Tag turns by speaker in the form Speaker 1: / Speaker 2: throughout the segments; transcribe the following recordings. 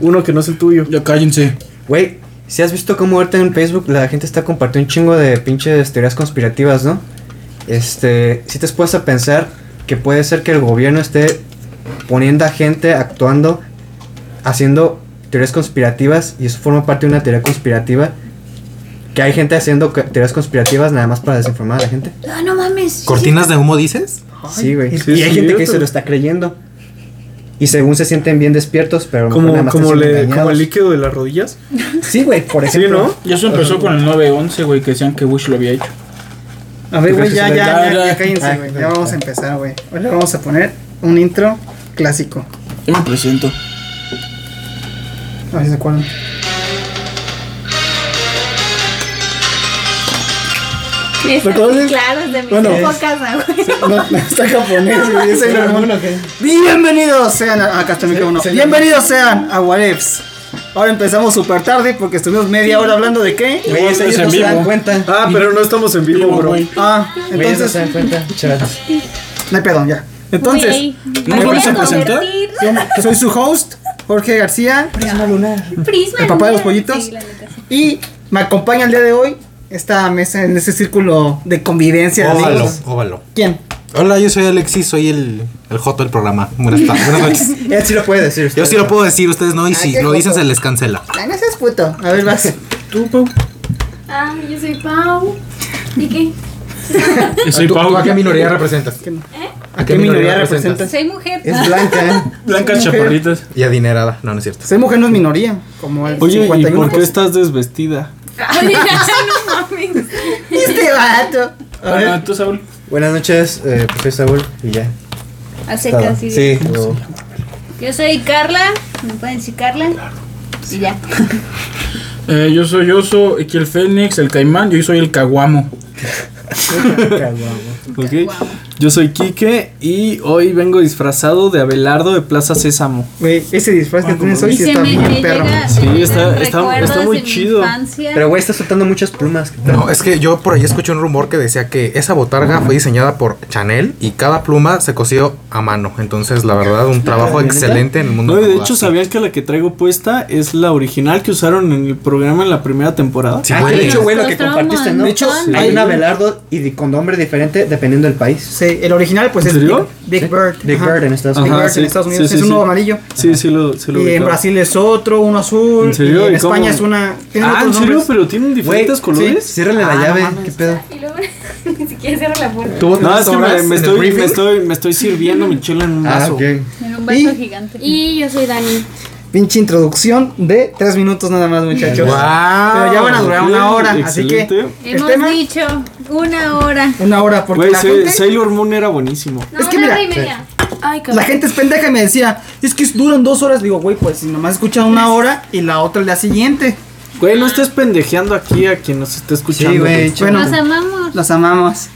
Speaker 1: Uno que no es el tuyo.
Speaker 2: Ya cállense.
Speaker 3: Güey, si has visto cómo ahorita en Facebook la gente está compartiendo un chingo de pinches teorías conspirativas, ¿no? Este, si te puedes a pensar que puede ser que el gobierno esté poniendo a gente actuando, haciendo teorías conspirativas y eso forma parte de una teoría conspirativa. Que hay gente haciendo ca- teorías conspirativas nada más para desinformar a la gente.
Speaker 4: Ah, no mames.
Speaker 5: ¿Cortinas de humo dices?
Speaker 3: sí, güey.
Speaker 1: sí,
Speaker 3: y hay
Speaker 1: es
Speaker 3: gente que
Speaker 1: cierto.
Speaker 3: se lo está creyendo. Y según se sienten bien despiertos, pero a lo mejor
Speaker 1: Como,
Speaker 3: nada más
Speaker 1: como,
Speaker 3: están siendo
Speaker 1: le, como el
Speaker 3: engañados.
Speaker 1: líquido de las rodillas.
Speaker 3: Sí, güey, por
Speaker 1: Sí,
Speaker 3: ejemplo.
Speaker 1: ¿no?
Speaker 2: Y eso empezó con el 911, güey, que decían que Bush lo había hecho.
Speaker 6: A ver,
Speaker 3: ¿Tú
Speaker 6: güey,
Speaker 3: crees
Speaker 6: ya,
Speaker 3: que
Speaker 6: ya,
Speaker 3: se
Speaker 2: le-
Speaker 6: ya,
Speaker 2: Ya,
Speaker 6: ya,
Speaker 2: ya.
Speaker 6: cállense,
Speaker 3: Ah,
Speaker 6: güey.
Speaker 3: ya.
Speaker 6: Ya vamos a empezar, güey. Hoy le vamos a poner un intro clásico.
Speaker 2: Yo me presento.
Speaker 6: A ver si se acuerdan.
Speaker 4: Sí, está-
Speaker 6: ¿Reconoces?
Speaker 4: Claro, es de mis
Speaker 6: Bueno,
Speaker 4: épocas, ah, güey.
Speaker 6: No, está japonés, güey. ese
Speaker 5: Pero
Speaker 6: mamón.
Speaker 5: bueno, ¿qué?
Speaker 6: Bienvenidos sean a, acá está el micrófono.
Speaker 5: sí.
Speaker 6: Bienvenidos sean a Warefs. Ahora empezamos súper tarde porque estuvimos media hora hablando de qué.
Speaker 3: Güey,
Speaker 2: Igual
Speaker 3: eso
Speaker 2: no
Speaker 3: ellos
Speaker 2: es en
Speaker 3: no se
Speaker 2: vivo.
Speaker 3: dan cuenta.
Speaker 1: Ah, pero no estamos en vivo, bro.
Speaker 2: güey.
Speaker 6: Ah,
Speaker 3: Güey, ellos no se dan
Speaker 6: entonces,
Speaker 3: cuenta, chavales.
Speaker 6: no hay perdón, ya. Entonces,
Speaker 4: Güey, me
Speaker 2: ¿no me
Speaker 4: voy
Speaker 2: vas
Speaker 4: a
Speaker 2: a presentar?
Speaker 4: convertir.
Speaker 6: soy su host, Jorge García,
Speaker 4: Prisma
Speaker 6: el papá de
Speaker 4: Lunar.
Speaker 6: los pollitos.
Speaker 4: Sí, la neta, sí.
Speaker 6: y me acompaña el día de hoy esta mesa en ese círculo de convivencia. de
Speaker 5: Óvalo,
Speaker 6: amigos.
Speaker 5: óvalo.
Speaker 6: ¿Quién?
Speaker 5: Hola, yo soy Alexis, soy el, el joto del programa. Buenas tardes, buenas noches.
Speaker 3: Él sí lo puede decir.
Speaker 5: Yo
Speaker 3: ustedes
Speaker 5: sí lo
Speaker 3: no.
Speaker 5: puedo decir, ustedes no, y
Speaker 6: Ay, qué
Speaker 5: si lo dicen
Speaker 6: joto.
Speaker 5: se les cancela.
Speaker 6: Ay, no seas puto. A ver, vas.
Speaker 1: Tú, Pau.
Speaker 4: Ah, yo soy Pau. ¿Y qué?
Speaker 2: Yo soy
Speaker 5: ¿Tú- tú
Speaker 2: Pau.
Speaker 5: ¿A qué minoría representas?
Speaker 6: ¿A qué minoría representas?
Speaker 4: Soy mujer.
Speaker 3: Es blanca, ¿eh?
Speaker 2: Blancas chaparritas.
Speaker 5: Y adinerada, no, no es cierto.
Speaker 6: Soy mujer no es minoría, como el
Speaker 1: Oye, ¿y
Speaker 6: 51%.
Speaker 1: por qué estás desvestida?
Speaker 4: Ah, Ay, no mames.
Speaker 6: Este vato. A ver,
Speaker 2: Ah, tú, Saúl.
Speaker 3: Buenas noches, eh, profesor Saúl. Y ya.
Speaker 4: A secas, sí.
Speaker 3: Sí, lo-
Speaker 4: Yo soy Carla. ¿Me pueden decir Carla? Y ya.
Speaker 2: Eh, yo soy Oso, aquí el Fénix, el Caimán, yo soy el Caguamo.
Speaker 1: Ok. Yo soy Quique y hoy vengo disfrazado de Abelardo de Plaza Sésamo.
Speaker 6: güey, ese disfraz que tienes hoy
Speaker 4: Y
Speaker 6: sí
Speaker 4: se
Speaker 6: está
Speaker 4: me, me
Speaker 6: bien perro.
Speaker 4: llega.
Speaker 1: Sí,
Speaker 4: me
Speaker 1: está-
Speaker 4: llegan
Speaker 1: está- está
Speaker 4: recuerdos
Speaker 1: muy
Speaker 4: de mi
Speaker 1: chido.
Speaker 4: infancia.
Speaker 3: Pero, güey, está soltando muchas plumas.
Speaker 5: No, es que yo por ahí escuché un rumor que decía que esa botarga fue diseñada por Chanel y cada pluma se cosió a mano. Entonces, la verdad, un trabajo excelente en el mundo
Speaker 1: No, y de
Speaker 5: la moda.
Speaker 1: hecho, ¿sabías que la que traigo puesta es la original que usaron en el programa en la primera temporada?
Speaker 5: Sí,
Speaker 3: Ah,
Speaker 5: huele.
Speaker 3: de hecho, güey, lo que
Speaker 4: Nuestros traumas,
Speaker 3: compartiste, ¿no?
Speaker 4: De hecho,
Speaker 3: hay un Abelardo y de- con nombre diferente dependiendo del país.
Speaker 6: Sí, el original pues
Speaker 1: ¿En
Speaker 6: es
Speaker 1: serio?
Speaker 6: Big, Big Bird.
Speaker 3: Big
Speaker 6: ajá.
Speaker 3: Bird en Estados
Speaker 6: Big
Speaker 1: Ajá,
Speaker 3: Unidos.
Speaker 6: Bird
Speaker 1: sí,
Speaker 6: en Estados
Speaker 1: sí,
Speaker 6: Unidos
Speaker 1: sí,
Speaker 6: es
Speaker 1: sí.
Speaker 6: un nuevo amarillo.
Speaker 1: Sí, sí lo, sí lo
Speaker 6: Y en
Speaker 1: ubicaba.
Speaker 6: Brasil es otro, uno azul.
Speaker 1: ¿En serio?
Speaker 6: Y en
Speaker 1: ¿Y cómo?
Speaker 6: España es una. tienen
Speaker 1: Ah, ¿en
Speaker 6: otros
Speaker 1: serio?
Speaker 6: nombres.
Speaker 1: ¿Pero tienen diferentes
Speaker 3: Güey,
Speaker 1: colores?
Speaker 3: Sí, ciérrale la
Speaker 6: Ah, no
Speaker 3: llave.
Speaker 6: mames.
Speaker 3: ¿Qué pedo?
Speaker 4: Y luego ni siquiera cierro la puerta.
Speaker 5: ¿Tú
Speaker 1: No, es que me,
Speaker 5: horas
Speaker 1: me
Speaker 5: en el
Speaker 1: estoy, me,
Speaker 5: briefing?
Speaker 1: estoy, me estoy sirviendo mi chela en un
Speaker 3: Ah,
Speaker 1: vaso.
Speaker 3: ok.
Speaker 4: En un vaso
Speaker 6: Y-
Speaker 4: gigante. Y yo soy Dani.
Speaker 6: Pinche introducción de tres minutos nada más, muchachos.
Speaker 5: ¡Guau!
Speaker 6: Pero ya van a durar una hora,
Speaker 1: Excelente.
Speaker 6: así que. El
Speaker 4: Hemos
Speaker 6: tema,
Speaker 4: dicho una hora.
Speaker 6: una hora, porque
Speaker 1: Güey,
Speaker 6: la
Speaker 1: Sai-
Speaker 6: gente.
Speaker 1: Sailor Moon era buenísimo.
Speaker 4: No,
Speaker 6: Es que
Speaker 4: una
Speaker 6: mira-
Speaker 4: hora y media. Ay,
Speaker 6: La gente es pendeja y me decía, es que duran dos horas. Digo, güey, pues si nomás escuchan una hora y la otra el día siguiente.
Speaker 1: Güey, no estés pendejeando aquí a quien nos está escuchando.
Speaker 3: Sí, güey.
Speaker 1: güey.
Speaker 3: chido.
Speaker 6: Bueno,
Speaker 4: Nos amamos.
Speaker 6: los amamos.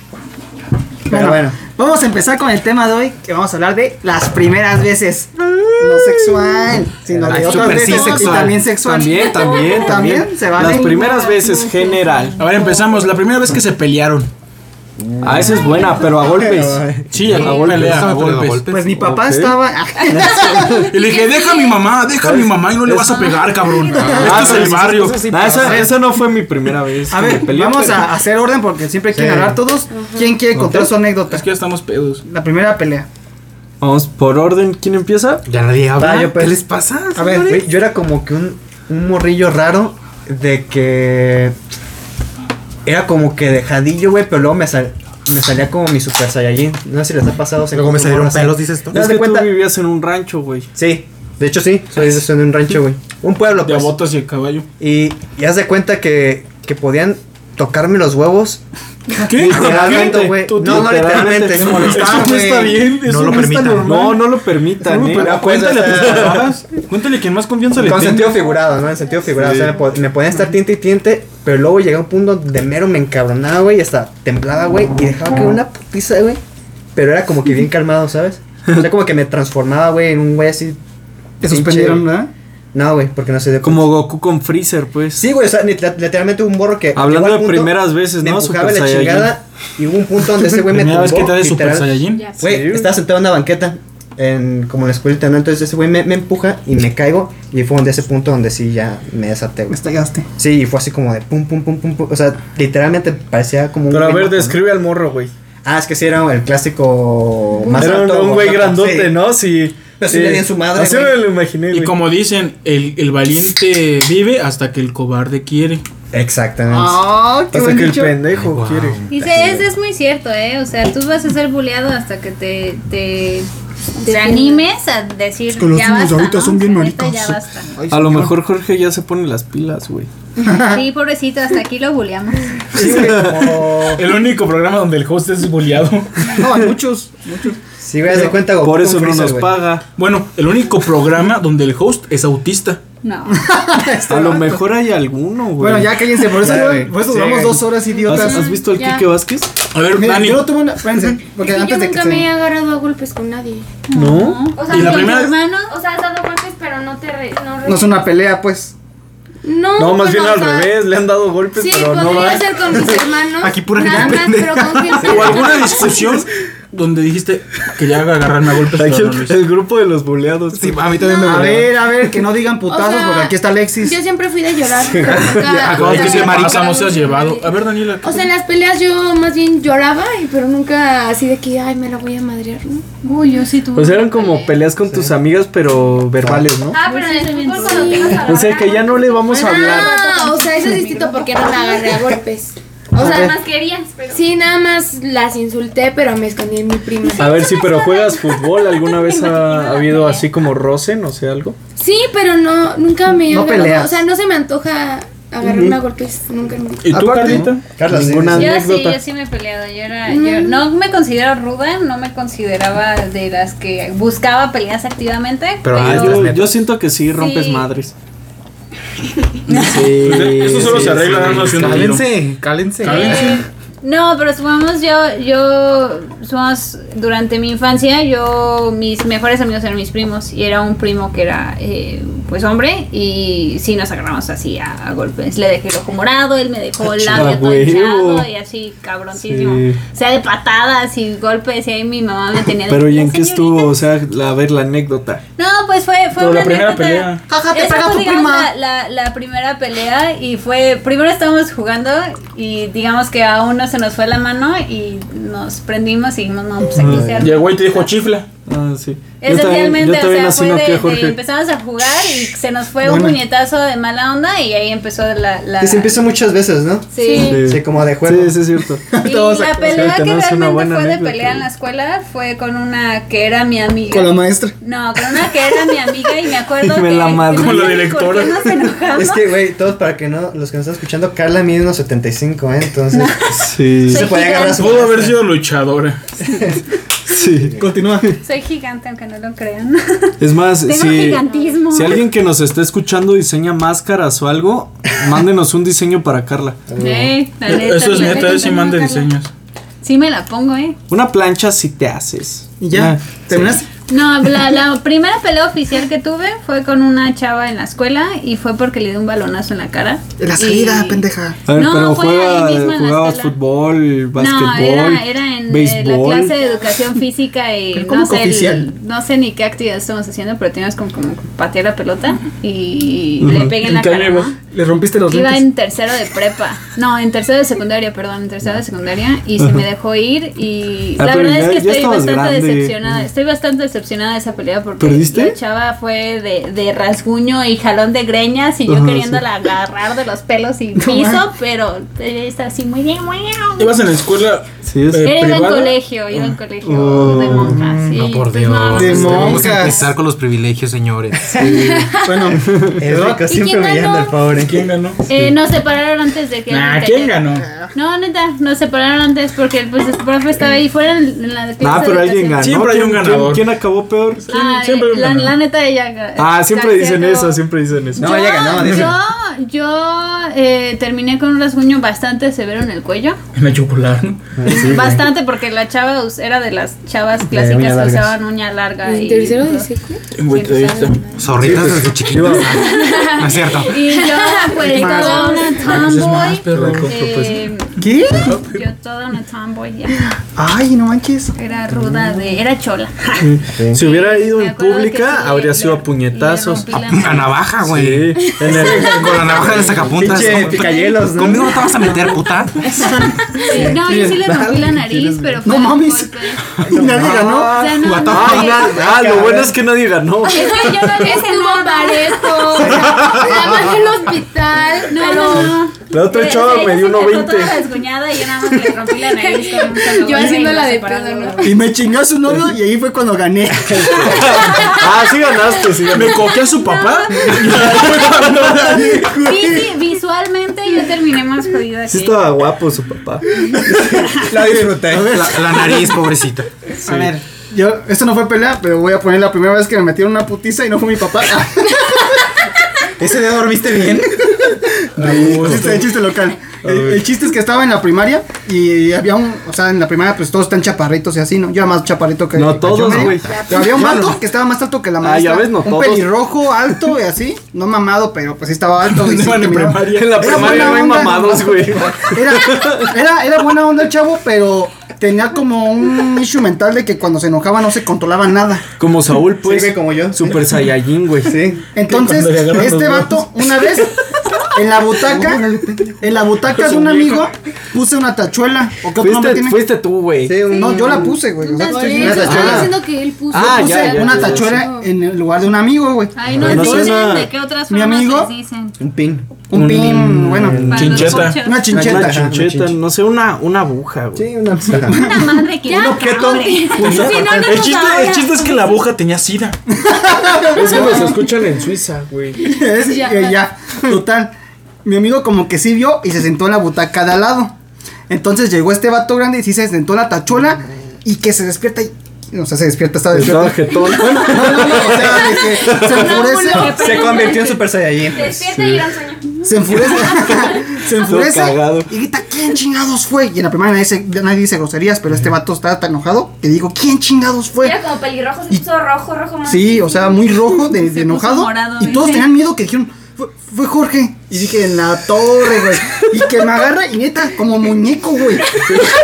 Speaker 3: Pero bueno.
Speaker 6: Vamos a empezar con el tema de hoy, que vamos a hablar de las primeras veces. No sexual, sino
Speaker 5: Ay,
Speaker 6: de otras
Speaker 5: súper sí
Speaker 6: veces y
Speaker 5: sexual.
Speaker 6: también sexual.
Speaker 1: También, también,
Speaker 6: También
Speaker 1: también.
Speaker 6: se vale.
Speaker 1: Las primeras veces, general.
Speaker 2: A ver, empezamos. La primera vez que se pelearon.
Speaker 1: Ah, esa es buena, pero a golpes.
Speaker 3: Pues,
Speaker 2: Sí, a golpes.
Speaker 5: Esa
Speaker 2: Pelea,
Speaker 5: me
Speaker 2: a
Speaker 5: pone de
Speaker 2: golpes.
Speaker 5: golpes.
Speaker 6: Pues mi papá
Speaker 1: Ok.
Speaker 6: estaba.
Speaker 2: Y le dije, deja a mi mamá, deja a mi mamá y no le vas a pegar, cabrón.
Speaker 1: Ah,
Speaker 2: Este es el
Speaker 1: sí,
Speaker 2: barrio.
Speaker 1: Nah, esa, esa no fue mi primera vez.
Speaker 6: A
Speaker 1: que
Speaker 6: ver,
Speaker 1: me peleé,
Speaker 6: vamos
Speaker 1: pero-
Speaker 6: a hacer orden porque siempre quieren
Speaker 3: Sí.
Speaker 6: hablar todos. ¿Quién quiere contar su anécdota?
Speaker 2: Es que ya estamos pedos.
Speaker 6: La primera pelea.
Speaker 1: Vamos por orden. ¿Quién empieza?
Speaker 5: Ya nadie habla.
Speaker 3: Ah, yo, pues.
Speaker 5: ¿Qué les pasa?
Speaker 6: A ver,
Speaker 3: Güey, yo era como que un, un morrillo raro de que. Era como que dejadillo, güey, pero luego me, sal- me salía como mi super saiyajin. No sé si les ha pasado. se
Speaker 5: Luego me
Speaker 3: encuentran
Speaker 5: salieron
Speaker 3: morras así.
Speaker 5: pelos, dices tú.
Speaker 3: No,
Speaker 1: es
Speaker 3: de
Speaker 1: que
Speaker 3: cuenta-
Speaker 1: tú vivías en un rancho, güey.
Speaker 3: Sí, de hecho sí, soy soy de un rancho, güey. Un pueblo,
Speaker 2: De
Speaker 3: pues.
Speaker 2: a botas y el caballo.
Speaker 3: Y, y haz de cuenta que, que podían tocarme los huevos.
Speaker 2: ¿Qué?
Speaker 3: Literalmente, güey.
Speaker 1: Tú-
Speaker 3: No, no,
Speaker 1: literalmente.
Speaker 3: literalmente.
Speaker 1: Eso
Speaker 3: me molestaba,
Speaker 2: Eso no está
Speaker 3: güey.
Speaker 2: bien, eso
Speaker 5: lo
Speaker 2: no está
Speaker 5: permitan.
Speaker 2: normal.
Speaker 1: No, no lo permitan, eh.
Speaker 3: Pero, pues,
Speaker 2: Cuéntale a tus
Speaker 3: o sea,
Speaker 2: papás. Cuéntale quien más confianza le
Speaker 3: Con
Speaker 2: tenga.
Speaker 3: sentido figurado, ¿no? En sentido figurado. O sea, me, po- me podían estar tiente y tiente, pero luego llegaba un punto de mero me encabronaba, güey, y hasta temblaba, güey, y dejaba caer una putiza, güey. Pero era como que bien calmado, ¿sabes? O sea, como que me transformaba, güey, en un güey así.
Speaker 6: te suspendieron,
Speaker 3: pinche-
Speaker 6: ¿verdad?
Speaker 3: No, güey, porque no soy de
Speaker 1: Como Goku con Freezer, pues.
Speaker 3: Sí, güey, o sea, ni- la- literalmente hubo un morro que.
Speaker 1: Hablando
Speaker 3: llegó al
Speaker 1: de
Speaker 3: punto,
Speaker 1: primeras veces,
Speaker 3: me
Speaker 1: ¿no?
Speaker 3: empujaba
Speaker 1: Super
Speaker 3: la
Speaker 1: Saiyajin.
Speaker 3: chingada y hubo un punto donde ese güey me
Speaker 2: Primera
Speaker 3: tumbó.
Speaker 2: vez que te de Super
Speaker 3: literal.
Speaker 2: Saiyajin.
Speaker 3: Güey, estaba sentado en una banqueta en, como en la escuelita, ¿no? Entonces ese güey me, me empuja y me caigo. Y fue donde ese punto donde sí ya me desaté,
Speaker 6: Me
Speaker 3: güey.
Speaker 6: estallaste.
Speaker 3: Sí, y fue así como de pum, pum, pum, pum, pum. O sea, literalmente parecía como
Speaker 1: Pero a
Speaker 3: güey
Speaker 1: ver,
Speaker 3: loco, ¿no?
Speaker 1: describe al morro, güey.
Speaker 3: Ah, es que sí, era el clásico más
Speaker 1: Era un,
Speaker 3: alto,
Speaker 1: un güey
Speaker 3: guapo,
Speaker 1: grandote,
Speaker 3: sí.
Speaker 1: ¿no? Sí.
Speaker 3: Así le di en su madre,
Speaker 1: Así
Speaker 3: güey.
Speaker 1: me lo imaginé,
Speaker 2: Y
Speaker 1: güey.
Speaker 2: como dicen, el, el valiente vive hasta que el cobarde quiere.
Speaker 3: Exactamente.
Speaker 6: Ah, qué
Speaker 1: Hasta
Speaker 6: buen
Speaker 1: que el
Speaker 6: dicho.
Speaker 1: pendejo
Speaker 5: Wow.
Speaker 1: quiere.
Speaker 7: Y se- es, es muy cierto, ¿eh? O sea, tú vas a ser buleado hasta que te, te, te animes a decir.
Speaker 8: Es que los
Speaker 7: ya
Speaker 8: niños
Speaker 7: basta,
Speaker 8: ahorita
Speaker 7: ¿no?
Speaker 8: son bien
Speaker 7: La neta,
Speaker 8: maricas.
Speaker 7: Ya basta.
Speaker 1: A lo mejor Jorge ya se pone las pilas, güey.
Speaker 7: Sí, pobrecito, hasta aquí lo buleamos.
Speaker 3: Sí, güey, como-
Speaker 2: El único programa donde el host es buleado.
Speaker 6: No, hay muchos, muchos.
Speaker 3: Sí, güey, haz de cuenta, Goku
Speaker 1: Por
Speaker 3: con
Speaker 1: eso no
Speaker 3: Freezer,
Speaker 1: nos
Speaker 3: güey.
Speaker 1: paga.
Speaker 2: Bueno, el único programa donde el host es autista.
Speaker 7: No.
Speaker 3: Este
Speaker 1: A lo mejor hay alguno, güey.
Speaker 6: Bueno, ya cállense, por eso,
Speaker 3: Claro,
Speaker 6: duran-
Speaker 3: güey.
Speaker 6: por eso
Speaker 3: Sí,
Speaker 6: duramos
Speaker 3: güey.
Speaker 6: dos horas,
Speaker 1: ¿Has,
Speaker 6: idiotas.
Speaker 1: has visto el
Speaker 7: Ya.
Speaker 1: Quique Vázquez?
Speaker 2: A ver,
Speaker 6: Mira,
Speaker 2: Dani.
Speaker 6: yo no tuve una. Espérense, porque
Speaker 9: Es que yo
Speaker 6: antes de que
Speaker 9: nunca
Speaker 6: se-
Speaker 9: me he agarrado a golpes con nadie.
Speaker 1: No.
Speaker 9: O sea,
Speaker 2: ¿Y la
Speaker 9: con
Speaker 2: primera
Speaker 9: mi
Speaker 2: vez?
Speaker 9: hermano, o sea, has dado golpes, pero no te re- no, re-
Speaker 6: No es una pelea, pues.
Speaker 9: No,
Speaker 1: No, más
Speaker 9: bueno,
Speaker 1: bien
Speaker 9: o
Speaker 1: al
Speaker 9: sea,
Speaker 1: revés. Le han dado golpes,
Speaker 9: Sí,
Speaker 1: pero no
Speaker 9: podría
Speaker 1: va.
Speaker 9: ser con mis hermanos.
Speaker 5: Aquí pura
Speaker 9: nada
Speaker 5: gente
Speaker 9: más, pero con gente.
Speaker 2: O alguna discusión donde dijiste que ya agarrarme a golpes.
Speaker 1: Aquí
Speaker 2: pero no lo
Speaker 1: el,
Speaker 2: hice.
Speaker 1: el grupo de los boleados.
Speaker 5: Sí, a mí también me
Speaker 6: A
Speaker 5: golpeaban.
Speaker 6: ver, a ver, que no digan
Speaker 9: O
Speaker 6: putazos,
Speaker 9: sea,
Speaker 6: porque aquí está Alexis.
Speaker 9: Yo siempre fui de llorar. pero
Speaker 5: Ya,
Speaker 9: nunca-
Speaker 5: güey,
Speaker 2: Ay,
Speaker 9: nunca
Speaker 2: que
Speaker 5: se
Speaker 2: se
Speaker 9: me
Speaker 5: Ah, marica.
Speaker 2: Ah, pasa,
Speaker 9: agarraron
Speaker 2: no seas
Speaker 9: con
Speaker 2: llevado.
Speaker 9: nadie.
Speaker 2: A ver, Daniela.
Speaker 9: O sea, en las peleas yo más bien lloraba, y- pero nunca así de que, ay, me la voy a madrear, ¿no?
Speaker 7: Uy, yo sí tuve.
Speaker 1: Pues eran como peleas con tus amigas, pero verbales, ¿no?
Speaker 9: Ah, pero en el fútbol cuando te
Speaker 7: Ah.
Speaker 9: nos
Speaker 1: O sea, que ya no le vamos a hablar.
Speaker 9: Ah, o sea, eso es distinto porque no la agarré a golpes. O sea,
Speaker 3: ver.
Speaker 9: más querías, pero... Sí, nada más las insulté, pero me escondí en mi prima.
Speaker 1: A ver, sí, pero juegas fútbol. ¿Alguna vez ha, ha habido así como roce, no sé, algo?
Speaker 9: Sí, pero no, nunca me
Speaker 6: No
Speaker 9: agarró-
Speaker 6: peleas.
Speaker 9: O sea, no se me antoja agarrarme a golpes, nunca. me-
Speaker 2: ¿Y tú,
Speaker 6: Aparte-
Speaker 2: Carlita?
Speaker 3: Carla, sí,
Speaker 1: Ninguna
Speaker 3: sí,
Speaker 7: Yo sí,
Speaker 1: anécdota.
Speaker 7: yo sí me he peleado. Yo era, yo no me considero ruda, no me consideraba de las que buscaba peleas activamente.
Speaker 5: Pero-
Speaker 7: Pero,
Speaker 5: Ah,
Speaker 1: yo,
Speaker 5: neta.
Speaker 1: yo siento que sí rompes
Speaker 7: Sí.
Speaker 1: madres.
Speaker 2: Eso solo se arregla dándose un tiro.
Speaker 5: Cálense, cálense.
Speaker 7: eh, no, pero supongamos yo, yo, supongamos durante mi infancia, yo, mis mejores amigos eran mis primos y era un primo que era, eh, pues hombre y sí nos agarramos así a, a golpes. Le dejé el ojo morado, él me dejó el
Speaker 1: Ah,
Speaker 7: labio todo
Speaker 1: huevo.
Speaker 7: hinchado y así cabrontísimo.
Speaker 1: Sí.
Speaker 7: O sea, de patadas y golpes y ahí mi mamá me tenía. de
Speaker 1: Pero ¿y en
Speaker 7: "La
Speaker 1: qué
Speaker 7: señorita
Speaker 1: estuvo? O sea, la- a ver la anécdota.
Speaker 7: No, pues fue, fue
Speaker 2: Pero
Speaker 7: una
Speaker 2: la primera
Speaker 7: anécdota.
Speaker 2: pelea.
Speaker 6: Jaja, te
Speaker 7: Esa
Speaker 6: pega
Speaker 7: fue,
Speaker 6: tu
Speaker 7: digamos,
Speaker 6: prima.
Speaker 7: La, la, la primera pelea y fue, primero estábamos jugando y digamos que a uno se nos fue la mano y nos prendimos y dijimos, no, pues aquí se arma".
Speaker 2: Llegó y te dijo chifla.
Speaker 1: Ah, sí. Yo también,
Speaker 7: Esencialmente,
Speaker 1: yo también
Speaker 7: o sea,
Speaker 1: así
Speaker 7: fue
Speaker 1: no
Speaker 7: de-
Speaker 1: que
Speaker 7: de
Speaker 1: Jorge.
Speaker 7: empezamos a jugar y se nos fue
Speaker 6: Bueno.
Speaker 7: un puñetazo de mala onda y ahí empezó la... la
Speaker 3: Sí, se empieza muchas veces, ¿no?
Speaker 7: Sí.
Speaker 3: Sí, como de juego.
Speaker 1: Sí, sí, es cierto.
Speaker 7: Y la pelea que
Speaker 1: Tenemos una
Speaker 7: realmente
Speaker 1: buena
Speaker 7: fue de
Speaker 1: anécdota,
Speaker 7: pelea en la
Speaker 1: güey.
Speaker 7: escuela fue con una que era mi amiga.
Speaker 6: Con la maestra.
Speaker 7: No, con una que era mi amiga y me acuerdo
Speaker 1: Y me
Speaker 7: que
Speaker 1: la madre.
Speaker 7: que no
Speaker 2: Con la
Speaker 7: sé
Speaker 2: directora.
Speaker 7: por qué nos enojamos.
Speaker 3: Es que, güey, todos para que no, los que nos están escuchando, Carla mide unos 75, ¿eh? Entonces,
Speaker 1: Sí,
Speaker 3: sí se podía agarrar a su
Speaker 2: Pudo haber
Speaker 3: maestra.
Speaker 2: sido luchadora.
Speaker 1: sí.
Speaker 6: Continúa.
Speaker 7: Soy gigante, aunque no lo crean.
Speaker 1: Es más,
Speaker 7: Tengo
Speaker 1: si,
Speaker 7: gigantismo.
Speaker 1: si alguien que nos está escuchando diseña máscaras o algo, mándenos un diseño para Carla.
Speaker 7: Eh, la neta,
Speaker 2: Eso es
Speaker 7: la
Speaker 2: neta,
Speaker 7: neta.
Speaker 2: es imán de diseños.
Speaker 7: Sí me la pongo, eh.
Speaker 1: Una plancha si te haces.
Speaker 6: Y ya,
Speaker 1: Ah,
Speaker 6: ¿terminaste?
Speaker 7: No, la, la primera pelea oficial que tuve fue con una chava en la escuela y fue porque le di un balonazo en la cara.
Speaker 6: En la
Speaker 7: Y-
Speaker 6: salida, pendeja.
Speaker 1: A ver,
Speaker 7: No,
Speaker 1: pero
Speaker 7: fue ahí
Speaker 1: juega-
Speaker 7: mismo en la
Speaker 1: jugabas
Speaker 7: escuela.
Speaker 1: fútbol,
Speaker 7: No,
Speaker 1: básquetbol,
Speaker 7: era, era en eh,
Speaker 1: béisbol.
Speaker 7: la clase de educación física y
Speaker 6: ¿Pero cómo
Speaker 7: no sé,
Speaker 6: que
Speaker 7: el-
Speaker 6: oficial?
Speaker 7: no sé ni qué actividad estamos haciendo, pero teníamos como, como patear la pelota y le pegué en la
Speaker 2: ¿En qué
Speaker 7: cara.
Speaker 2: año
Speaker 7: ¿no?
Speaker 2: ibas?
Speaker 6: Le rompiste los
Speaker 7: Iba
Speaker 6: lentes.
Speaker 7: en tercero de prepa. No, en tercero de secundaria, perdón, en tercero de secundaria y se me dejó ir y
Speaker 1: Ah,
Speaker 7: la
Speaker 1: pero
Speaker 7: verdad
Speaker 1: ya-
Speaker 7: es que
Speaker 1: ya
Speaker 7: estoy
Speaker 1: estabas
Speaker 7: bastante
Speaker 1: grande.
Speaker 7: decepcionada. Estoy bastante decepcionada de esa pelea porque
Speaker 1: ¿Perdiste?
Speaker 7: la chava fue de, de rasguño y jalón de greñas y yo
Speaker 1: Ajá,
Speaker 7: queriéndola agarrar de los pelos y piso, pero ella está así muy bien, muy bien.
Speaker 2: Ibas en la escuela.
Speaker 1: Sí, es-
Speaker 2: eh,
Speaker 7: Era en
Speaker 2: privada?
Speaker 7: colegio, iba en colegio
Speaker 1: Oh.
Speaker 7: de monjas. sí,
Speaker 5: No, por
Speaker 7: pues,
Speaker 5: Dios.
Speaker 7: no,
Speaker 6: De
Speaker 5: Este, Vamos
Speaker 6: monjas.
Speaker 5: a empezar con los privilegios, señores.
Speaker 6: Bueno,
Speaker 3: Es rico, siempre
Speaker 7: quién ganó?
Speaker 3: brillando el pobre.
Speaker 2: ¿Quién ganó?
Speaker 7: Eh, nos separaron antes de que
Speaker 2: Nah,
Speaker 7: alguien
Speaker 2: ¿quién
Speaker 7: cayera.
Speaker 2: ganó?
Speaker 7: No, neta, nos separaron antes porque pues el profe estaba ahí fuera en, en la clase
Speaker 1: Ah, pero
Speaker 7: de
Speaker 1: alguien
Speaker 7: educación.
Speaker 1: ganó.
Speaker 2: Siempre hay un
Speaker 1: ¿Quién-
Speaker 2: ganador.
Speaker 1: ¿Quién, quién acabó peor?
Speaker 7: Ah,
Speaker 2: Siempre hay un
Speaker 7: la,
Speaker 2: ganador.
Speaker 7: la neta ella
Speaker 1: Ah, siempre
Speaker 7: García
Speaker 1: dicen
Speaker 7: acabó-
Speaker 1: eso, siempre dicen eso.
Speaker 3: No,
Speaker 7: yo,
Speaker 3: ella ganó, dice.
Speaker 7: Yo, yo eh, terminé con un rasguño bastante severo en el cuello.
Speaker 2: En la yugular. ¿no?
Speaker 7: bastante porque la chava us- era de las chavas
Speaker 3: uñas
Speaker 7: clásicas que
Speaker 3: largas.
Speaker 7: usaban uña larga.
Speaker 9: ¿En
Speaker 7: y-
Speaker 9: tercero de secu?
Speaker 2: Güey,
Speaker 7: pues,
Speaker 2: ahí está.
Speaker 5: Zorritas desde chiquitos. No es cierto.
Speaker 7: Y yo, pues,
Speaker 6: Más.
Speaker 7: toda una
Speaker 2: Más,
Speaker 7: tomboy.
Speaker 2: más, perro.
Speaker 7: eh,
Speaker 6: ¿Qué?
Speaker 4: Yo toda una tomboy ya.
Speaker 6: Ay, no manches.
Speaker 4: Era ruda de. Era chola.
Speaker 1: Si hubiera ido
Speaker 4: Me
Speaker 1: en
Speaker 4: acuerdo que
Speaker 1: pública,
Speaker 4: sí,
Speaker 1: habría
Speaker 4: le-
Speaker 1: sido
Speaker 4: le
Speaker 1: a puñetazos.
Speaker 4: rompí
Speaker 5: A,
Speaker 4: la
Speaker 5: a navaja, güey.
Speaker 1: Sí, en el-
Speaker 5: Con la navaja de sacapuntas.
Speaker 3: Pinche picayelos, ¿no?
Speaker 5: Conmigo no te vas a meter, puta.
Speaker 4: Sí, Eh, No, yo sí le rompí la nariz, pero fue
Speaker 6: No
Speaker 4: de
Speaker 6: mames.
Speaker 4: golpe.
Speaker 6: Y nadie ganó.
Speaker 4: O sea, no,
Speaker 5: What the
Speaker 4: no,
Speaker 5: fuck?
Speaker 4: es-
Speaker 1: Ah, lo bueno es que nadie ganó.
Speaker 4: Es que yo no había
Speaker 9: Estuvo
Speaker 4: ganado.
Speaker 9: parejo. La mandé al hospital.
Speaker 4: No,
Speaker 9: pero
Speaker 4: no, no.
Speaker 1: La otra
Speaker 4: Ella-
Speaker 1: chava
Speaker 4: ella
Speaker 1: me dio
Speaker 4: se quedó
Speaker 1: 1.20.
Speaker 4: toda desgreñada y yo nada más le rompí la nariz con un solo
Speaker 9: Yo
Speaker 4: golpe
Speaker 9: haciendo
Speaker 4: y
Speaker 9: la
Speaker 4: lo
Speaker 9: de
Speaker 4: separando.
Speaker 9: pedo, ¿no?
Speaker 6: Y me chingó a su novio y ahí fue cuando gané.
Speaker 1: Ah, sí ganaste, sí ganaste.
Speaker 2: ¿Me coqué a su papá?
Speaker 4: Sí, sí, visualmente yo terminé más jodida
Speaker 1: Sí
Speaker 4: que
Speaker 1: estaba guapo su papá.
Speaker 3: La disfruté.
Speaker 5: La, la nariz, pobrecita.
Speaker 6: A ver, yo, esto no fue pelea, pero voy a poner la primera vez que me metieron una putiza y no fue mi papá.
Speaker 3: ¿Ese día dormiste bien?
Speaker 6: chiste, chiste local. El, el chiste es que estaba en la primaria y había un, o sea, en la primaria pues todos están chaparritos y así, ¿no? Yo era más chaparrito que
Speaker 1: No
Speaker 6: que
Speaker 1: todos,
Speaker 6: yo medio.
Speaker 1: güey.
Speaker 6: Pero había un vato que estaba más alto que la
Speaker 1: Ah, ya
Speaker 6: maestra.
Speaker 1: ves, no
Speaker 6: un
Speaker 1: todos.
Speaker 6: pelirrojo alto y así, no mamado, pero pues sí estaba alto y sí
Speaker 2: Iban en
Speaker 6: que miraba.
Speaker 2: primaria.
Speaker 1: En la
Speaker 6: Era
Speaker 1: primaria
Speaker 6: buena
Speaker 1: no hay
Speaker 6: onda.
Speaker 1: mamados, güey.
Speaker 6: Era, era, era buena onda el chavo, pero tenía como un issue mental de que cuando se enojaba no se controlaba nada.
Speaker 1: Como Saúl, pues.
Speaker 3: Sí, güey, como yo.
Speaker 1: Super Saiyajin, güey.
Speaker 3: Sí.
Speaker 2: Que
Speaker 6: Entonces,
Speaker 2: cuando le agarran
Speaker 6: este
Speaker 2: los
Speaker 6: vato, una vez, en la butaca, en la butaca de un amigo, puse una tachuela. ¿O qué otro nombre
Speaker 1: Fuiste,
Speaker 6: tiene?
Speaker 1: fuiste tú, güey.
Speaker 3: Sí, un-
Speaker 6: No, yo la puse, güey. O sea,
Speaker 9: Estás
Speaker 6: estoy-
Speaker 3: una
Speaker 9: estoy
Speaker 3: tachuela.
Speaker 9: diciendo que él puso.
Speaker 1: Ah,
Speaker 9: puso-
Speaker 1: ya, ya.
Speaker 6: una tachuela en el lugar de un amigo, güey.
Speaker 4: Ay, no,
Speaker 1: Pero no
Speaker 4: entonces,
Speaker 1: suena-
Speaker 4: ¿de qué otras
Speaker 6: Mi
Speaker 4: formas
Speaker 6: amigo-
Speaker 4: les dicen?
Speaker 3: Un pin.
Speaker 6: Un pin, bueno,
Speaker 4: Para
Speaker 2: Chincheta.
Speaker 4: los coches.
Speaker 6: una chincheta.
Speaker 1: Una
Speaker 6: ajá.
Speaker 1: chincheta, no sé, una, una aguja, güey.
Speaker 3: Sí, una
Speaker 4: Una madre que no, hombre. Sí, no, no,
Speaker 2: El
Speaker 4: no,
Speaker 2: chiste,
Speaker 4: ahora.
Speaker 2: el chiste es que la aguja tenía sida.
Speaker 1: Es que los escuchan en Suiza, güey.
Speaker 6: Es- eh, ya. total. Mi amigo como que sí vio y se sentó en la butaca de al lado. Entonces llegó este vato grande y sí se sentó en la tachuela y que se despierta y... No sé, se despierta, estaba
Speaker 1: Estaba
Speaker 6: despierta.
Speaker 1: jetón.
Speaker 6: No, no, no, o sea, de que se enfurece,
Speaker 3: Se convirtió en Super Saiyajin.
Speaker 9: Despierta y era un sueño.
Speaker 6: se enfurece, se
Speaker 1: cagado.
Speaker 6: enfurece y grita, ¿quién chingados fue? Y en la primera nadie dice, nadie dice groserías, pero este vato estaba tan enojado que digo, ¿quién chingados fue?
Speaker 9: Era como pelirrojo, se puso rojo, rojo
Speaker 6: Pues,
Speaker 9: más.
Speaker 6: Sí, o sea, muy rojo, de, de
Speaker 4: puso
Speaker 6: enojado.
Speaker 4: morado,
Speaker 6: y
Speaker 4: ¿eh?
Speaker 6: todos tenían miedo que dijeron, fue, fue Jorge. Y dije, en la torre, güey. Y que me agarra y neta, como muñeco, güey.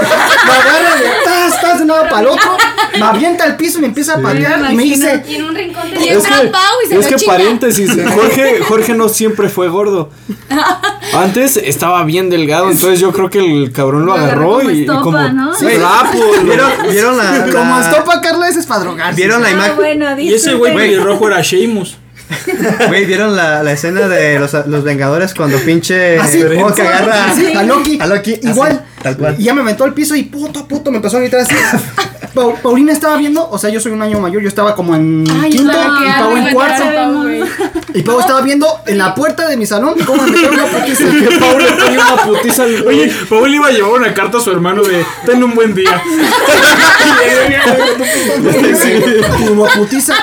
Speaker 6: Me agarra de tas, tas, de un lado para el otro. Me avienta al piso y me empieza a patear. Y me dice,
Speaker 9: Y en un rincón
Speaker 1: Es
Speaker 9: tenía
Speaker 1: que, es que paréntesis, Jorge, Jorge no siempre fue gordo. Antes estaba bien delgado, entonces yo creo que el cabrón lo
Speaker 4: Lo agarró
Speaker 1: agarró
Speaker 4: como
Speaker 1: y, y
Speaker 4: estopa,
Speaker 1: como
Speaker 4: ¿no?
Speaker 1: Sí. trapo. lo-
Speaker 3: ¿Vieron, vieron la, la-
Speaker 6: como estopa Carla, ese es para drogarse.
Speaker 3: ¿Vieron la
Speaker 4: Ah,
Speaker 3: imagen?
Speaker 4: bueno,
Speaker 2: Y ese güey
Speaker 4: disculpen.
Speaker 2: pelirrojo era Sheamus.
Speaker 3: Güey, ¿vieron la, la escena de los, los Vengadores cuando pinche
Speaker 6: Así,
Speaker 3: Hulk agarra
Speaker 6: así, a Loki,
Speaker 3: a Loki? así,
Speaker 6: igual.
Speaker 3: tal cual.
Speaker 6: Y ya me aventó al piso y puto a puto me empezó a gritar así. Pau- Paulina estaba viendo, o sea, yo soy un año mayor, yo estaba como en
Speaker 9: Ay,
Speaker 6: quinto
Speaker 9: estaba
Speaker 6: y
Speaker 9: que
Speaker 6: Pau en
Speaker 9: arde,
Speaker 6: cuarto.
Speaker 9: que arde, güey.
Speaker 6: Y Pau estaba viendo en la puerta de mi salón cómo me metieron una putiza.
Speaker 1: Pau le pone una putiza al-
Speaker 2: Oye, Paul iba a llevar una carta a su hermano de ten un buen día.
Speaker 6: Como putiza.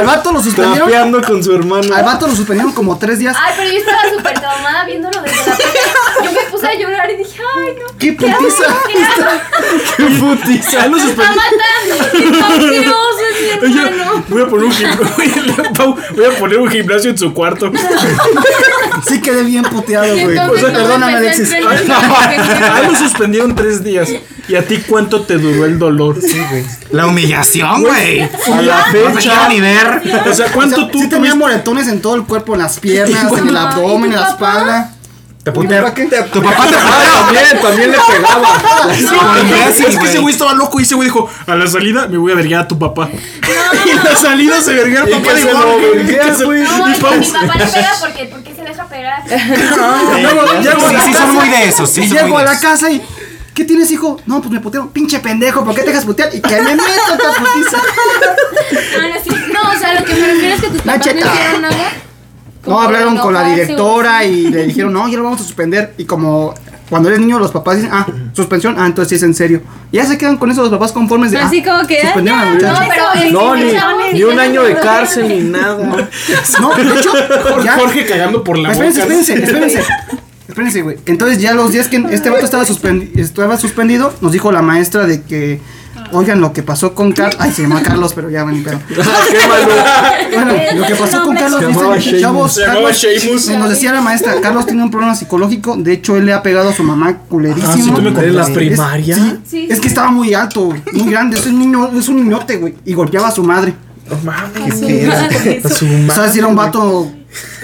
Speaker 6: Al vato lo suspendieron.
Speaker 1: trapeando con su hermano.
Speaker 6: Al vato lo suspendieron como tres días.
Speaker 9: Ay, pero yo estaba súper traumada viéndolo desde la puerta. Yo me puse a llorar y dije, ay, no.
Speaker 6: ¡Qué putiza!
Speaker 1: ¡Qué putiza!
Speaker 2: Lo
Speaker 9: Está
Speaker 2: suspendí.
Speaker 9: matando. Qué oso es mi
Speaker 2: Oye,
Speaker 9: hermano.
Speaker 2: voy a poner un gimnasio. Pau, voy a poner un gimnasio en su cuarto.
Speaker 6: Sí quedé bien puteado,
Speaker 9: Y
Speaker 6: güey. Pues,
Speaker 9: entonces no
Speaker 6: perdóname,
Speaker 9: me
Speaker 6: Alexis.
Speaker 9: empecé a entrenar.
Speaker 2: A él lo suspendieron tres días. ¿Y a ti cuánto te duró el dolor?
Speaker 5: La humillación, güey.
Speaker 1: A la
Speaker 5: No te quiero
Speaker 1: fecha.
Speaker 5: ni ver.
Speaker 2: O sea,
Speaker 6: O sea,
Speaker 2: ¿cuánto tú
Speaker 6: sí tenía moretones en todo el cuerpo, en las piernas, en el abdomen, en la espalda.
Speaker 5: Te
Speaker 6: ¿Y mi
Speaker 5: putearon.
Speaker 6: papá qué?
Speaker 5: Tu papá te
Speaker 1: Ah, también, también le pegaba.
Speaker 2: Es que ese güey estaba loco y ese güey dijo, a la salida me voy a verguear a tu papá. Y a la salida se verguea al
Speaker 1: Y
Speaker 2: papá
Speaker 1: que
Speaker 2: de
Speaker 1: se lo
Speaker 2: Jorge.
Speaker 1: verguea,
Speaker 2: Que se-
Speaker 1: güey.
Speaker 9: No,
Speaker 2: y
Speaker 9: es que
Speaker 2: Pau,
Speaker 9: mi papá le pega porque, porque se deja pegar.
Speaker 5: Eh, Sí,
Speaker 6: Llego a la
Speaker 5: sí, son
Speaker 6: casa-
Speaker 5: muy de esos. Sí,
Speaker 6: y
Speaker 5: son
Speaker 6: llego
Speaker 5: muy
Speaker 6: a
Speaker 5: de
Speaker 6: la
Speaker 5: esos.
Speaker 6: casa y. ¿Qué tienes, hijo? No, pues me putearon. Pinche pendejo, ¿por qué te dejas putear? Y que me meto otra putiza.
Speaker 9: Ah, no, sí. No, o sea, lo que me refiero es que tus
Speaker 6: La
Speaker 9: papás no
Speaker 6: cheta.
Speaker 9: hicieron nada.
Speaker 6: No, hablaron con la
Speaker 9: enojarse o
Speaker 6: directora y le dijeron, no, ya lo vamos a suspender. Y como cuando eres niño, los papás dicen, ah, suspensión, ah, entonces sí es en serio. Y ya se quedan con eso los papás conformes de.
Speaker 4: Así
Speaker 6: ah,
Speaker 4: como que, ah,
Speaker 6: suspendieron al
Speaker 4: ya,
Speaker 6: muchacho.
Speaker 9: No, pero en
Speaker 1: No, ni,
Speaker 9: chinga,
Speaker 1: ni un año de cárcel ni nada.
Speaker 6: No, de hecho, ya-
Speaker 2: Jorge cagando por la boca.
Speaker 6: espérense, espérense, espérense. Espérense, güey. Entonces ya los días que este vato estaba, suspendi- estaba suspendido, nos dijo la maestra de que Oigan, lo que pasó con Carlos. Ay, se llama Carlos, pero ya van, pero.
Speaker 2: Ah,
Speaker 1: Qué malo.
Speaker 6: Bueno, lo que pasó con Carlos,
Speaker 1: Se
Speaker 6: dicen,
Speaker 1: llamaba Sheamus.
Speaker 6: chavos,
Speaker 2: Se llamaba
Speaker 6: Carlos,
Speaker 2: Sheamus.
Speaker 6: nos decía la maestra, Carlos tiene un problema psicológico, de hecho él le ha pegado a su mamá culerísimo. Este,
Speaker 2: Ah, sí, tú me contaste. ¿En
Speaker 6: Es-
Speaker 2: la
Speaker 1: primaria?
Speaker 6: sí,
Speaker 7: Sí.
Speaker 6: es que estaba muy alto, güey, muy grande, es un niño, es un niñote, güey, y golpeaba a su madre.
Speaker 2: A su
Speaker 6: O sea, si era un vato,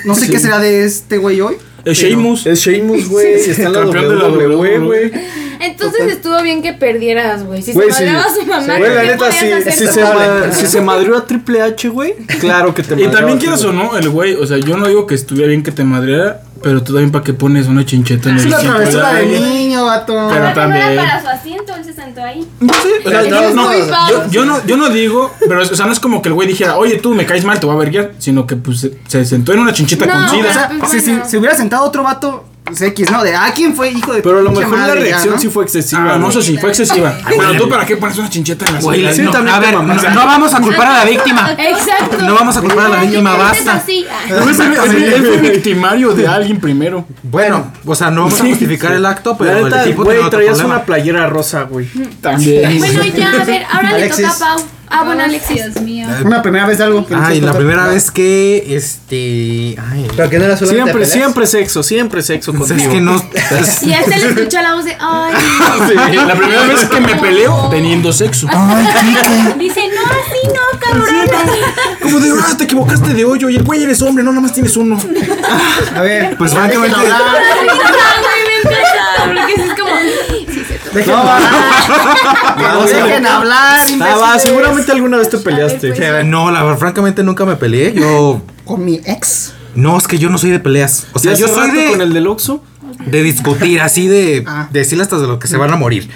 Speaker 6: no sé qué será de este güey hoy.
Speaker 2: Es Sheamus.
Speaker 1: Es Sheamus, güey. Está en la
Speaker 2: Campeón de la
Speaker 1: WWE,
Speaker 2: WWE.
Speaker 1: güey.
Speaker 7: Entonces estuvo bien que perdieras, güey. Si
Speaker 1: Güey,
Speaker 7: se
Speaker 1: sí.
Speaker 7: hablaba su mamá,
Speaker 1: Güey, la
Speaker 7: ¿qué
Speaker 1: neta,
Speaker 7: podías
Speaker 1: si,
Speaker 7: hacer
Speaker 1: si
Speaker 7: tú?
Speaker 1: se ma- si se madrió a Triple H, güey, claro que te
Speaker 2: Y
Speaker 1: madreó
Speaker 2: también
Speaker 1: a ti,
Speaker 2: quieras o
Speaker 1: güey.
Speaker 2: no, el güey, o sea, yo no digo que estuviera bien que te madreara, pero tú también para que pones una chincheta en el
Speaker 6: Es una
Speaker 2: hocico de
Speaker 6: travesura de
Speaker 2: alguien.
Speaker 6: niño, vato.
Speaker 2: Pero
Speaker 9: Aparte no
Speaker 2: también.
Speaker 9: era para su asiento, él se sentó ahí.
Speaker 2: No sé, o sea,
Speaker 6: Pero
Speaker 2: yo,
Speaker 6: es
Speaker 2: no,
Speaker 6: muy
Speaker 2: yo, yo no, yo no digo, pero o sea, no es como que el güey dijera, oye tú me caes mal, te voy a verguiar, sino que pues se, se sentó en una chincheta
Speaker 7: No,
Speaker 2: con
Speaker 6: O
Speaker 2: sida.
Speaker 6: sea,
Speaker 7: Pues
Speaker 6: si,
Speaker 7: bueno.
Speaker 6: si- si hubiera sentado otro vato, pues X, ¿no? De, ah, ¿quién fue hijo de
Speaker 1: Pero a lo
Speaker 6: pinche
Speaker 1: mejor la
Speaker 6: madre?" Ya,
Speaker 1: reacción
Speaker 6: ¿no?
Speaker 1: sí fue excesiva.
Speaker 2: ah, no
Speaker 1: güey.
Speaker 2: sé si fue excesiva. Pero tú para qué pones una chincheta en la
Speaker 1: Güey,
Speaker 2: sida?
Speaker 1: sí,
Speaker 2: No.
Speaker 1: también
Speaker 10: A
Speaker 1: te
Speaker 10: ver, no,
Speaker 1: mamaste.
Speaker 10: no vamos a culpar a la víctima.
Speaker 7: Exacto.
Speaker 10: No vamos a culpar a la víctima, basta.
Speaker 9: Así.
Speaker 2: Pero ese- ese- Él fue victimario de alguien primero.
Speaker 5: Bueno, o sea, no vamos a justificar el acto,
Speaker 1: La
Speaker 5: pero el
Speaker 1: neta,
Speaker 5: equipo
Speaker 1: güey,
Speaker 5: tenía otro
Speaker 1: traías
Speaker 5: problema.
Speaker 1: una playera rosa, güey.
Speaker 2: También.
Speaker 7: Bueno, ya, a ver, ahora le toca a
Speaker 6: Alexis.
Speaker 7: Pau. Ah, bueno, Alexis.
Speaker 11: Dios mío.
Speaker 6: Una primera vez de algo
Speaker 3: Ah,
Speaker 6: que
Speaker 5: Ay,
Speaker 6: no
Speaker 5: la
Speaker 6: sé
Speaker 5: primera
Speaker 6: contar.
Speaker 5: vez que este. Ay.
Speaker 3: Pero que no era solamente
Speaker 1: Siempre,
Speaker 3: peleas.
Speaker 1: siempre sexo, siempre sexo
Speaker 5: pues Es
Speaker 1: contigo.
Speaker 5: que no. es-
Speaker 7: Y a este le escucha la voz de, ay,
Speaker 2: La primera vez que me peleo teniendo sexo.
Speaker 9: Dice, no, así no, cabrón.
Speaker 2: Como de, ah, te equivocaste de hoyo y el güey eres hombre, no, nada más tienes uno.
Speaker 6: A ver,
Speaker 5: Pues francamente.
Speaker 7: porque es como,
Speaker 6: dejen hablar. No, dejen hablar.
Speaker 1: Ah, va,
Speaker 6: imbéciles.
Speaker 1: Ah, seguramente alguna vez te peleaste.
Speaker 5: eh, No, la verdad, francamente nunca me peleé. Yo.
Speaker 6: Con mi ex.
Speaker 5: No, es que yo no soy de peleas. O sea,
Speaker 1: Ya
Speaker 5: yo
Speaker 1: hace
Speaker 5: soy
Speaker 1: rato
Speaker 5: de.
Speaker 1: con el del Oxxo.
Speaker 5: De discutir, así de,
Speaker 6: Ah.
Speaker 5: de decirle hasta de lo que se van a morir.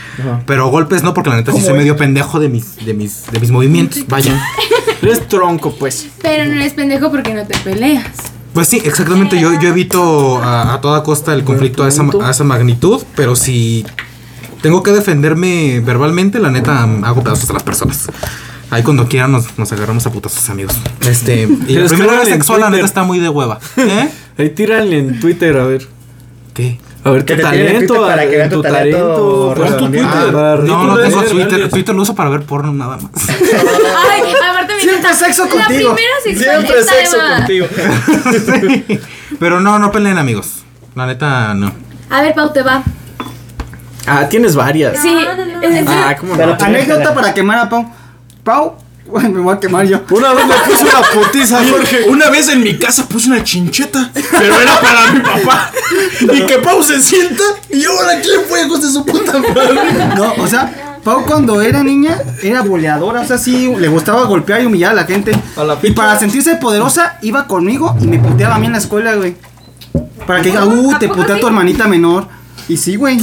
Speaker 5: Pero golpes no, porque la neta sí soy medio pendejo de mis, de mis, de mis movimientos. Vaya.
Speaker 1: Eres tronco, pues.
Speaker 7: pero no eres pendejo porque no te peleas.
Speaker 5: Pues sí, exactamente. Yo, yo evito a, a toda costa el conflicto a esa, ma- a esa magnitud, pero si tengo que defenderme verbalmente, la neta mm, hago pedazos a las personas. Ahí cuando quieran nos, nos agarramos a putazos, amigos. Este, y
Speaker 1: Pero
Speaker 5: la
Speaker 1: es que
Speaker 5: primera
Speaker 1: ahora
Speaker 5: vez
Speaker 1: en
Speaker 5: sexual, la neta
Speaker 1: Twitter-
Speaker 5: está muy de hueva. ¿Eh?
Speaker 1: Ahí tírale en Twitter, a ver.
Speaker 5: ¿Qué?
Speaker 1: A ver,
Speaker 3: Que
Speaker 1: tu
Speaker 3: te tiren en
Speaker 1: talento,
Speaker 3: Twitter
Speaker 1: a-
Speaker 3: para que vean
Speaker 1: tu
Speaker 3: tu
Speaker 1: talento.
Speaker 3: talento
Speaker 2: Pon tu
Speaker 1: pues,
Speaker 2: Twitter.
Speaker 1: a ver,
Speaker 5: Ah, No,
Speaker 1: di
Speaker 5: no
Speaker 1: tus
Speaker 5: tengo
Speaker 1: redes
Speaker 5: Twitter.
Speaker 1: sociales.
Speaker 5: Twitter lo uso para ver porno nada más.
Speaker 7: Ay, aparte me
Speaker 6: Siempre sexo
Speaker 7: La primera
Speaker 6: contigo.
Speaker 7: sexual
Speaker 1: Siempre
Speaker 7: está de
Speaker 1: sexo
Speaker 7: más.
Speaker 1: contigo.
Speaker 5: Pero no, no peleen, amigos. La neta, no.
Speaker 7: A ver, Pau, te va.
Speaker 1: Ah, tienes varias.
Speaker 7: Sí, es- es-
Speaker 1: Ah, cómo
Speaker 3: Pero
Speaker 1: no.
Speaker 6: Anécdota para quemar a Pau. Pau, bueno, me voy a quemar yo.
Speaker 1: Una vez le puse una putiza a Jorge.
Speaker 2: Una vez en mi casa puse una chincheta, pero era para mi papá. Y que Pau se sienta y ahora quién fue hijos de su puta madre.
Speaker 6: No, o sea, Pau cuando era niña era boleadora, o sea, sí, le gustaba golpear y humillar a la gente.
Speaker 1: A la
Speaker 6: y
Speaker 1: pica.
Speaker 6: para sentirse poderosa, iba conmigo y me puteaba a mí en la escuela, güey. Para que diga, uh, te putea tu hermanita menor. Y sí, güey.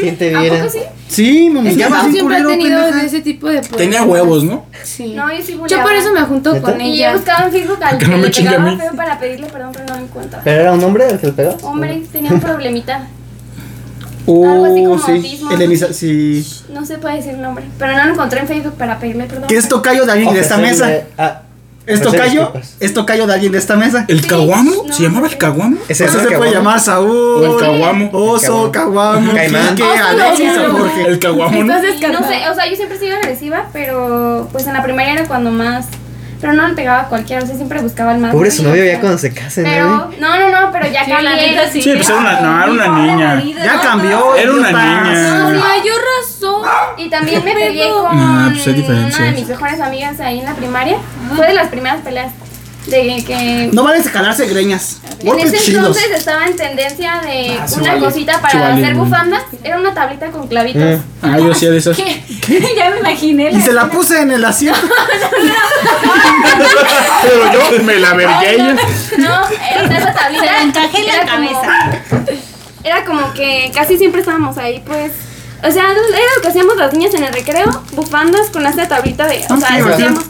Speaker 3: ¿Quién te
Speaker 7: ¿a
Speaker 3: viera?
Speaker 7: poco sí?
Speaker 6: Sí, me
Speaker 7: Es que
Speaker 6: humillaba
Speaker 7: Pau
Speaker 6: bien
Speaker 7: siempre ha
Speaker 6: culero,
Speaker 7: tenido
Speaker 6: pendeja.
Speaker 7: ese tipo de poder.
Speaker 2: Tenía huevos, ¿no?
Speaker 7: Sí.
Speaker 9: No, yo sí
Speaker 7: Yo
Speaker 9: buleaba.
Speaker 7: por eso me junto
Speaker 3: ¿Neta?
Speaker 7: con
Speaker 9: Y yo
Speaker 7: ella.
Speaker 9: buscaba en Facebook al
Speaker 2: Que
Speaker 9: que,
Speaker 2: no me
Speaker 9: le
Speaker 2: chingue a
Speaker 9: pegaba
Speaker 2: mí.
Speaker 9: feo para pedirle perdón, pero no me encuentro.
Speaker 3: ¿Pero era un hombre el que le pegó?
Speaker 9: Hombre, tenía un problemita. Algo así
Speaker 6: Oh,
Speaker 9: como
Speaker 6: sí.
Speaker 9: autismo.
Speaker 6: El de mis- sí.
Speaker 9: No se puede decir nombre, pero no lo encontré en Facebook para pedirle perdón.
Speaker 6: Que es tocayo de alguien de esta
Speaker 3: Ofrecerle-
Speaker 6: mesa.
Speaker 3: Ah,
Speaker 6: Es
Speaker 3: ofrecer
Speaker 6: tocayo,
Speaker 3: disculpas.
Speaker 6: es tocayo de alguien de esta mesa.
Speaker 2: ¿El
Speaker 9: Sí,
Speaker 2: caguamo?
Speaker 9: no,
Speaker 2: ¿Se llamaba el
Speaker 9: no.
Speaker 2: caguamo?
Speaker 3: Ese es
Speaker 6: Eso
Speaker 3: el
Speaker 6: se
Speaker 3: que
Speaker 6: puede
Speaker 3: vamos.
Speaker 6: llamar Saúl,
Speaker 2: El caguamo.
Speaker 6: Oso, Caguamo,
Speaker 3: Caimán.
Speaker 6: Quique,
Speaker 7: Oso,
Speaker 6: Alexis
Speaker 7: Caguamo.
Speaker 6: o Jorge.
Speaker 2: El caguamo, ¿no?
Speaker 7: Entonces,
Speaker 9: No sé, o sea, yo siempre he sido agresiva, pero pues en la primaria era cuando más. Pero no le pegaba a cualquiera, o sea, siempre buscaba al más.
Speaker 3: Pobre su
Speaker 9: débil,
Speaker 3: novio
Speaker 9: o sea.
Speaker 3: ya cuando se casen,
Speaker 9: Pero,
Speaker 3: ¿no?
Speaker 9: no, no, no, pero ya
Speaker 11: Sí, la
Speaker 9: cambié.
Speaker 11: neta sí.
Speaker 2: Sí, pues era una, no, era una niña.
Speaker 9: Ah,
Speaker 6: Ya cambió.
Speaker 2: Era una
Speaker 6: idiota.
Speaker 2: niña.
Speaker 7: Ay, yo razón.
Speaker 9: Y también me peleé con
Speaker 2: Ah, pues hay diferencias.
Speaker 9: una de mis mejores amigas ahí en la primaria. Fue de las primeras peleas de que...
Speaker 6: No valen a calarse greñas.
Speaker 9: En
Speaker 6: Golpes
Speaker 9: ese
Speaker 6: pues, chidos.
Speaker 9: entonces estaba en tendencia de
Speaker 2: Ah, sí
Speaker 9: una
Speaker 2: vale,
Speaker 9: cosita
Speaker 2: sí
Speaker 9: para
Speaker 2: vale,
Speaker 9: hacer
Speaker 2: no.
Speaker 9: bufandas. Era una tablita con clavitos.
Speaker 2: Ah, yo hacía de esas.
Speaker 1: Pues,
Speaker 11: ya me imaginé.
Speaker 6: Y se la puse en el asiento.
Speaker 2: Pero yo me la vergué.
Speaker 9: No, era esa tablita.
Speaker 11: Se la encajé en la
Speaker 9: era como- era como que casi siempre estábamos ahí, pues. O sea, era lo que hacíamos las niñas en el recreo, bufandas con esta tablita de. O sea, eso hacíamos.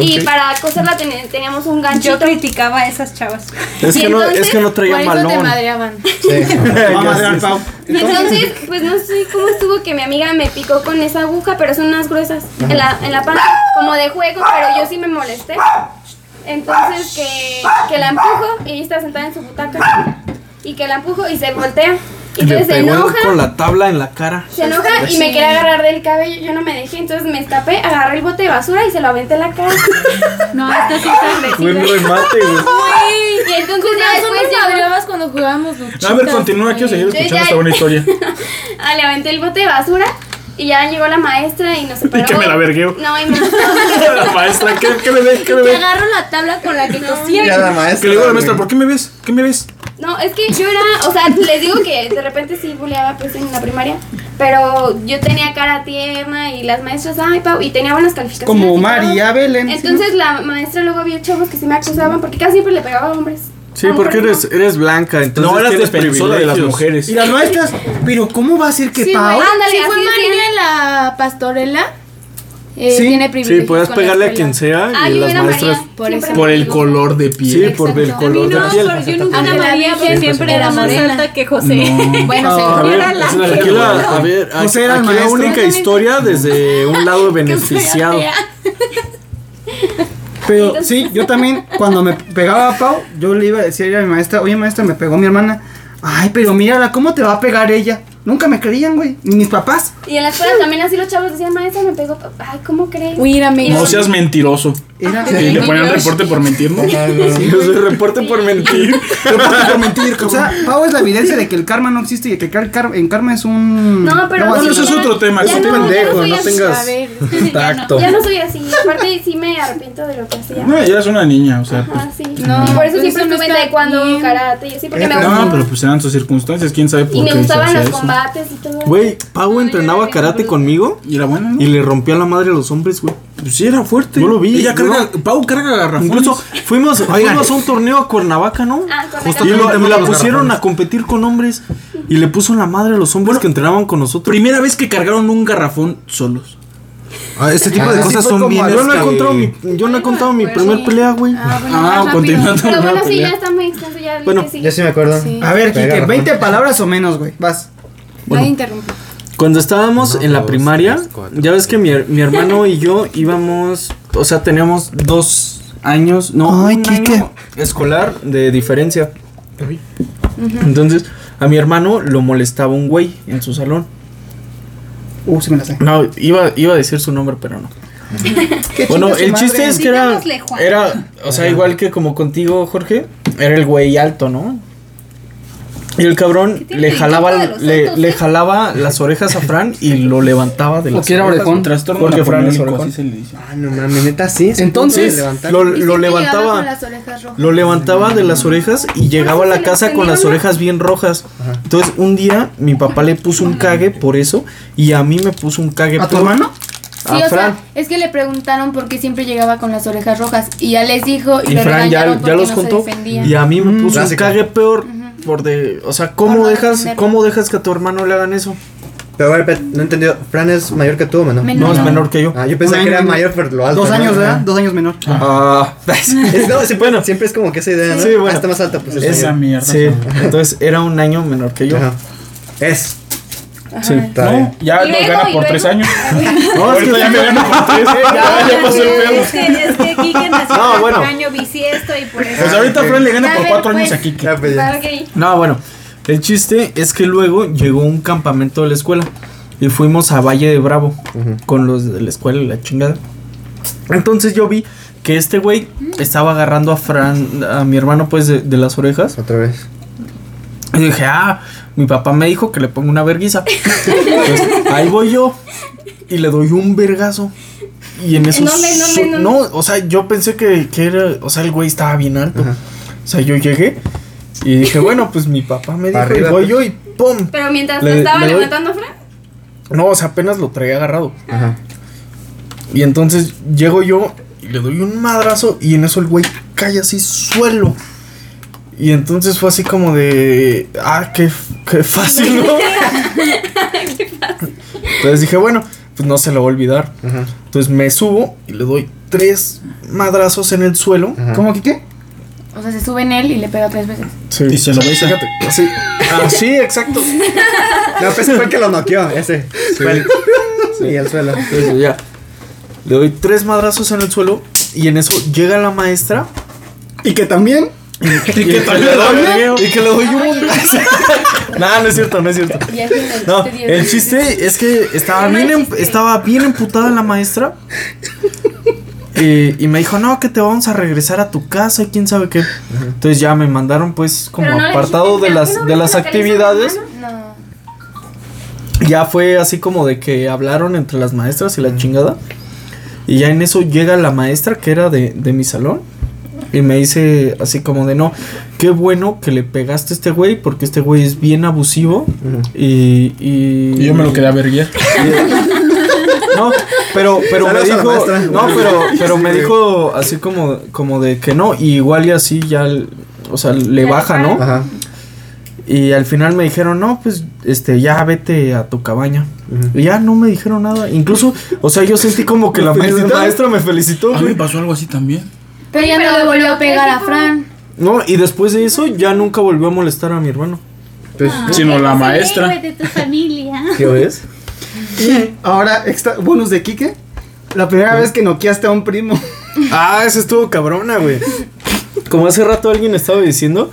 Speaker 9: Y para coserla ten- teníamos un
Speaker 11: Yo
Speaker 9: ganchito.
Speaker 11: criticaba a esas chavas.
Speaker 1: Es
Speaker 9: Y
Speaker 1: que, no, es
Speaker 9: entonces,
Speaker 1: que no traía
Speaker 7: Por eso te
Speaker 1: malón.
Speaker 7: madreaban.
Speaker 6: Vamos a ver al Pau.
Speaker 9: Y entonces, pues no sé cómo estuvo que mi amiga me picó con esa aguja, pero son unas gruesas en la, en la panza, como de juego, pero yo sí me molesté. Entonces que, que la empujo y ella está sentada en su butaca y que la empujo y se voltea Y
Speaker 1: Le
Speaker 9: entonces se
Speaker 1: pegó
Speaker 9: enoja.
Speaker 1: con la tabla en la cara.
Speaker 9: Se enoja y me quería agarrar del cabello, yo no me dejé, entonces me escapé, agarré el bote de basura y se lo aventé en la cara.
Speaker 12: No, esta sí está agresiva.
Speaker 3: Buen remate, güey.
Speaker 9: Y entonces
Speaker 11: Pues
Speaker 7: Con
Speaker 9: ya
Speaker 7: razón
Speaker 9: después
Speaker 7: nos
Speaker 9: ya
Speaker 7: hablabas cuando jugábamos luchitas.
Speaker 2: A ver, continúa, quiero seguir
Speaker 9: Yo
Speaker 2: escuchando
Speaker 9: ya-
Speaker 2: esta buena historia.
Speaker 9: ah, le aventé el bote de basura y ya llegó la maestra y nos separó.
Speaker 2: que me la vergueó.
Speaker 9: No, y me
Speaker 2: La maestra, Ah, ¿qué, qué me ve? ¿Qué me
Speaker 7: Te
Speaker 2: ve?
Speaker 7: agarro la tabla con la que cosía.
Speaker 3: Ya la maestra.
Speaker 2: Que le digo a la
Speaker 3: güey.
Speaker 2: maestra, ¿por qué me ves? ¿Qué me ves?
Speaker 9: No, es que yo era, o sea, les digo que de repente sí buleaba pues en la primaria, pero yo tenía cara tierna y las maestras, ay, Pau, y tenía buenas calificaciones. y
Speaker 6: Como
Speaker 9: todo.
Speaker 6: María Belén. ¿sí, no?
Speaker 9: Entonces la maestra luego había chavos que se me acusaban porque casi siempre le pegaba a hombres.
Speaker 1: Sí,
Speaker 9: A un
Speaker 1: porque
Speaker 9: primo.
Speaker 1: eres, eres blanca, entonces
Speaker 2: No, eras
Speaker 1: tienes
Speaker 2: defensora de las
Speaker 1: privilegios.
Speaker 2: mujeres.
Speaker 6: Y las maestras, pero ¿cómo va a ser que Pau?
Speaker 9: güey. Ándale,
Speaker 7: si fue
Speaker 9: así
Speaker 7: María
Speaker 9: decían.
Speaker 7: la pastorela, eh,
Speaker 6: Sí,
Speaker 7: tiene
Speaker 1: Sí,
Speaker 7: privilegios.
Speaker 1: podías
Speaker 7: con la
Speaker 1: pegarle a
Speaker 7: escuela.
Speaker 1: quien sea y
Speaker 9: Ah, yo
Speaker 1: las
Speaker 9: era
Speaker 1: maestras.
Speaker 9: María.
Speaker 7: Por
Speaker 9: siempre
Speaker 7: eso.
Speaker 9: me
Speaker 2: Por el
Speaker 9: digo.
Speaker 2: color de
Speaker 1: Sí,
Speaker 2: piel.
Speaker 1: por el
Speaker 9: Exacto.
Speaker 1: color
Speaker 12: No,
Speaker 1: de piel.
Speaker 12: pero yo nunca
Speaker 7: Ante
Speaker 12: me
Speaker 7: la
Speaker 12: veía
Speaker 7: Virgen
Speaker 12: porque siempre era más
Speaker 7: morena.
Speaker 12: alta que José.
Speaker 7: Bueno,
Speaker 1: A
Speaker 7: según
Speaker 1: ver,
Speaker 7: era la
Speaker 1: es la- aquí la, a ver, aquí,
Speaker 6: José era el
Speaker 1: aquí la
Speaker 6: maestro.
Speaker 1: única historia desde un lado beneficiado.
Speaker 6: Pero sí, yo también, cuando me pegaba a Pau, yo le iba a decir a mi maestra, oye maestra, me pegó mi hermana. Ay, pero mírala, ¿cómo te va a pegar ella? Nunca me creían, güey, ni mis papás.
Speaker 9: Y en la escuela también así los chavos decían, maestra, me pegó, ay, ¿cómo crees?
Speaker 7: Mira, me
Speaker 2: No seas mentiroso.
Speaker 9: Ah,
Speaker 6: Era,
Speaker 2: Y le ponían reporte por mentir, ¿no?
Speaker 1: Yo soy reporte por mentir.
Speaker 2: Reporte por mentir,
Speaker 6: o sea, Pau es la evidencia de que el karma no existe y que el, car- el karma es un...
Speaker 9: No, pero
Speaker 6: algo
Speaker 2: Bueno,
Speaker 6: así.
Speaker 2: eso es otro tema.
Speaker 9: Ya
Speaker 2: Es un
Speaker 9: no,
Speaker 2: tema.
Speaker 9: ya no
Speaker 1: Pendejo,
Speaker 9: soy
Speaker 1: no
Speaker 9: así.
Speaker 1: tengas tacto.
Speaker 9: Ya no soy así, aparte sí me arrepiento de lo que hacía.
Speaker 2: No, ya eres una niña, o sea. pues-
Speaker 9: Ajá, sí. y por eso
Speaker 7: pues
Speaker 9: siempre
Speaker 7: eso no
Speaker 9: estuve en
Speaker 7: está
Speaker 9: taekwondo,
Speaker 7: bien.
Speaker 9: karate, yo sí, porque me
Speaker 2: No,
Speaker 9: gustaba.
Speaker 2: pero pues eran sus circunstancias, quién sabe por
Speaker 9: y
Speaker 2: qué.
Speaker 9: me
Speaker 2: se
Speaker 9: gustaban
Speaker 2: hacía
Speaker 9: los
Speaker 2: eso.
Speaker 9: combates y todo.
Speaker 1: Güey, Pau entrenaba karate conmigo
Speaker 2: Y era buena, ¿no?
Speaker 1: y le rompía la madre a los hombres, güey.
Speaker 2: Pues sí, era fuerte.
Speaker 1: Yo lo vi, yo
Speaker 2: Ella carga, Pau carga garrafones.
Speaker 1: Incluso fuimos, fuimos a un torneo a Cuernavaca, ¿no?
Speaker 9: Ah, Cuernavaca.
Speaker 2: pues,
Speaker 1: y lo-
Speaker 5: Justamente
Speaker 1: la
Speaker 5: los
Speaker 1: pusieron
Speaker 5: garrafones.
Speaker 1: a competir con hombres y le puso la madre a los hombres que entrenaban con nosotros.
Speaker 2: primera vez que cargaron un garrafón solos.
Speaker 5: Ah, Este tipo de
Speaker 1: Así
Speaker 5: cosas
Speaker 1: fue
Speaker 5: son
Speaker 1: como-
Speaker 5: bien.
Speaker 1: Yo no he
Speaker 5: este,
Speaker 1: contado mi, yo no he contado mi
Speaker 9: pues
Speaker 1: primer pelea, güey.
Speaker 2: Ah, continuando.
Speaker 9: Pero
Speaker 2: una
Speaker 9: bueno, sí,
Speaker 2: pelea.
Speaker 9: ya está muy extenso, ya vi
Speaker 1: Bueno,
Speaker 9: que sí.
Speaker 3: Yo sí me acuerdo.
Speaker 6: A ver,
Speaker 3: Pega,
Speaker 6: Kike,
Speaker 3: Ramón.
Speaker 6: 20 palabras o menos, güey, vas.
Speaker 7: Nadie interrumpe.
Speaker 1: Cuando estábamos
Speaker 5: Uno,
Speaker 1: en la
Speaker 5: dos,
Speaker 1: primaria,
Speaker 5: tres, cuatro,
Speaker 1: ya ves que mi, her- mi hermano y yo íbamos, o sea, teníamos dos años, no,
Speaker 6: Ay,
Speaker 1: un
Speaker 6: Kike.
Speaker 1: año escolar de diferencia. Entonces, a mi hermano lo molestaba un güey en su salón.
Speaker 6: Uh, sí me la sé.
Speaker 1: No, iba, iba a decir su nombre, pero no. Bueno, el chiste es que era,
Speaker 12: Digámosle, Juan.
Speaker 1: era, o sea, igual que como contigo, Jorge, era el güey alto, ¿no? Y el cabrón
Speaker 12: tiene
Speaker 1: le
Speaker 12: el
Speaker 1: jalaba,
Speaker 12: campo de los
Speaker 1: le,
Speaker 12: altos,
Speaker 1: le
Speaker 12: eh?
Speaker 1: jalaba las orejas a Fran y lo levantaba de las
Speaker 6: Porque era
Speaker 1: orejas,
Speaker 6: orejón.
Speaker 1: güey.
Speaker 2: Trastorno
Speaker 1: Porque Fran es
Speaker 2: napoleónico,
Speaker 1: orejón.
Speaker 2: así se le dice.
Speaker 3: Ah, no mames, neta, sí. sí,
Speaker 6: Entonces,
Speaker 3: puedo levantar.
Speaker 1: Lo,
Speaker 7: Y
Speaker 1: lo
Speaker 7: siempre llegaba con
Speaker 1: levantaba,
Speaker 7: las orejas rojas.
Speaker 1: lo levantaba de las orejas y llegaba a la
Speaker 9: se le
Speaker 1: casa con las
Speaker 9: prendieron, ¿no?
Speaker 1: orejas bien rojas. Entonces, un día mi papá le puso un cague por eso y a mí me puso un cague
Speaker 6: ¿A tu
Speaker 1: por-
Speaker 6: hermano?
Speaker 7: Sí,
Speaker 1: a
Speaker 7: o
Speaker 1: Fran.
Speaker 7: sea, es que le preguntaron por qué siempre llegaba con las orejas rojas y ya les dijo y,
Speaker 1: Y
Speaker 7: lo
Speaker 1: Fran ya,
Speaker 7: regañaron
Speaker 1: ya
Speaker 7: porque
Speaker 1: los
Speaker 7: no
Speaker 1: contó.
Speaker 7: se defendía.
Speaker 1: Y a mí me puso un
Speaker 5: Clásico.
Speaker 1: cague peor. Por de, o sea,
Speaker 7: Por
Speaker 1: ¿cómo
Speaker 7: no
Speaker 1: dejas,
Speaker 7: defenderlo.
Speaker 1: ¿cómo dejas que a tu hermano le hagan eso?
Speaker 3: Pero a ver, espérate, no he entendido. ¿Fran es mayor que tú o menor?
Speaker 7: Menor.
Speaker 1: No, es
Speaker 7: no.
Speaker 1: menor que yo.
Speaker 3: Ah, yo pensé
Speaker 6: Un
Speaker 3: que era
Speaker 6: año.
Speaker 3: mayor, pero lo alto.
Speaker 6: Dos
Speaker 3: ¿no?
Speaker 6: años, ¿verdad?
Speaker 3: Ajá.
Speaker 6: Dos años menor.
Speaker 1: Ah,
Speaker 3: Es- no, siempre,
Speaker 1: Bueno.
Speaker 3: siempre es como que esa idea, ¿no?
Speaker 1: Sí, bueno.
Speaker 3: Ah, está más alta, pues es.
Speaker 2: Esa
Speaker 3: mayor.
Speaker 2: mierda.
Speaker 1: sí, entonces era un año menor que yo.
Speaker 3: Ajá. Es.
Speaker 1: Sí.
Speaker 3: Está
Speaker 2: No,
Speaker 3: bien.
Speaker 2: ya
Speaker 9: Y
Speaker 2: nos
Speaker 9: luego,
Speaker 2: gana
Speaker 9: y
Speaker 2: por
Speaker 9: luego.
Speaker 2: tres años.
Speaker 1: No, es
Speaker 2: Ahorita
Speaker 1: que-
Speaker 2: ya me gana por tres. Ya ya pasó el pedo.
Speaker 12: Es que, es que Kike nació
Speaker 1: No,
Speaker 12: en
Speaker 1: bueno.
Speaker 12: un año bisiesto y por eso.
Speaker 2: Pues ahorita Fran le
Speaker 7: A
Speaker 2: gana por
Speaker 7: ver,
Speaker 2: cuatro
Speaker 7: pues.
Speaker 2: años aquí.
Speaker 3: Ya, pues,
Speaker 13: Ah,
Speaker 3: ya.
Speaker 9: Ok.
Speaker 1: No, bueno, el chiste es que luego llegó un campamento de la escuela y fuimos a Valle de Bravo con los de la escuela y la chingada. Entonces yo vi que este güey estaba agarrando a Fran, a mi hermano, pues de, de las orejas.
Speaker 3: Otra vez.
Speaker 1: Y dije, ah, mi papá me dijo que le ponga una verguiza. Entonces, ahí voy yo y le doy un vergazo. Y en eso.
Speaker 9: No, no, no,
Speaker 1: su-
Speaker 9: no, no.
Speaker 1: o sea, yo pensé que, que era. O sea, el güey estaba bien alto. O sea, yo llegué y dije, bueno, pues mi papá me dijo,
Speaker 3: Pa' arriba,
Speaker 1: y voy
Speaker 3: pues.
Speaker 1: yo y ¡pum!
Speaker 9: Pero mientras
Speaker 1: Le-
Speaker 9: lo estaba
Speaker 1: le doy-
Speaker 9: levantando Fran,
Speaker 1: No, o sea, apenas lo traía agarrado.
Speaker 3: Ajá.
Speaker 1: Y entonces llego yo y le doy un madrazo y en eso el güey cae así suelo. Y entonces fue así como de, ah, qué, f- qué fácil, ¿no? Entonces dije, bueno, pues no se lo voy a olvidar.
Speaker 3: Ajá.
Speaker 1: Entonces me subo y le doy tres madrazos en el suelo.
Speaker 3: Ajá.
Speaker 6: ¿Cómo, Kike?
Speaker 7: O sea, se sube en él y le pega tres veces.
Speaker 1: Sí.
Speaker 2: Y se lo besa.
Speaker 1: Así, así, exacto.
Speaker 3: No, pues fue el que lo noqueó, ese. Fue el- Y el suelo.
Speaker 1: Entonces, ya. Le doy tres madrazos en el suelo y en eso llega la maestra
Speaker 6: Y que también.
Speaker 1: Y que
Speaker 2: tal
Speaker 1: le
Speaker 2: le doy-
Speaker 1: doy- y que le doy un bombazo. No, no es cierto, no es cierto. No, el chiste es que estaba bien, em- estaba bien emputada la maestra. Y, y me dijo, no, que te vamos a regresar a tu casa y quién sabe qué. Entonces ya me mandaron pues como
Speaker 13: Pero no le
Speaker 1: apartado
Speaker 13: dijiste,
Speaker 1: de
Speaker 13: ¿por qué
Speaker 1: las,
Speaker 13: no
Speaker 1: de
Speaker 13: ves
Speaker 1: las
Speaker 13: lo que le hizo mi
Speaker 1: actividades.
Speaker 13: hermano?
Speaker 9: No.
Speaker 1: Ya fue así como de que hablaron entre las maestras y la chingada. Y ya en eso llega la maestra que era de, de mi salón. Y me dice así como de no, qué bueno que le pegaste a este güey porque este güey es bien abusivo. Y, y-
Speaker 2: Y yo me lo quedé a ver guía.
Speaker 1: No, pero, pero me
Speaker 3: Saludos a la
Speaker 1: dijo,
Speaker 3: maestra.
Speaker 1: no, pero, pero me dijo así como, como de que no. Y igual y así ya, l- o sea, le baja, ¿no?
Speaker 3: Ajá.
Speaker 1: Y al final me dijeron, no, pues, este, ya vete a tu cabaña.
Speaker 3: Ujú.
Speaker 1: Y ya no me dijeron nada. Incluso, o sea, yo sentí como que la maestra,
Speaker 2: felicitaron?
Speaker 1: maestra me felicitó.
Speaker 2: A mí me
Speaker 1: güey.
Speaker 2: pasó algo así también.
Speaker 9: Pero ya
Speaker 13: Pero
Speaker 9: no le volvió
Speaker 13: lo
Speaker 9: a pegar a
Speaker 13: que-
Speaker 9: Fran.
Speaker 1: No, y después de eso ya nunca volvió a molestar a mi hermano.
Speaker 2: Sino la
Speaker 7: Eres ah, el
Speaker 2: maestra.
Speaker 7: héroe de tu familia.
Speaker 3: ¿Qué ves?
Speaker 6: Y ahora, extra, bonus de Quique. La primera vez que noqueaste a un primo.
Speaker 1: Ah, eso estuvo cabrona, güey. Como hace rato alguien estaba diciendo,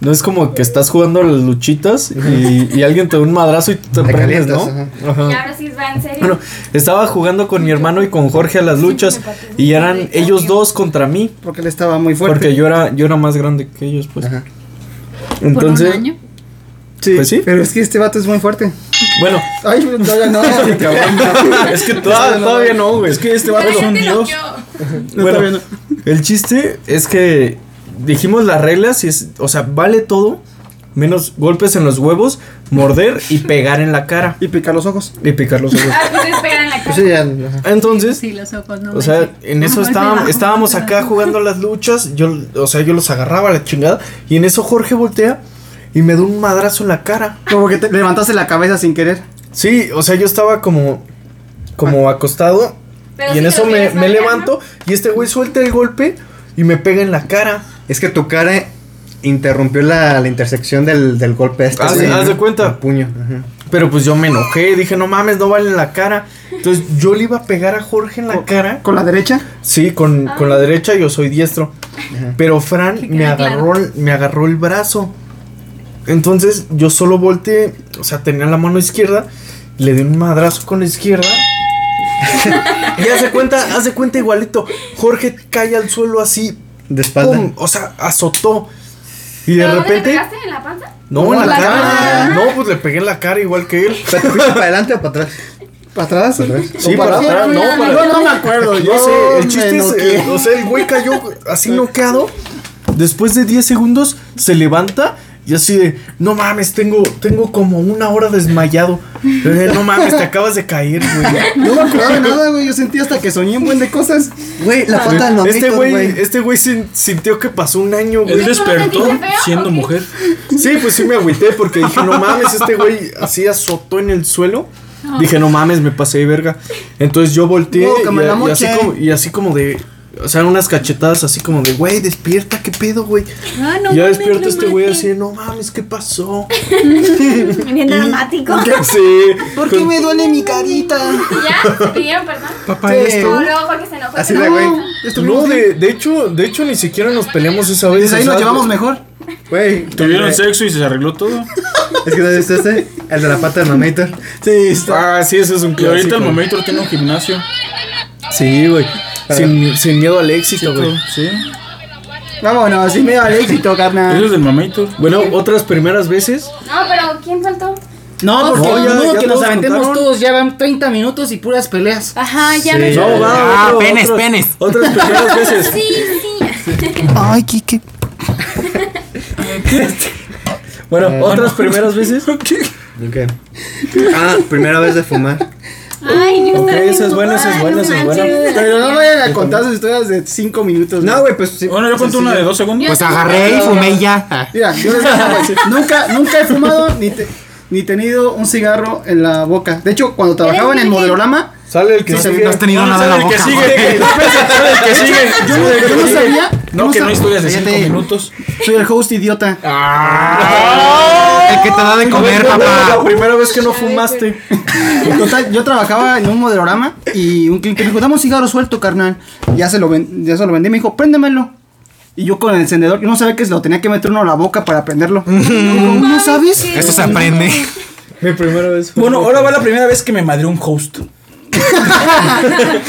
Speaker 1: no es como que estás jugando a las luchitas y, y alguien te da un madrazo y tú te,
Speaker 3: Te
Speaker 1: prendes,
Speaker 3: calientas,
Speaker 1: ¿no? Ajá.
Speaker 13: Y ahora sí va en serio.
Speaker 1: Ah. Bueno, estaba jugando con mi hermano y con Jorge a las luchas y eran ellos dos contra mí.
Speaker 6: Porque él estaba muy fuerte.
Speaker 1: Porque yo era, yo era más grande que ellos, pues.
Speaker 3: Ajá.
Speaker 4: Por un
Speaker 1: Entonces,
Speaker 4: año.
Speaker 6: Sí,
Speaker 1: pues sí.
Speaker 6: Pero es que este vato es muy fuerte.
Speaker 1: bueno,
Speaker 6: Ay, todavía no.
Speaker 1: es que toda- todavía no, güey. Es que este
Speaker 2: vato es un
Speaker 13: Cállate, lo
Speaker 2: dios.
Speaker 13: que-
Speaker 1: Bueno, el chiste es que dijimos las reglas y es, o sea, vale todo menos golpes en los huevos, morder y pegar en la cara
Speaker 6: Y picar los ojos.
Speaker 1: y picar los ojos.
Speaker 13: Ah, pues espera en la cara.
Speaker 3: Pues sí, ya. ajá.
Speaker 1: Entonces,
Speaker 7: Sí, los ojos no
Speaker 1: o sea,
Speaker 7: ven.
Speaker 1: en eso
Speaker 7: No,
Speaker 1: estábamos,
Speaker 7: no.
Speaker 1: estábamos acá jugando las luchas, yo, o sea, yo los agarraba a la chingada y en eso Jorge voltea y me da un madrazo en la cara.
Speaker 6: Como que te levantaste la cabeza sin querer.
Speaker 1: Sí, o sea, yo estaba como como acostado
Speaker 13: Pero
Speaker 1: y en
Speaker 13: sí
Speaker 1: eso
Speaker 13: lo
Speaker 1: me,
Speaker 13: hubieras
Speaker 1: me
Speaker 13: nalgado.
Speaker 1: levanto y este güey suelta el golpe y me pega en la cara.
Speaker 3: Es que tu cara interrumpió la, la intersección del, del golpe este.
Speaker 1: Haz-
Speaker 3: güey,
Speaker 1: Ah, haz
Speaker 3: ¿no?
Speaker 1: de cuenta.
Speaker 3: El puño. ajá.
Speaker 1: Pero pues yo me enojé, dije, no mames, no vale en la cara. Entonces yo le iba a pegar a Jorge en la cara.
Speaker 6: Con la derecha.
Speaker 1: Sí, con, con la derecha yo soy diestro. Pero Fran me
Speaker 7: quede
Speaker 1: agarró, me agarró el brazo. Entonces yo solo volteé, o sea, tenía la mano izquierda, le di un madrazo con la izquierda. y hace cuenta, hace cuenta igualito. Jorge cae al suelo así,
Speaker 3: De espalda.
Speaker 1: ¡pum! o sea, azotó. Y de
Speaker 13: ¿Pero dónde
Speaker 1: repente.
Speaker 13: ¿Te pegaste en la panza?
Speaker 1: No, en la, cara. No, pues le pegué en la cara igual que él.
Speaker 3: ¿Pero te fuiste para adelante o para atrás?
Speaker 6: ¿Para atrás?
Speaker 1: Sí,
Speaker 6: ¿O
Speaker 1: para atrás, no, para-
Speaker 6: Yo no me acuerdo.
Speaker 1: No
Speaker 6: Yo
Speaker 1: sé, el
Speaker 6: me
Speaker 1: chiste es,
Speaker 6: noqueé.
Speaker 1: eh, o sea, el güey cayó así noqueado. Después de 10 segundos se levanta y así de, no mames, tengo, tengo como una hora desmayado. Eh, no mames, te acabas de caer, güey.
Speaker 6: No me acordaba de nada, güey. Yo sentí hasta que soñé un buen de cosas.
Speaker 3: Güey, la foto del mamito,
Speaker 1: Este güey, este güey sin- sintió que pasó un año, güey.
Speaker 2: Él despertó
Speaker 13: sentiste feo?
Speaker 2: siendo
Speaker 13: Ok.
Speaker 2: mujer.
Speaker 1: Sí, pues sí me agüité porque dije, no mames, este güey así azotó en el suelo. Dije, no mames, me pasé de verga. Entonces yo volteé
Speaker 6: No, que me
Speaker 1: y,
Speaker 6: la ¿eh?
Speaker 1: a- y así
Speaker 6: moché.
Speaker 1: como, y así como de. O sea, unas cachetadas así como de, güey, despierta, ¿qué pedo, güey?
Speaker 7: Ah, no
Speaker 1: Y ya
Speaker 7: mames,
Speaker 1: despierta
Speaker 7: lo
Speaker 1: este güey
Speaker 7: maté.
Speaker 1: así, de, no mames, ¿qué pasó?
Speaker 7: Bien dramático.
Speaker 1: ¿Qué? Sí.
Speaker 6: ¿Por qué me duele mi carita?
Speaker 13: ¿Ya? ¿Se pidieron perdón?
Speaker 1: Papá,
Speaker 6: Sí.
Speaker 1: esto.
Speaker 13: No, luego Jorge se enojó.
Speaker 3: Así
Speaker 13: se
Speaker 3: de
Speaker 13: enojó.
Speaker 3: güey.
Speaker 1: No, de, de hecho, de hecho ni siquiera nos peleamos esa vez.
Speaker 6: Desde ahí
Speaker 1: o sea,
Speaker 6: nos llevamos mejor.
Speaker 3: Güey.
Speaker 2: Tuvieron
Speaker 3: eh,
Speaker 2: sexo y se arregló todo.
Speaker 3: Es que no viste este, el de la pata del mamito.
Speaker 1: Sí, está- Ah, sí, eso es un
Speaker 2: Y ahorita
Speaker 1: clásico.
Speaker 2: el momento tiene un gimnasio.
Speaker 1: Sí, güey. Sin, sin miedo al éxito, güey.
Speaker 2: Sí.
Speaker 6: Vámonos, sin miedo al éxito,
Speaker 2: Eso
Speaker 6: carnal.
Speaker 2: es del momento.
Speaker 1: Bueno, otras primeras veces.
Speaker 13: No, pero ¿quién faltó?
Speaker 6: No, porque
Speaker 1: No, ya-
Speaker 6: no,
Speaker 1: ya
Speaker 6: que nos
Speaker 1: todos
Speaker 6: aventemos
Speaker 1: contaron.
Speaker 6: todos, ya van 30 minutos y puras peleas.
Speaker 9: Ajá, ya me.
Speaker 1: No, va,
Speaker 5: Ah,
Speaker 1: otro-
Speaker 5: penes,
Speaker 1: otros-
Speaker 5: penes.
Speaker 1: Otras primeras veces.
Speaker 6: Ay, Kike.
Speaker 1: Bueno, otras primeras veces.
Speaker 3: Ok. Ah, primera vez de fumar.
Speaker 7: Ay, yo
Speaker 1: Ok,
Speaker 7: estaba
Speaker 1: esa es
Speaker 7: bien
Speaker 1: buena, esa es buena, esa es buena.
Speaker 7: manches.
Speaker 6: Pero no vayan a contar sus historias de 5 minutos.
Speaker 3: No, güey, pues sí.
Speaker 2: Bueno, yo cuento una de dos segundos.
Speaker 5: Pues agarré y fumé y ya. Ah,
Speaker 6: Mira, yo les digo, nunca, nunca he fumado ni, te- ni tenido un cigarro en la boca. De hecho, cuando trabajaba en el modelorama,
Speaker 1: Sale el que
Speaker 6: Sí,
Speaker 1: sigue.
Speaker 5: No has tenido nada en la boca. güey.
Speaker 2: El que sigue.
Speaker 6: yo no, yo no sabía.
Speaker 2: No, que no
Speaker 6: sab-
Speaker 2: hay historias de cinco
Speaker 6: Cállate.
Speaker 2: minutos.
Speaker 6: Soy el host idiota.
Speaker 1: Ah.
Speaker 5: El que te da de comer,
Speaker 1: La
Speaker 5: papá.
Speaker 1: primera vez que no fumaste.
Speaker 6: Total, yo trabajaba en un modelorama y un cliente me dijo, dame un cigarro suelto, carnal. Ya se lo, ven- ya se lo vendí, me dijo, préndemelo. Y yo con el encendedor, yo no sabía que se lo tenía que meter uno a la boca para prenderlo. ¿Cómo no sabes?
Speaker 5: Eso se aprende.
Speaker 3: Mi primera vez fue.
Speaker 2: Bueno, ahora va la primera vez que me madre un host.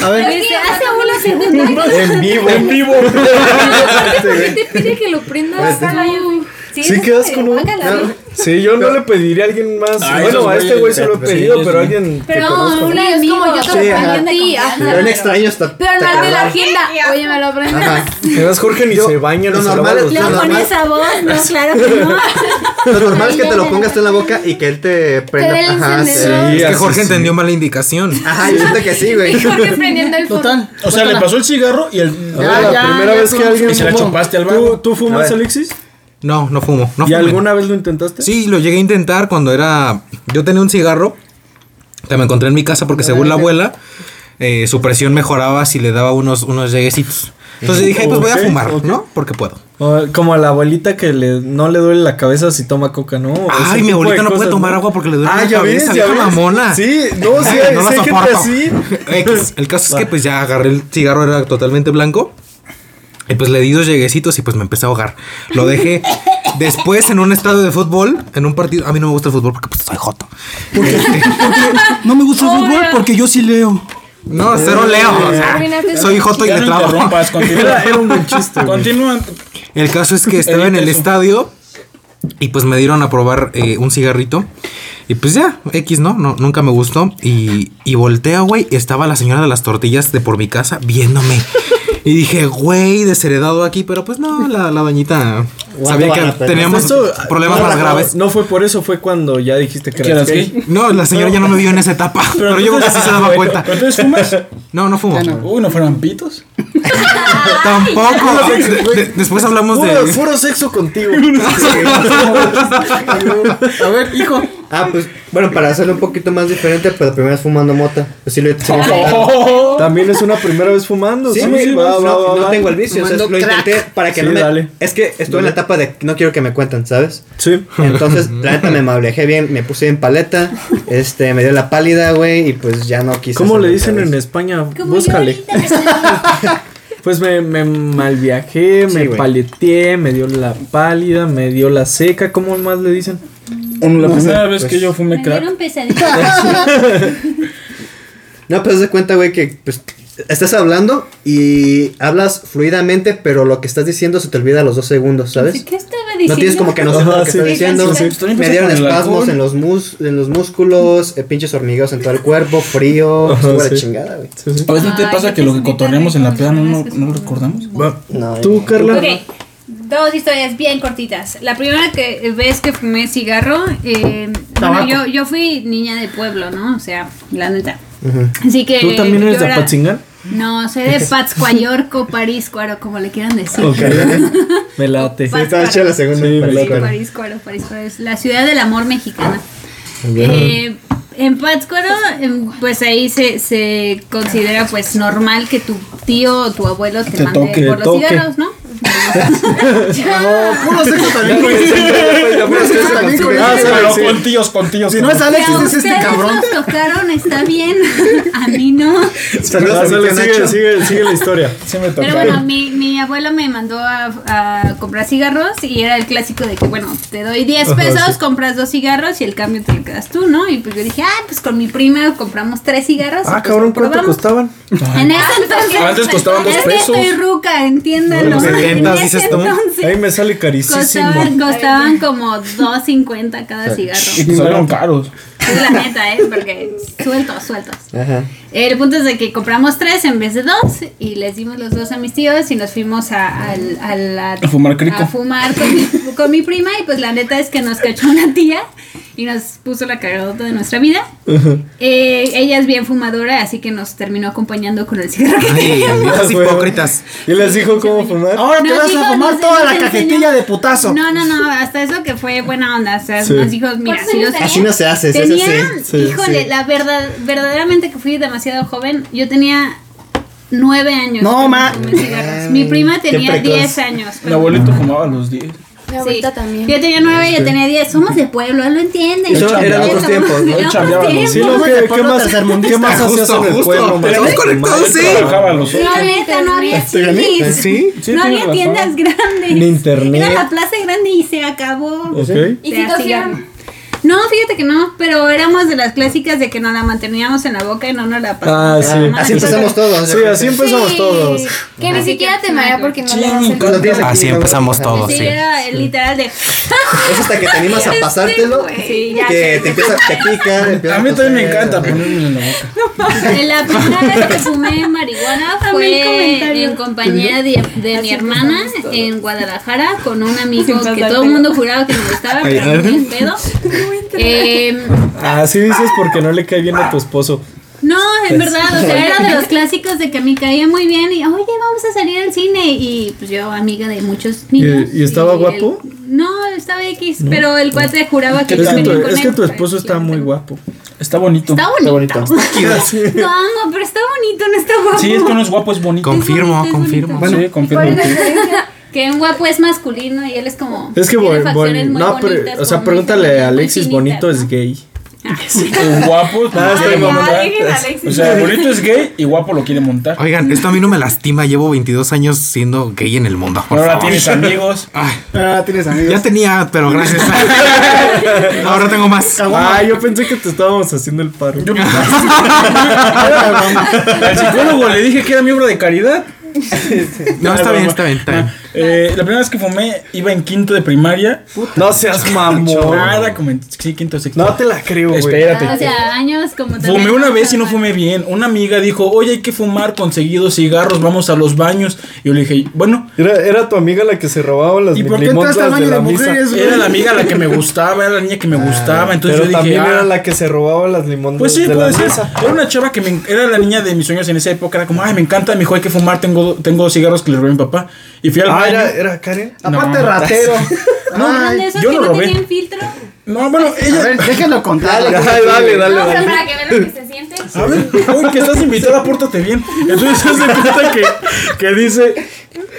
Speaker 6: A ver,
Speaker 7: Es que hace una segunda.
Speaker 3: En vivo. En vivo.
Speaker 9: te pide que lo prendas?
Speaker 7: Sí, qué asco, ¿no?
Speaker 1: Sí, yo no le pediría a alguien más.
Speaker 2: Ay,
Speaker 1: bueno,
Speaker 2: esos
Speaker 1: a este güey
Speaker 2: güeyes,
Speaker 1: se lo he
Speaker 2: espérate, sí,
Speaker 1: pedido,
Speaker 2: ellos
Speaker 1: pero a
Speaker 2: sí.
Speaker 1: alguien.
Speaker 7: Pero
Speaker 9: No,
Speaker 7: un
Speaker 9: una es
Speaker 7: amigo,
Speaker 9: como yo te lo
Speaker 7: ajá.
Speaker 9: prendo a ti.
Speaker 3: Pero
Speaker 9: ajá.
Speaker 3: un extraño está.
Speaker 9: Pero el mal de la agenda. Oye, me lo prendo.
Speaker 3: Ajá.
Speaker 1: Te das Jorge ni
Speaker 3: Yo-
Speaker 1: se baña, ni
Speaker 3: lo
Speaker 1: se lava
Speaker 3: normal es-
Speaker 1: los
Speaker 3: lo
Speaker 1: dientes.
Speaker 7: Luego con
Speaker 3: normal-
Speaker 7: esa voz, no, claro que no.
Speaker 3: Lo normal es que te lo pongas tú en la boca y que él te prenda.
Speaker 9: dé el
Speaker 3: Ajá,
Speaker 9: encendedor.
Speaker 3: sí.
Speaker 5: Es que
Speaker 1: así
Speaker 5: Jorge entendió mala indicación. Ah,
Speaker 3: Ajá, yo siento que sí, güey.
Speaker 9: Y Jorge prendiendo el foco.
Speaker 6: total.
Speaker 2: O sea, le pasó el cigarro y el.
Speaker 1: A ver, la primera vez que alguien.
Speaker 2: Y se la
Speaker 1: fumó.
Speaker 2: chupaste al
Speaker 1: ¿Tú,
Speaker 2: vago.
Speaker 1: ¿Tú
Speaker 3: A
Speaker 1: fumas,
Speaker 3: ver.
Speaker 1: Alexis?
Speaker 5: No, no fumo. No
Speaker 1: ¿Y
Speaker 5: fumen.
Speaker 1: alguna vez lo intentaste?
Speaker 5: Sí, lo llegué a intentar cuando era. Yo tenía un cigarro que me encontré en mi casa porque, según la abuela, eh, su presión mejoraba si le daba unos, unos lleguecitos. Entonces dije, "Ay, pues voy a
Speaker 1: Ok,
Speaker 5: fumar,
Speaker 1: ok.
Speaker 5: ¿no? Porque puedo.
Speaker 1: O como a la abuelita que le, no le duele la cabeza si toma coca, ¿no? O ese
Speaker 5: Ay,
Speaker 1: tipo
Speaker 5: mi
Speaker 1: de
Speaker 5: abuelita no
Speaker 1: cosas,
Speaker 5: puede tomar agua porque le duele
Speaker 1: Ah,
Speaker 5: la
Speaker 1: ya
Speaker 5: cabeza,
Speaker 1: ves, ya
Speaker 5: vieja
Speaker 1: ves.
Speaker 5: mamona.
Speaker 1: Sí, no, sí,
Speaker 5: no
Speaker 1: no
Speaker 5: la
Speaker 1: sí hay gente
Speaker 5: soporto.
Speaker 1: así.
Speaker 5: X, el caso es que pues ya agarré el cigarro, era totalmente blanco. Y pues le di dos lleguecitos y pues me empecé a ahogar. Lo dejé después en un estadio de fútbol, en un partido. A mí no me gusta el fútbol porque pues soy joto. Este,
Speaker 2: No me gusta el fútbol porque yo sí leo.
Speaker 5: no, cero leo. o sea, soy joto y
Speaker 2: Ya
Speaker 5: le
Speaker 2: no
Speaker 5: clavo.
Speaker 2: interrumpas, continúa.
Speaker 1: Era un buen chiste. güey.
Speaker 2: Continúa.
Speaker 5: El caso es que estaba en el
Speaker 2: Evita eso.
Speaker 5: estadio y pues me dieron a probar eh, un cigarrito. Y pues ya, X, ¿no? no nunca me gustó. Y, y voltea, güey, y estaba la señora de las tortillas de por mi casa viéndome. Y dije, güey, desheredado aquí, pero pues no, la, la doñita sabía que
Speaker 3: barata,
Speaker 5: teníamos
Speaker 1: Eso-
Speaker 5: ah, problemas
Speaker 1: no,
Speaker 5: más
Speaker 1: no,
Speaker 5: graves.
Speaker 1: No fue por eso, fue cuando ya dijiste que
Speaker 2: ¿Que
Speaker 1: eras
Speaker 2: eras
Speaker 1: gay.
Speaker 5: No, la señora ya no me vio en esa etapa, pero yo creo que sí se daba cuenta.
Speaker 2: ¿Pero entonces fumas?
Speaker 5: No, no fumo.
Speaker 2: Uy, ¿no fueron pitos?
Speaker 5: Tampoco. De- de- después hablamos
Speaker 1: Puro,
Speaker 5: de...
Speaker 1: puro sexo contigo.
Speaker 6: A ver, hijo.
Speaker 3: Ah, pues, bueno, para hacerlo un poquito más diferente, pues la primera es fumando mota. Pues sí lo he sí lo he intentado.
Speaker 1: También es una primera vez fumando.
Speaker 3: Sí,
Speaker 1: Sí,
Speaker 3: güey,
Speaker 1: va,
Speaker 3: no,
Speaker 1: va,
Speaker 3: no
Speaker 1: va, va.
Speaker 3: tengo el vicio, o sea, lo
Speaker 6: Fumando
Speaker 3: intenté para que
Speaker 1: Sí,
Speaker 3: no me.
Speaker 1: dale.
Speaker 3: Es que estuve en la etapa de no quiero que me cuenten, ¿sabes?
Speaker 1: Sí.
Speaker 3: Entonces, la neta me mablejé bien, me puse en paleta, este, me dio la pálida, güey, y pues ya no quise.
Speaker 1: ¿Cómo le
Speaker 3: hacerlo
Speaker 1: dicen
Speaker 3: otra
Speaker 1: en
Speaker 3: vez.
Speaker 1: España?
Speaker 14: Como
Speaker 1: Búscale.
Speaker 14: yo ahorita.
Speaker 1: Pues me, me mal viajé,
Speaker 3: Sí,
Speaker 1: me
Speaker 3: güey.
Speaker 1: paleteé, me dio la pálida, me dio la seca. ¿Cómo más le dicen? pues.
Speaker 2: La primera vez que yo
Speaker 14: Me
Speaker 2: fumé crack.
Speaker 14: dieron pesadillas.
Speaker 3: No, pues haz de cuenta, güey, que pues estás hablando y hablas fluidamente, pero lo que estás diciendo se te olvida a los dos segundos, ¿sabes?
Speaker 14: ¿Qué estaba diciendo?
Speaker 3: No tienes como que no sé
Speaker 1: Ajá,
Speaker 3: lo que
Speaker 1: sí.
Speaker 3: estás diciendo.
Speaker 14: Sí, sí, sí.
Speaker 2: Pues también
Speaker 3: Me
Speaker 2: pasa
Speaker 3: dieron
Speaker 2: con el
Speaker 3: espasmos
Speaker 2: alcohol.
Speaker 3: en los, mus en los músculos, eh, pinches hormigueos en todo el cuerpo, frío. Estuvo la
Speaker 1: sí.
Speaker 3: chingada, güey.
Speaker 2: ¿A veces no te
Speaker 14: Ay,
Speaker 2: pasa
Speaker 14: yo
Speaker 2: que lo que
Speaker 14: pensé que
Speaker 2: cotorreamos
Speaker 14: te
Speaker 2: en la peda no, no,
Speaker 14: recordarás que
Speaker 2: no lo
Speaker 14: es un-
Speaker 2: recordamos?
Speaker 3: No,
Speaker 1: ¿Tú,
Speaker 3: no.
Speaker 1: Carla?
Speaker 7: Ok, dos historias bien cortitas. La primera que ves que fumé cigarro, eh, bueno, yo, yo fui niña de pueblo, ¿no? O sea, la neta. Así que.
Speaker 1: ¿Tú también eres
Speaker 7: yo
Speaker 1: de
Speaker 7: era-
Speaker 1: Apatzingán?
Speaker 7: No, soy de Pátzcuayorco, París, Cuaro, como le quieran decir.
Speaker 1: Ok. me late.
Speaker 7: Sí,
Speaker 3: Estaba chida la segunda.
Speaker 1: Sí,
Speaker 3: pero-
Speaker 1: me
Speaker 7: Sí,
Speaker 1: late.
Speaker 7: París, Cuaro, París, Cuaro. Es la ciudad del amor mexicana. Eh, en Pátzcuaro, em, pues ahí se, se considera pues normal que tu tío o tu abuelo te,
Speaker 1: Te
Speaker 7: mande
Speaker 1: toque,
Speaker 7: por los
Speaker 1: toque.
Speaker 7: cigarros, ¿no?
Speaker 6: No, puro sexo también con el Puro sexo también con
Speaker 1: Ah,
Speaker 6: este,
Speaker 1: sí,
Speaker 6: güey.
Speaker 1: sí.
Speaker 2: tíos, con tíos.
Speaker 6: Si no es
Speaker 7: Que
Speaker 6: Alexis,
Speaker 7: a
Speaker 6: es este
Speaker 7: ustedes
Speaker 6: cabrón.
Speaker 7: los tocaron, está bien. A mí no.
Speaker 3: Saludos a
Speaker 1: Pásale,
Speaker 3: mi tío
Speaker 1: sigue,
Speaker 3: Nacho.
Speaker 1: sigue, sigue la historia.
Speaker 2: Sí me
Speaker 7: pues, Pero
Speaker 2: tocaron.
Speaker 7: bueno, mi, mi abuelo me mandó a, a comprar cigarros y era el clásico de que, bueno, te doy 10 pesos, compras dos cigarros y el cambio te lo quedas tú, ¿no? Y pues yo dije, ah, pues con mi prima compramos tres cigarros. y
Speaker 1: Ah,
Speaker 7: pues
Speaker 1: cabrón,
Speaker 7: lo
Speaker 1: ¿cuánto
Speaker 7: probamos.
Speaker 1: costaban?
Speaker 7: En ese entonces.
Speaker 2: Ah, Antes costaban dos
Speaker 7: es
Speaker 2: pesos.
Speaker 7: que estoy ruca, entiéndanlo.
Speaker 1: pues,
Speaker 5: Los
Speaker 7: En
Speaker 5: setentas,
Speaker 7: ese
Speaker 5: dices tú.
Speaker 1: Ahí
Speaker 7: entonces
Speaker 1: me sale carísimo.
Speaker 7: costaban, costaban como 2.50 cada
Speaker 2: Y
Speaker 7: cigarro.
Speaker 2: te salieron caros.
Speaker 7: Es la neta, ¿eh? Porque sueltos, sueltos.
Speaker 3: Ajá.
Speaker 7: El punto es de que compramos tres en vez de dos y les dimos los dos a mis tíos y nos fuimos a, al- a la-
Speaker 2: A fumar crico.
Speaker 7: a fumar con mi, con mi prima y pues la neta es que nos cachó una tía y nos puso la cagadota de nuestra vida. Eh, ella es bien fumadora, así que nos terminó acompañando con el cigarro que
Speaker 5: Ay,
Speaker 7: teníamos.
Speaker 5: viejas
Speaker 1: güey.
Speaker 5: hipócritas.
Speaker 1: ¿Y les dijo cómo fumar?
Speaker 2: Ah,
Speaker 6: Ahora te
Speaker 7: Nos
Speaker 6: vas
Speaker 7: dijo,
Speaker 6: a fumar
Speaker 7: nos-
Speaker 6: toda
Speaker 7: nos
Speaker 6: la
Speaker 7: enseñó-
Speaker 6: cajetilla de putazo.
Speaker 7: No, no, no, hasta eso que fue buena onda. O sea,
Speaker 1: Sí.
Speaker 7: nos dijo, mira,
Speaker 14: eso
Speaker 7: si
Speaker 14: no
Speaker 7: los
Speaker 14: está
Speaker 3: Así no se hace, se hace
Speaker 7: tenía,
Speaker 3: así.
Speaker 1: Sí,
Speaker 7: híjole,
Speaker 1: sí.
Speaker 7: la verdad, verdaderamente que fui demasiado joven. Yo tenía nueve años.
Speaker 6: No,
Speaker 7: cuando
Speaker 6: ma-
Speaker 7: fumé cigarros. Mi prima
Speaker 3: Qué
Speaker 7: tenía
Speaker 3: precoz.
Speaker 7: diez años.
Speaker 2: Mi abuelito fumaba a los 10.
Speaker 9: Y ahorita también.
Speaker 7: Yo tenía nueve, yo tenía diez. Somos de pueblo, lo entienden.
Speaker 3: Eso
Speaker 7: Somos
Speaker 3: eran
Speaker 7: de
Speaker 3: otros
Speaker 7: pueblo.
Speaker 3: tiempos, ¿no?
Speaker 7: Eran otros
Speaker 2: Chambeaban, ¿no? Sí,
Speaker 7: tiempos.
Speaker 6: Somos de
Speaker 1: ¿Qué, qué
Speaker 6: pueblo
Speaker 1: más, ¿qué
Speaker 6: tercermundista.
Speaker 1: más hacías
Speaker 5: Justo,
Speaker 1: en el
Speaker 5: justo.
Speaker 1: pueblo? más?
Speaker 5: Tenemos conectados, sí.
Speaker 2: Trabajaba los
Speaker 7: No había, neta, no había cilis.
Speaker 1: Este, Sí, sí,
Speaker 7: no
Speaker 1: tienes
Speaker 7: había
Speaker 1: razón.
Speaker 7: tiendas grandes.
Speaker 1: Ni internet. Pues
Speaker 7: Era la plaza grande y se acabó.
Speaker 1: Ok.
Speaker 13: ¿Y
Speaker 7: Te
Speaker 13: si
Speaker 7: hacían- No, fíjate que no, pero éramos de las clásicas de que nos la manteníamos en la boca y no nos la
Speaker 1: Ah,
Speaker 7: pasábamos.
Speaker 1: sí.
Speaker 7: en la mano.
Speaker 3: Así empezamos todos.
Speaker 1: Sí, así empezamos
Speaker 9: Sí,
Speaker 1: Pues todos.
Speaker 9: Que ni siquiera te marea porque no le das el
Speaker 3: Cuando tienes
Speaker 5: Así
Speaker 3: cabrón.
Speaker 5: empezamos
Speaker 3: Ajá.
Speaker 1: Oh,
Speaker 5: todos,
Speaker 7: Sí,
Speaker 5: sí.
Speaker 7: era el literal de.
Speaker 3: Es hasta que te animas a pasártelo.
Speaker 7: Sí, ya.
Speaker 3: Que te empieza, te pica. empieza
Speaker 2: A mí también me
Speaker 3: toser.
Speaker 2: encanta ponerme en la boca.
Speaker 7: La primera vez que fumé marihuana fue
Speaker 9: comentario.
Speaker 7: en compañía de, de mi hermana en Guadalajara con un amigo
Speaker 4: Sin
Speaker 7: que
Speaker 4: pasar
Speaker 7: todo el
Speaker 4: pena.
Speaker 7: mundo juraba que me gustaba, pero no tenía pedo. Eh,
Speaker 1: Así Ah, dices porque no le cae bien a tu esposo.
Speaker 7: No, en verdad, o sea, era de los clásicos de que me caía muy bien y, oye, vamos a salir al cine. Y pues yo, amiga de muchos niños.
Speaker 1: ¿Y- y estaba
Speaker 7: él-
Speaker 1: guapo?
Speaker 7: no, estaba X, pero el cuate juraba que
Speaker 1: Es
Speaker 7: yo
Speaker 1: que, tu,
Speaker 7: venía con
Speaker 1: es que
Speaker 7: él,
Speaker 1: tu esposo
Speaker 7: pues,
Speaker 1: está
Speaker 7: yo-
Speaker 1: muy guapo.
Speaker 2: Está bonito.
Speaker 7: Está bonito.
Speaker 3: bonito.
Speaker 7: No, pero está bonito, no está guapo.
Speaker 2: Sí, es que uno es guapo, es bonito.
Speaker 5: Confirmo,
Speaker 7: bonito, es
Speaker 5: confirmo.
Speaker 7: bonito.
Speaker 2: sí, confirmo en ti.
Speaker 7: Que un guapo es masculino y él es como.
Speaker 1: Es que
Speaker 7: tiene
Speaker 1: boni-
Speaker 7: facciones
Speaker 1: boni-
Speaker 7: muy
Speaker 1: no, pero,
Speaker 7: bonitas,
Speaker 1: o sea,
Speaker 7: como
Speaker 1: pregúntale
Speaker 7: muy
Speaker 1: a Alexis,
Speaker 7: finitas,
Speaker 1: bonito es
Speaker 7: ¿no?
Speaker 1: gay.
Speaker 2: Un guapo. lo quiere montar. O sea, bonito es gay y guapo lo quiere montar.
Speaker 5: Oigan, esto a mí no me lastima. Llevo 22 años siendo gay en el mundo. Por
Speaker 2: Pero ahora
Speaker 5: favor.
Speaker 2: tienes amigos.
Speaker 5: Ay,
Speaker 6: Ah, tienes amigos.
Speaker 5: ya tenía, pero gracias. Ahora tengo más.
Speaker 1: Ah, yo pensé que te estábamos haciendo el paro.
Speaker 2: Al psicólogo le dije que era miembro de caridad.
Speaker 5: No, está bien, está bien, está bien.
Speaker 2: Eh, la primera vez que fumé iba en quinto de primaria.
Speaker 1: No seas
Speaker 2: Nada,
Speaker 1: mamón.
Speaker 2: como en sí, quinto, sexto.
Speaker 1: No te la creo, güey.
Speaker 2: Espérate.
Speaker 7: Ah, O sea, años como
Speaker 2: Fumé una vez y no fumé bien. Una amiga dijo, oye, hay que fumar conseguido cigarros, vamos a los baños. Y yo le dije, bueno,
Speaker 1: Era, era tu amiga la que se robaba las
Speaker 6: ¿Y por qué entraste
Speaker 1: limonzas
Speaker 6: al baño
Speaker 1: de
Speaker 6: de
Speaker 1: la misa. Ah,
Speaker 6: mujeres, güey?
Speaker 2: era la amiga la que me gustaba, era la niña que me gustaba. Entonces
Speaker 1: Pero
Speaker 2: yo dije,
Speaker 1: también
Speaker 2: "Ah".
Speaker 1: era la que se robaba las limonas
Speaker 2: Pues sí,
Speaker 1: de la
Speaker 2: puede ser.
Speaker 1: mesa.
Speaker 2: Era una chava que me, era la niña de mis sueños en esa época. Era como, ay, me encanta, me dijo, hay que fumar, tengo, tengo dos cigarros que le robé a mi papá. Y fui al
Speaker 1: Ah,
Speaker 2: baño.
Speaker 1: era, era Karen.
Speaker 6: Aparte,
Speaker 2: No.
Speaker 6: ratero.
Speaker 7: ¿Eran de
Speaker 6: Ay,
Speaker 7: esos
Speaker 2: yo
Speaker 7: que
Speaker 2: lo
Speaker 7: no
Speaker 2: robé.
Speaker 7: tenían filtro?
Speaker 2: No, bueno,
Speaker 6: a
Speaker 2: ella.
Speaker 6: ver, déjenlo contar.
Speaker 1: Ay, dale, dale,
Speaker 13: No, o sea,
Speaker 1: dale.
Speaker 13: para que vean lo que se siente.
Speaker 2: A ver, hoy que estás invitada, pórtate bien. Entonces se hace cuenta que, que dice.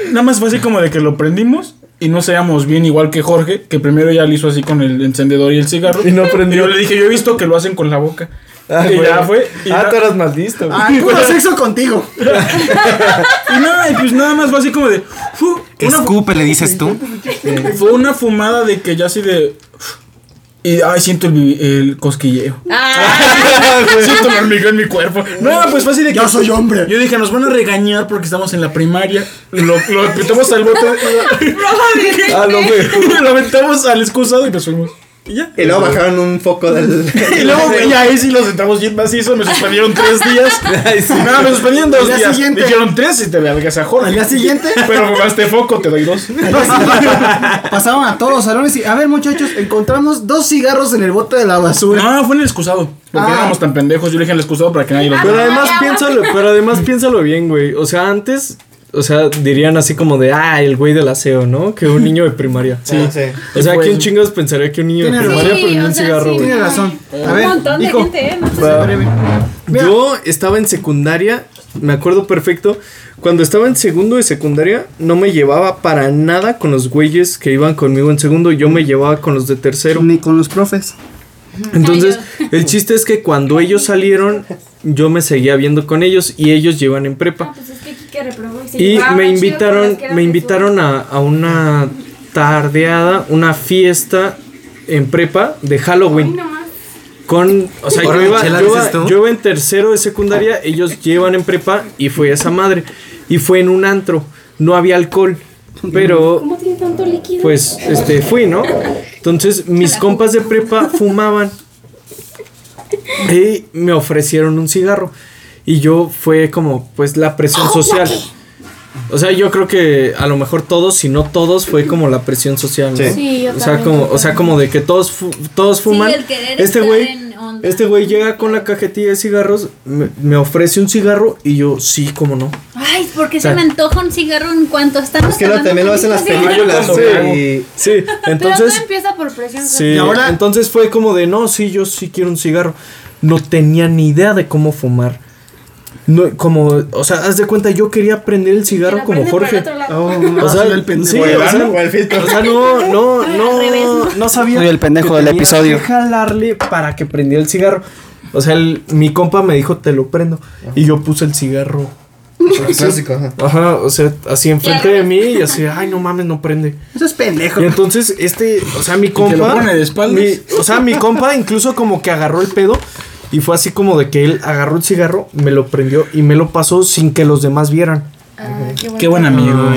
Speaker 2: Nada más fue así como de que lo prendimos y no seamos bien igual que Jorge, que primero ya lo hizo así con el encendedor y el cigarro.
Speaker 1: Y no prendió.
Speaker 2: yo le dije, yo he visto que lo hacen con la boca.
Speaker 1: Ah,
Speaker 2: y ya
Speaker 1: güey.
Speaker 2: fue. Y,
Speaker 1: ah,
Speaker 2: na-
Speaker 1: tú eras más listo, güey.
Speaker 6: Ay, puro sexo contigo.
Speaker 2: y nada, y pues nada más fue así como de. "Fu", una, fu-
Speaker 5: Escupe, le dices tú.
Speaker 2: fue una fumada de que ya así de. Y ay, siento el, vi- el cosquilleo.
Speaker 7: Ah,
Speaker 2: siento el hormigón en mi cuerpo. No, pues fue así de que.
Speaker 6: Yo soy hombre.
Speaker 2: Yo dije, nos van a regañar porque estamos en la primaria. Lo, lo aventamos al bote.
Speaker 1: Ah, lo veo.
Speaker 2: lo aventamos al excusado y nos fuimos. Y ya.
Speaker 3: Y luego bajaron un foco del.
Speaker 2: Y luego, güey, ya ahí sí los sentamos bien macizo. Me suspendieron tres días. No, me suspendieron dos
Speaker 6: Al día
Speaker 2: días.
Speaker 6: siguiente.
Speaker 2: Dijeron tres y te vergas a Jorge.
Speaker 6: Al día siguiente.
Speaker 2: Pero con este foco te doy dos.
Speaker 6: Pasaban a todos los salones y, a ver, muchachos, encontramos dos cigarros en el bote de la basura.
Speaker 2: No, fue en el excusado. Porque
Speaker 6: Ah.
Speaker 2: éramos tan pendejos. Yo le dije al excusado para que nadie los
Speaker 1: Pero
Speaker 2: vea.
Speaker 1: además piénsalo, pero además piénsalo bien, güey. O sea, antes, o sea, dirían así como de, ah, el güey del aseo, ¿no? Que un niño de primaria.
Speaker 3: Sí, sí.
Speaker 1: O sea,
Speaker 2: Pues-
Speaker 1: ¿quién chingados pensaría que un niño de
Speaker 6: Tiene razón.
Speaker 1: primaria
Speaker 7: Sí,
Speaker 1: prendió
Speaker 7: o
Speaker 1: un
Speaker 7: sea,
Speaker 1: cigarro,
Speaker 7: sí.
Speaker 1: güey?
Speaker 6: Tiene razón. A
Speaker 7: Un
Speaker 6: ver,
Speaker 7: montón de
Speaker 6: hijo,
Speaker 7: gente, ¿eh? No sé.
Speaker 1: Va.
Speaker 6: breve. Mira.
Speaker 1: Yo estaba en secundaria, me acuerdo perfecto. Cuando estaba en segundo de secundaria, no me llevaba para nada con los güeyes que iban conmigo en segundo. Yo me llevaba con los de tercero.
Speaker 6: Ni con los profes.
Speaker 1: Entonces, el chiste es que cuando ellos salieron, yo me seguía viendo con ellos y ellos llevan en prepa.
Speaker 13: Pues es que Kike reprobó se
Speaker 1: Y
Speaker 13: llevaba
Speaker 1: me
Speaker 13: chido con
Speaker 1: invitaron,
Speaker 13: las que eran
Speaker 1: me
Speaker 13: de su-
Speaker 1: invitaron a, a una tardeada, una fiesta en prepa de Halloween.
Speaker 13: No más.
Speaker 1: Con, o sea, yo
Speaker 5: Órale,
Speaker 1: iba,
Speaker 5: chela,
Speaker 1: yo
Speaker 5: ¿dices
Speaker 1: iba-
Speaker 5: tú?
Speaker 1: yo iba en tercero de secundaria, ellos llevan en prepa y fue esa madre. Y fue en un antro, no había alcohol, pero
Speaker 13: ¿Cómo tiene tanto líquido?
Speaker 1: pues este fui, ¿no? Entonces mis compas de prepa fumaban y me ofrecieron un cigarro y yo fue como pues la presión social. O sea, yo creo que a lo mejor todos, si no todos, fue como la presión social. ¿no?
Speaker 3: Sí.
Speaker 9: Sí, yo
Speaker 1: o sea,
Speaker 9: también,
Speaker 1: como,
Speaker 9: yo
Speaker 1: o sea, como de que todos, fu- todos fuman.
Speaker 7: el querer
Speaker 1: este
Speaker 7: estar
Speaker 1: güey,
Speaker 7: en onda.
Speaker 1: este güey llega con la cajetilla de cigarros, me, me ofrece un cigarro y yo sí, cómo no.
Speaker 7: Ay, ¿por qué
Speaker 1: O sea,
Speaker 7: se me antoja un cigarro en cuanto estamos
Speaker 3: Es que no,
Speaker 7: hablando
Speaker 3: también lo hacen las
Speaker 7: tantito de-
Speaker 3: películas.
Speaker 2: Sí.
Speaker 3: güey, y-
Speaker 1: Sí,
Speaker 9: Pero
Speaker 1: entonces
Speaker 9: todo empieza por presión.
Speaker 1: Sí,
Speaker 9: social.
Speaker 6: ahora-
Speaker 1: entonces fue como de, no, sí, yo sí quiero un cigarro. No tenía ni idea de cómo fumar. No, como, o sea, haz de cuenta, yo quería aprender el cigarro
Speaker 13: Pero
Speaker 1: como
Speaker 13: prende por el
Speaker 1: Jorge.
Speaker 13: otro lado.
Speaker 6: Oh,
Speaker 1: O sea,
Speaker 6: soy el pendejo.
Speaker 1: sí,
Speaker 6: O
Speaker 1: o
Speaker 6: sea,
Speaker 1: sea,
Speaker 15: el filtro.
Speaker 1: o sea, no, no, no, no sabía.
Speaker 3: Soy el pendejo
Speaker 1: que
Speaker 3: del
Speaker 1: tenías
Speaker 3: episodio.
Speaker 1: Que jalarle para que prendiera el cigarro. O sea, el- mi compa me dijo, te lo prendo. Y yo puse el cigarro.
Speaker 15: Clásico, ajá.
Speaker 1: Ajá, o sea, así enfrente de mí y así, ay, no mames, no prende.
Speaker 6: Eso es pendejo.
Speaker 1: Y entonces, este, o sea, mi
Speaker 2: te
Speaker 1: compa.
Speaker 2: lo pone de espaldas.
Speaker 1: mi- o sea, mi compa incluso como que agarró el pedo. Y fue así como de que él agarró el cigarro, me lo prendió y me lo pasó sin que los demás vieran.
Speaker 2: Qué buen amigo.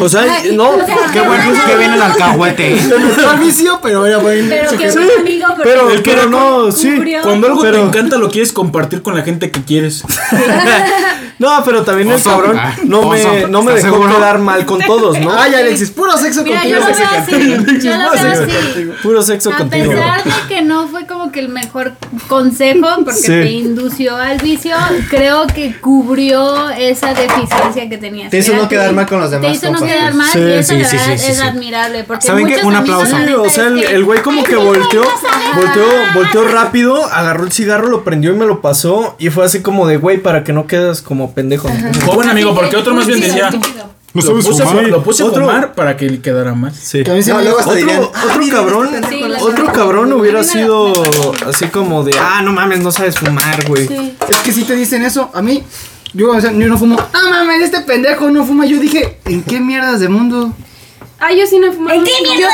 Speaker 1: O sea, no,
Speaker 5: Qué bueno que viene el alcahuete.
Speaker 6: Está vicio, pero era bueno.
Speaker 7: Pero que un amigo porque
Speaker 1: pero, pero no, sí.
Speaker 7: cubrió.
Speaker 2: Cuando algo
Speaker 1: Pero-
Speaker 2: te encanta, lo quieres compartir con la gente que quieres.
Speaker 1: No, pero también el
Speaker 5: Oso,
Speaker 1: cabrón
Speaker 5: ah,
Speaker 1: no me,
Speaker 5: oso,
Speaker 1: no me
Speaker 5: ¿estás
Speaker 1: dejó
Speaker 5: seguro?
Speaker 1: quedar mal con todos, ¿no?
Speaker 7: Ah,
Speaker 6: Ay, Alexis, puro sexo
Speaker 7: Mira, yo
Speaker 6: contigo.
Speaker 7: lo veo así. Yo lo veo así.
Speaker 1: Puro sexo
Speaker 7: A
Speaker 1: contigo.
Speaker 7: pesar de que no fue como que el mejor consejo, porque
Speaker 1: Sí.
Speaker 7: te indució al vicio, creo que cubrió esa deficiencia que tenías.
Speaker 3: Te hizo
Speaker 7: Era
Speaker 3: no
Speaker 7: que-
Speaker 3: quedar mal con los demás
Speaker 7: Te hizo no
Speaker 3: compas.
Speaker 7: quedar mal
Speaker 1: Sí,
Speaker 7: y eso
Speaker 1: sí,
Speaker 7: la
Speaker 1: sí,
Speaker 7: verdad
Speaker 1: sí, sí,
Speaker 7: es
Speaker 1: sí.
Speaker 7: admirable. Porque
Speaker 1: ¿Saben qué?
Speaker 7: muchos
Speaker 1: Un
Speaker 7: amigos,
Speaker 1: aplauso.
Speaker 7: la
Speaker 1: Sí,
Speaker 7: neta,
Speaker 1: o sea,
Speaker 7: es
Speaker 1: el,
Speaker 7: que-
Speaker 1: el güey como que volteó, volteó, volteó rápido, agarró el cigarro, lo prendió y me lo pasó. Y fue así como de, güey, para que no quedes como pendejo.
Speaker 2: Fue buen amigo, porque otro más bien
Speaker 7: Sí,
Speaker 2: decía.
Speaker 7: sí, sí.
Speaker 5: No
Speaker 2: Lo
Speaker 5: sabes
Speaker 2: puse, a
Speaker 5: fumar.
Speaker 2: fu- lo puse a
Speaker 1: Otro- Ah,
Speaker 2: fumar para que le quedara mal.
Speaker 1: Sí.
Speaker 6: Que a mí se
Speaker 3: No,
Speaker 6: me-
Speaker 3: luego hasta
Speaker 1: Otro,
Speaker 3: dirían,
Speaker 1: otro cabrón,
Speaker 7: Sí, la
Speaker 1: otro
Speaker 7: verdad.
Speaker 1: cabrón hubiera
Speaker 7: A mí me
Speaker 1: sido
Speaker 7: la- me la-
Speaker 1: así como de, ah, no mames, no sabes fumar, güey.
Speaker 6: Es que si te dicen eso, a mí, yo, o sea, yo no fumo. Ah, mames, este pendejo no fuma. Yo dije, ¿en qué mierdas de mundo?
Speaker 9: Ah,
Speaker 13: Ay, yo sí no he fumado.
Speaker 9: Yo por
Speaker 5: Yo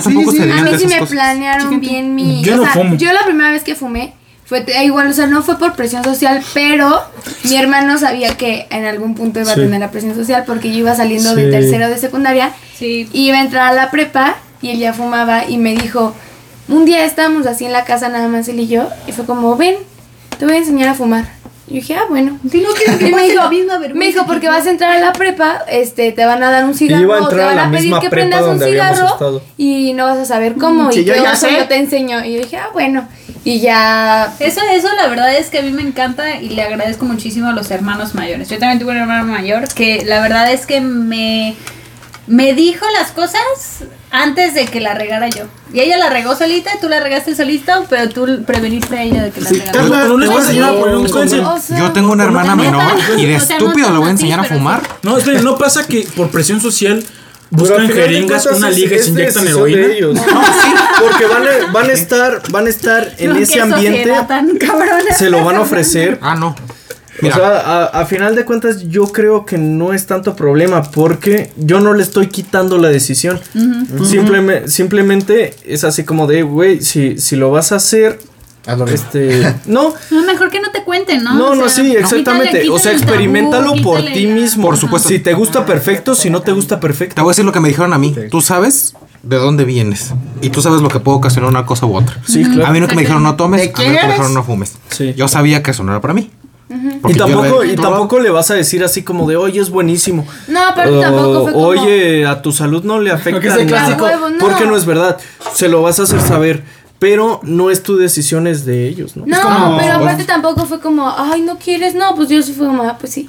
Speaker 9: eso,
Speaker 5: tampoco
Speaker 6: sí, sí.
Speaker 5: sabía
Speaker 9: a
Speaker 5: de
Speaker 9: mí sí
Speaker 5: esas
Speaker 9: me
Speaker 5: cosas.
Speaker 9: planearon bien mi...
Speaker 2: Yo
Speaker 9: o
Speaker 2: no
Speaker 9: sea,
Speaker 2: fumo.
Speaker 9: yo la primera vez que fumé fue eh, igual, o sea, no fue por presión social, pero mi hermano sabía que en algún punto iba a
Speaker 1: Sí.
Speaker 9: tener la presión social porque yo iba saliendo
Speaker 1: Sí.
Speaker 9: de tercero de secundaria
Speaker 7: Sí.
Speaker 9: Y iba a entrar a la prepa y él ya fumaba y me dijo, un día estábamos así en la casa nada más él y yo y fue como, ven, te voy a enseñar a fumar. Y yo dije, ah, bueno. Y me dijo, me dijo, porque vas a entrar a la prepa, este, te van a dar un cigarro,
Speaker 1: iba a
Speaker 9: o te
Speaker 1: entrar a
Speaker 9: van
Speaker 1: la
Speaker 9: a, pedir
Speaker 1: misma
Speaker 9: que
Speaker 1: prepa
Speaker 9: prendas un
Speaker 1: donde habíamos
Speaker 9: cigarro
Speaker 1: estado.
Speaker 9: y no vas a saber cómo.
Speaker 6: Sí,
Speaker 9: y
Speaker 6: yo
Speaker 9: yo,
Speaker 6: ya sé.
Speaker 9: yo te enseño. Y yo dije, ah, bueno. Y ya...
Speaker 7: Eso, eso la verdad es que a mí me encanta y le agradezco muchísimo a los hermanos mayores. Yo también tuve un hermano mayor que la verdad es que me, me dijo las cosas antes de que la regara yo. Y ella la regó solita, tú la regaste solita, pero tú preveniste a ella de que la regara.
Speaker 5: Carla,
Speaker 2: No
Speaker 5: te
Speaker 2: les
Speaker 5: voy a
Speaker 2: vas a llevar
Speaker 5: enseñar
Speaker 2: por un consejo.
Speaker 9: O sea,
Speaker 5: Yo tengo una hermana
Speaker 7: neta,
Speaker 5: menor y de
Speaker 7: o sea, no
Speaker 5: estúpido le voy
Speaker 7: tanto
Speaker 5: a enseñar a
Speaker 7: así, pero
Speaker 5: fumar.
Speaker 2: No, es que no pasa que por presión social
Speaker 1: Pero al
Speaker 2: buscan
Speaker 1: final de
Speaker 2: jeringas,
Speaker 1: cuentas,
Speaker 2: una
Speaker 1: es-
Speaker 2: liga y
Speaker 1: es
Speaker 2: se inyectan
Speaker 1: decisión de
Speaker 2: heroína.
Speaker 1: ellos. Porque van a, van a estar, van a estar en
Speaker 7: No, qué
Speaker 1: ese ambiente,
Speaker 7: sociedad tan cabrona.
Speaker 1: se lo van a ofrecer.
Speaker 5: Ah, no.
Speaker 1: O sea,
Speaker 5: Mira,
Speaker 1: a, a final de cuentas yo creo que no es tanto problema porque yo no le estoy quitando la decisión. Simpleme- simplemente es así como de, güey, si, si lo vas a hacer,
Speaker 15: Hazlo bien.
Speaker 1: este... No,
Speaker 7: No, mejor que no te cuenten, ¿no?
Speaker 1: no,
Speaker 7: O
Speaker 1: no,
Speaker 7: sea,
Speaker 1: sí, exactamente.
Speaker 7: quítale-
Speaker 1: o sea,
Speaker 7: quítale el tabú,
Speaker 1: experimentalo por
Speaker 7: quítale
Speaker 1: ti
Speaker 7: la-
Speaker 1: mismo.
Speaker 5: Por supuesto.
Speaker 1: Si te gusta, perfecto. Si no te gusta,
Speaker 5: te
Speaker 1: perfecto.
Speaker 5: voy a decir lo que me dijeron a mí. Tú sabes de dónde vienes y tú sabes lo que puede ocasionar una cosa u otra.
Speaker 1: Sí, claro.
Speaker 5: A mí lo que me dijeron no tomes, a
Speaker 6: ¿De
Speaker 5: mí lo que
Speaker 6: quién
Speaker 5: me
Speaker 6: eres?
Speaker 5: dijeron no fumes.
Speaker 1: Sí.
Speaker 5: Yo sabía que eso no era para mí.
Speaker 1: Y
Speaker 5: Porque yo lo he
Speaker 1: tampoco, y
Speaker 5: probado.
Speaker 1: tampoco le vas a decir así como de, oye, es buenísimo.
Speaker 9: No, pero
Speaker 1: O,
Speaker 9: tampoco fue como...
Speaker 1: Oh, Oye, a tu salud no le afecta
Speaker 6: Porque es el
Speaker 1: nada".
Speaker 6: clásico,
Speaker 9: "A huevo, no".
Speaker 1: Porque no es verdad. Se lo vas a hacer saber. Pero no es tu decisión, es de ellos, ¿no?
Speaker 9: No,
Speaker 5: como-
Speaker 9: pero aparte tampoco fue como, ay, no quieres, no, pues yo sí fui como, "Ah, pues sí.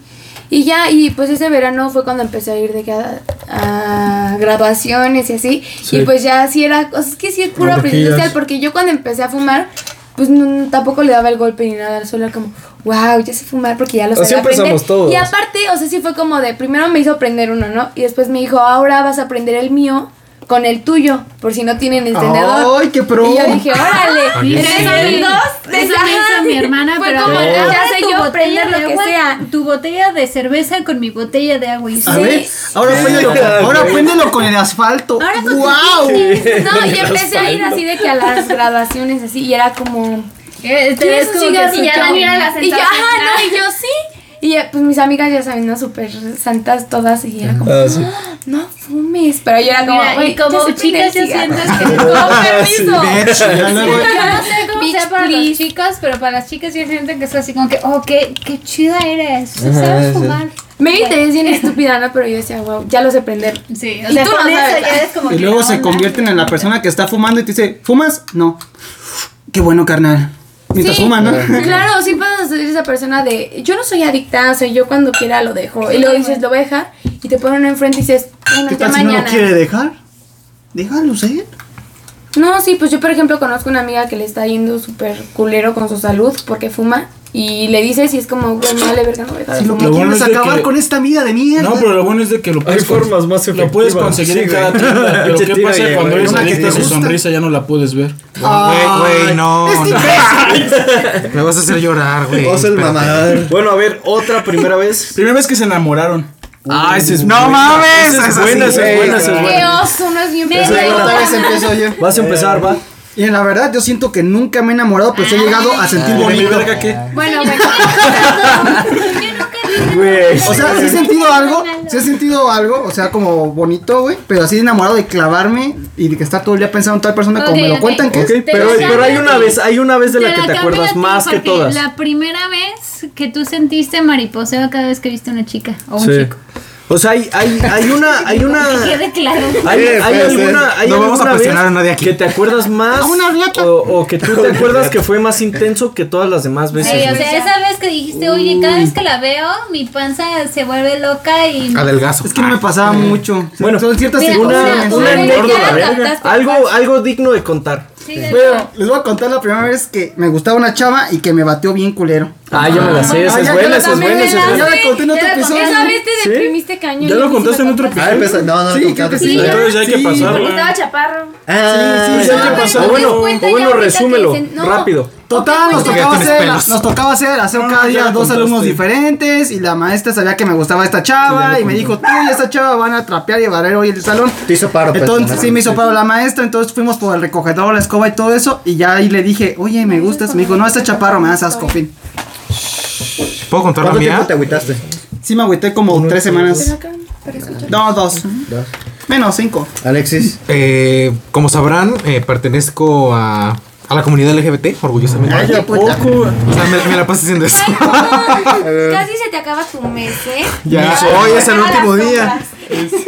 Speaker 9: Y ya, y pues ese verano fue cuando empecé a ir de cada a grabaciones y así.
Speaker 1: Sí.
Speaker 9: Y pues ya sí era, o sea, es que sí es pura
Speaker 2: Orgías.
Speaker 9: presión social, porque yo cuando empecé a fumar, pues no- no, tampoco le daba el golpe ni nada, solo era como, wow, ya sé fumar porque ya lo
Speaker 1: Así
Speaker 9: sabía aprender.
Speaker 1: empezamos todos.
Speaker 9: Y aparte, o sea, sí fue como de, primero me hizo aprender uno, ¿no? Y después me dijo, ahora vas a aprender el mío con el tuyo, por si no tienen encendedor.
Speaker 6: Ay, qué pro.
Speaker 9: Y yo dije, órale,
Speaker 5: Sí,
Speaker 9: tres
Speaker 5: sí.
Speaker 9: amigos,
Speaker 7: Eso me hizo mi hermana,
Speaker 9: Fue
Speaker 7: pero
Speaker 9: como,
Speaker 7: ahora
Speaker 9: ya sé
Speaker 7: tu
Speaker 9: yo
Speaker 7: botella
Speaker 9: prender
Speaker 7: de
Speaker 9: lo que
Speaker 7: agua-
Speaker 9: sea.
Speaker 7: Tu botella de cerveza con mi botella de agua. Y
Speaker 6: A
Speaker 7: sí.
Speaker 6: ver, ahora préndelo, ahora préndelo con el asfalto.
Speaker 7: Ahora con
Speaker 6: ¡Wow!
Speaker 9: No, y empecé a ir así de que a las graduaciones así, y era como,
Speaker 7: Eh, te ves
Speaker 9: ¿quieres un
Speaker 7: como que
Speaker 9: cigarro?
Speaker 7: sí, ya
Speaker 13: la
Speaker 7: la
Speaker 13: mira la
Speaker 9: Y yo,
Speaker 13: sensación.
Speaker 9: ajá, no, y yo sí. Y eh, pues mis amigas ya saben, ¿no? Súper santas todas, y era como, "Ah, no fumes. Pero yo era como,
Speaker 7: Mira,
Speaker 9: "Güey,
Speaker 7: y como
Speaker 9: ya sé
Speaker 7: chicas yo
Speaker 9: prender
Speaker 7: siento
Speaker 9: cigarro".
Speaker 7: que con permiso.
Speaker 6: Yo
Speaker 7: Yo no sé cómo
Speaker 9: Bitch,
Speaker 7: sea para
Speaker 9: please.
Speaker 7: los chicos, pero para las chicas yo siento que es así como que, oh, qué, qué chida eres,
Speaker 15: Ajá, sí.
Speaker 7: sabes fumar.
Speaker 9: Maybe te ves bien estúpida, ¿no? Pero yo decía, wow, ya lo sé prender.
Speaker 7: Sí,
Speaker 9: Y tú no
Speaker 7: con eso
Speaker 9: sabes.
Speaker 7: ya eres como
Speaker 6: Y
Speaker 7: que,
Speaker 6: luego
Speaker 7: ¿qué
Speaker 6: se
Speaker 7: onda?
Speaker 6: convierten en la persona que está fumando y te dice, ¿fumas? No. Qué bueno, carnal. Mientras
Speaker 9: Sí.
Speaker 6: fuman, ¿no?
Speaker 9: Claro, sí vas a ser esa persona de yo no soy adicta, o sea, yo cuando quiera lo dejo. y luego dices, lo voy a dejar, y te ponen enfrente y dices, bueno,
Speaker 6: ¿Qué
Speaker 9: ya
Speaker 6: tal si no
Speaker 9: mañana.
Speaker 6: lo quiere dejar? Déjalo ser.
Speaker 9: No, sí, pues yo por ejemplo conozco una amiga que le está yendo súper culero con su salud porque fuma Y le dices y es como, güey, me vale verga, no voy a
Speaker 6: Si
Speaker 9: dejar
Speaker 6: lo que
Speaker 2: Lo bueno
Speaker 6: quieres
Speaker 2: es de
Speaker 6: acabar
Speaker 2: que-
Speaker 6: con esta vida de mierda.
Speaker 2: No, pero lo bueno es de que lo
Speaker 15: Hay
Speaker 2: puedes, con-
Speaker 15: formas más efectivas.
Speaker 2: lo puedes conseguir en cada tienda. Pero ¿qué pasa cuando eres
Speaker 6: Una que
Speaker 2: adicto
Speaker 6: te
Speaker 2: a su
Speaker 6: gusta.
Speaker 2: sonrisa? Ya no la puedes ver.
Speaker 5: Güey, güey, no.
Speaker 6: Este
Speaker 5: no.
Speaker 6: imbécil.
Speaker 5: Me vas a hacer llorar, güey.
Speaker 15: Vos el
Speaker 5: Espérate.
Speaker 3: Ah,
Speaker 15: mamador.
Speaker 1: Bueno, a ver, otra primera vez.
Speaker 2: Primera vez que se enamoraron.
Speaker 1: Ah, ese es
Speaker 5: No
Speaker 1: buena.
Speaker 5: mames,
Speaker 1: Esa es
Speaker 5: esa
Speaker 1: buena, esa
Speaker 5: sí,
Speaker 1: es
Speaker 15: güey.
Speaker 1: buena, esa es
Speaker 9: ¡Qué
Speaker 1: buena.
Speaker 9: oso! No es bien
Speaker 6: Otra vez empiezo yo.
Speaker 1: Vas a empezar, va.
Speaker 6: Y la verdad, yo siento que nunca me he enamorado, pero sí he llegado a sentir
Speaker 2: ¿De mi
Speaker 6: bonito.
Speaker 2: verga qué?
Speaker 9: Bueno, bueno.
Speaker 6: O sea, sí he sentido algo, sí he sentido algo, o sea, como bonito, güey, pero así enamorado de clavarme y de que estar todo el día pensando en tal persona como
Speaker 4: Ok,
Speaker 6: me lo
Speaker 4: ok.
Speaker 6: cuentan que
Speaker 4: Ok,
Speaker 6: es.
Speaker 1: pero,
Speaker 4: Te la
Speaker 1: pero hay
Speaker 4: cambio
Speaker 1: una
Speaker 4: a ti.
Speaker 1: vez, hay una vez de la,
Speaker 4: Te
Speaker 1: que te
Speaker 4: cambio a
Speaker 1: acuerdas
Speaker 4: ti,
Speaker 1: más que
Speaker 4: porque
Speaker 1: todas.
Speaker 4: La primera vez que tú sentiste mariposeo cada vez que viste una chica o un
Speaker 1: Sí.
Speaker 4: chico.
Speaker 1: O sea, hay, hay, hay una, hay una.
Speaker 4: Que quede claro.
Speaker 1: Hay, hay
Speaker 15: puede
Speaker 1: alguna, hay
Speaker 5: No vamos a
Speaker 1: alguna vez
Speaker 5: presionar a nadie aquí.
Speaker 1: que te acuerdas más o, o que tú te acuerdas que fue más intenso que todas las demás veces.
Speaker 4: Ey, o
Speaker 1: güey?
Speaker 4: sea, esa vez que dijiste, oye, cada vez que la veo, mi panza se vuelve loca y.
Speaker 5: Adelgazo. Ah,
Speaker 6: Es que no me pasaba mucho.
Speaker 1: Ah. Bueno,
Speaker 6: son ciertas
Speaker 4: Mira,
Speaker 1: una,
Speaker 6: circunstancias.
Speaker 4: una
Speaker 1: una
Speaker 4: vez
Speaker 1: engorda,
Speaker 4: ya
Speaker 1: la verga.
Speaker 4: captaste
Speaker 1: Algo,
Speaker 4: cuál.
Speaker 1: algo digno de contar.
Speaker 4: Sí, de
Speaker 6: Bueno,
Speaker 4: hecho.
Speaker 6: les voy a contar la primera vez que me gustaba una chava y que me batió bien culero.
Speaker 1: Ah, yo me la sé, esa
Speaker 6: Ah,
Speaker 1: es
Speaker 6: ya,
Speaker 1: buena, esa
Speaker 6: ya
Speaker 1: es
Speaker 6: también
Speaker 1: buena, esa es
Speaker 6: me la-
Speaker 1: buena.
Speaker 6: Ya la conté en otro episodio.
Speaker 9: Esa vez te
Speaker 1: ¿Sí?
Speaker 9: deprimiste cañón.
Speaker 2: Ya
Speaker 9: yo
Speaker 2: lo
Speaker 9: sí
Speaker 2: contaste
Speaker 9: lo
Speaker 2: en otro
Speaker 9: conté.
Speaker 15: Ah, empezó. No, no, no.
Speaker 6: Sí, creo que
Speaker 15: contaste.
Speaker 6: sí.
Speaker 2: Entonces hay que
Speaker 6: Sí.
Speaker 13: Porque estaba
Speaker 2: pasarla.
Speaker 13: chaparro.
Speaker 15: Ah,
Speaker 6: Sí, sí,
Speaker 1: Ya
Speaker 6: sí.
Speaker 1: que pasó,
Speaker 9: te
Speaker 1: bueno,
Speaker 9: cuenta
Speaker 1: o
Speaker 9: ya
Speaker 1: bueno,
Speaker 9: ahorita que
Speaker 1: resúmelo,
Speaker 9: dicen, no.
Speaker 1: rápido.
Speaker 6: Total, nos
Speaker 5: Porque ya
Speaker 6: tocaba,
Speaker 5: tienes
Speaker 6: hacer,
Speaker 5: pelos.
Speaker 6: nos tocaba hacer, hacer
Speaker 2: No,
Speaker 6: cada
Speaker 2: ya
Speaker 6: día
Speaker 2: lo
Speaker 6: dos
Speaker 2: contaste.
Speaker 6: alumnos diferentes y la maestra sabía que me gustaba esta chava y me dijo, tú y esta chava van a trapear y barrer hoy el salón.
Speaker 15: Te hizo paro, pues,
Speaker 6: Entonces
Speaker 15: ¿no?
Speaker 6: sí me hizo paro la maestra, entonces fuimos por el recogedor, la escoba y todo eso y ya ahí le dije, oye, me gustas, me dijo, no, este chaparro me das asco, fin.
Speaker 5: ¿Puedo contar la
Speaker 15: ¿Cuánto tiempo
Speaker 5: mía?
Speaker 15: te agüitaste?
Speaker 6: Sí me agüité como tres semanas.
Speaker 9: Para escuchar.
Speaker 6: No, dos.
Speaker 15: Dos.
Speaker 6: Menos cinco.
Speaker 15: Alexis.
Speaker 5: Eh, como sabrán, eh, pertenezco a, a la comunidad LGBT, orgullosamente.
Speaker 6: Ay,
Speaker 5: o
Speaker 6: ya, puta.
Speaker 5: sea, me, me la pasé haciendo eso.
Speaker 13: Casi se te acaba tu mes, ¿eh?
Speaker 5: ya, hoy es el último día.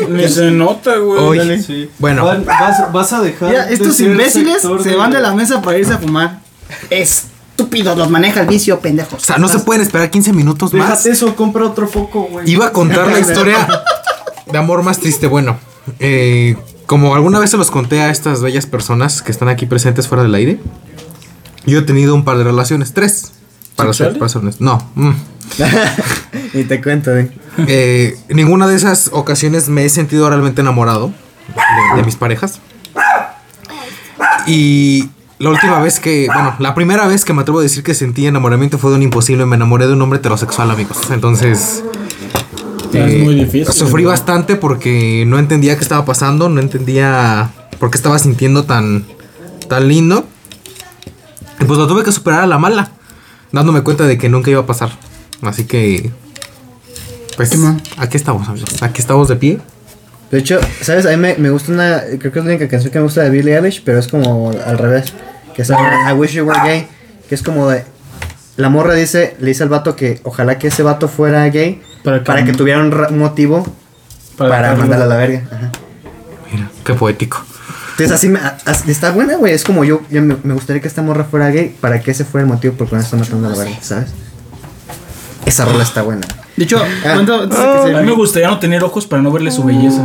Speaker 2: Ni se nota, güey.
Speaker 5: Hoy. Bueno,
Speaker 1: Van- Vas, vas a dejar.
Speaker 6: Mira,
Speaker 1: de
Speaker 6: estos
Speaker 1: ser
Speaker 6: imbéciles
Speaker 1: sector
Speaker 6: se van de la mesa para irse a fumar. Estúpidos, los maneja el vicio, pendejos.
Speaker 5: o sea, no se pueden esperar 15 minutos más.
Speaker 1: Déjate eso, compra otro foco, güey.
Speaker 5: Iba a contar la historia de amor más triste. Bueno, eh, como alguna vez se los conté a estas bellas personas que están aquí presentes fuera del aire, yo he tenido un par de relaciones, tres. Para ser,
Speaker 2: ¿Sexuales?
Speaker 5: para ser honesto. No. mm.
Speaker 15: Ni te cuento, eh.
Speaker 5: Eh, ninguna de esas ocasiones me he sentido realmente enamorado de, de mis parejas. Y la última vez que, bueno, la primera vez que me atrevo a decir que sentí enamoramiento fue de un imposible. Me enamoré de un hombre heterosexual, amigos. Entonces. eh,
Speaker 2: Es muy difícil,
Speaker 5: Sufrí
Speaker 2: ¿no?
Speaker 5: bastante porque no entendía qué estaba pasando, no entendía por qué estaba sintiendo tan, tan lindo. Y pues lo tuve que superar a la mala, dándome cuenta de que nunca iba a pasar. Así que pues aquí estamos, amigos. Aquí estamos de pie.
Speaker 15: De hecho, ¿sabes? A mí me, me gusta una. Creo que es la única canción que me gusta de Billie Eilish, pero es como al revés. Que es I Wish You Were Gay. Que es como de. La morra dice, le dice al vato que ojalá que ese vato fuera gay
Speaker 2: Para
Speaker 15: para
Speaker 2: que-
Speaker 15: que, tuviera un ra- un motivo para, mandarla a la verga. Ajá.
Speaker 5: Mira, qué poético.
Speaker 15: Entonces así, me, a- así- está buena, güey. Es como yo, yo me, me gustaría que esta morra fuera gay para que ese fuera el motivo por el cual me está matando a la verga, ¿sabes? Esa rola está buena.
Speaker 6: De hecho, ¿cuánto- antes de que
Speaker 2: A
Speaker 6: se-
Speaker 2: mí me gustaría no tener ojos para no verle su belleza.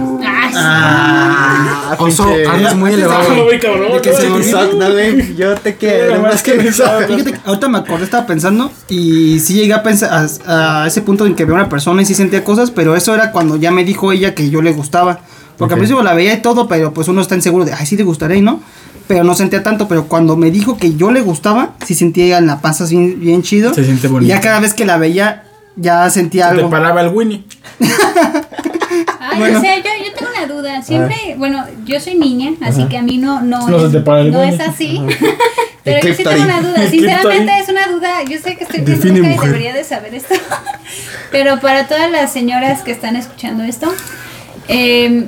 Speaker 6: Ah,
Speaker 5: Oso,
Speaker 6: pinche-
Speaker 5: andas Ah, muy elevado.
Speaker 2: cabrón.
Speaker 15: De que sí, Isaac, dale, yo te quiero más que mi
Speaker 6: Fíjate, que ahorita me acordé, estaba pensando y sí llegué a pensar a, a ese punto en que veo a una persona y sí sentía cosas, pero eso era cuando ya me dijo ella que yo le gustaba. Porque al principio la veía y todo, pero pues uno está inseguro de, ay, sí te gustaré, y ¿no? Pero no sentía tanto, pero cuando me dijo que yo le gustaba, sí sentía en la panza así bien, bien chido.
Speaker 2: Se siente
Speaker 6: Y
Speaker 2: bonito.
Speaker 6: ya cada vez que la veía, ya sentía
Speaker 2: Te
Speaker 6: algo.
Speaker 2: paraba el Winnie.
Speaker 7: Ay, o sea, yo, yo tengo una duda.
Speaker 2: Ah.
Speaker 7: Siempre, bueno, yo soy niña, así que a mí no, no,
Speaker 2: No se
Speaker 7: es,
Speaker 2: te para el
Speaker 7: no
Speaker 2: güey.
Speaker 7: es así. Pero yo
Speaker 15: Eclipse
Speaker 7: sí tengo
Speaker 15: ahí.
Speaker 7: una duda. Sinceramente es una duda. Yo sé que estoy bien
Speaker 2: Define
Speaker 7: loca y
Speaker 2: mujer.
Speaker 7: debería de saber esto. Pero para todas las señoras que están escuchando esto, eh,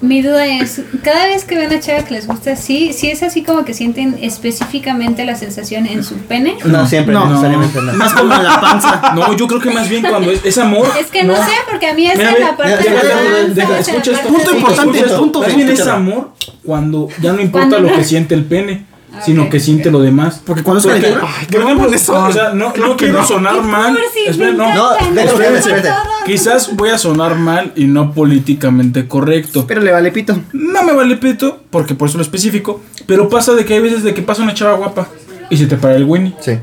Speaker 7: mi duda es, cada vez que ven a chava que les gusta, sí, sí es así como que sienten específicamente la sensación en su pene.
Speaker 15: No, siempre,
Speaker 6: No.
Speaker 15: no, necesariamente no.
Speaker 6: Más como en la panza.
Speaker 2: No, yo creo que más bien cuando es, es amor.
Speaker 7: Es que no, sé, porque a mí es
Speaker 2: Mira,
Speaker 7: en
Speaker 2: ve,
Speaker 7: la parte
Speaker 2: deja,
Speaker 7: de
Speaker 2: deja,
Speaker 7: la
Speaker 2: deja,
Speaker 7: panza, es en la
Speaker 2: escucha
Speaker 7: parte
Speaker 2: esto.
Speaker 7: de-
Speaker 6: Punto importante,
Speaker 2: Escucha esto.
Speaker 6: punto.
Speaker 2: Más bien es amor cuando ya no importa
Speaker 7: Cuando Ah,
Speaker 2: lo
Speaker 7: no-
Speaker 2: que siente el pene, sino que siente lo demás.
Speaker 6: Porque cuando es
Speaker 2: Porque,
Speaker 6: calentura-
Speaker 2: por ejemplo, o sea, no, no quiero sonar mal.
Speaker 7: cursi,
Speaker 2: Espera,
Speaker 7: me
Speaker 2: no.
Speaker 15: No,
Speaker 7: encanta,
Speaker 15: espérate,
Speaker 7: me encanta
Speaker 15: espérate.
Speaker 7: todo.
Speaker 2: Quizás voy a sonar mal y no políticamente correcto.
Speaker 6: Pero le vale pito.
Speaker 2: No me vale pito, porque por eso lo específico. Pero pasa de que hay veces de que pasa una chava guapa y se te para el Winnie.
Speaker 15: Sí.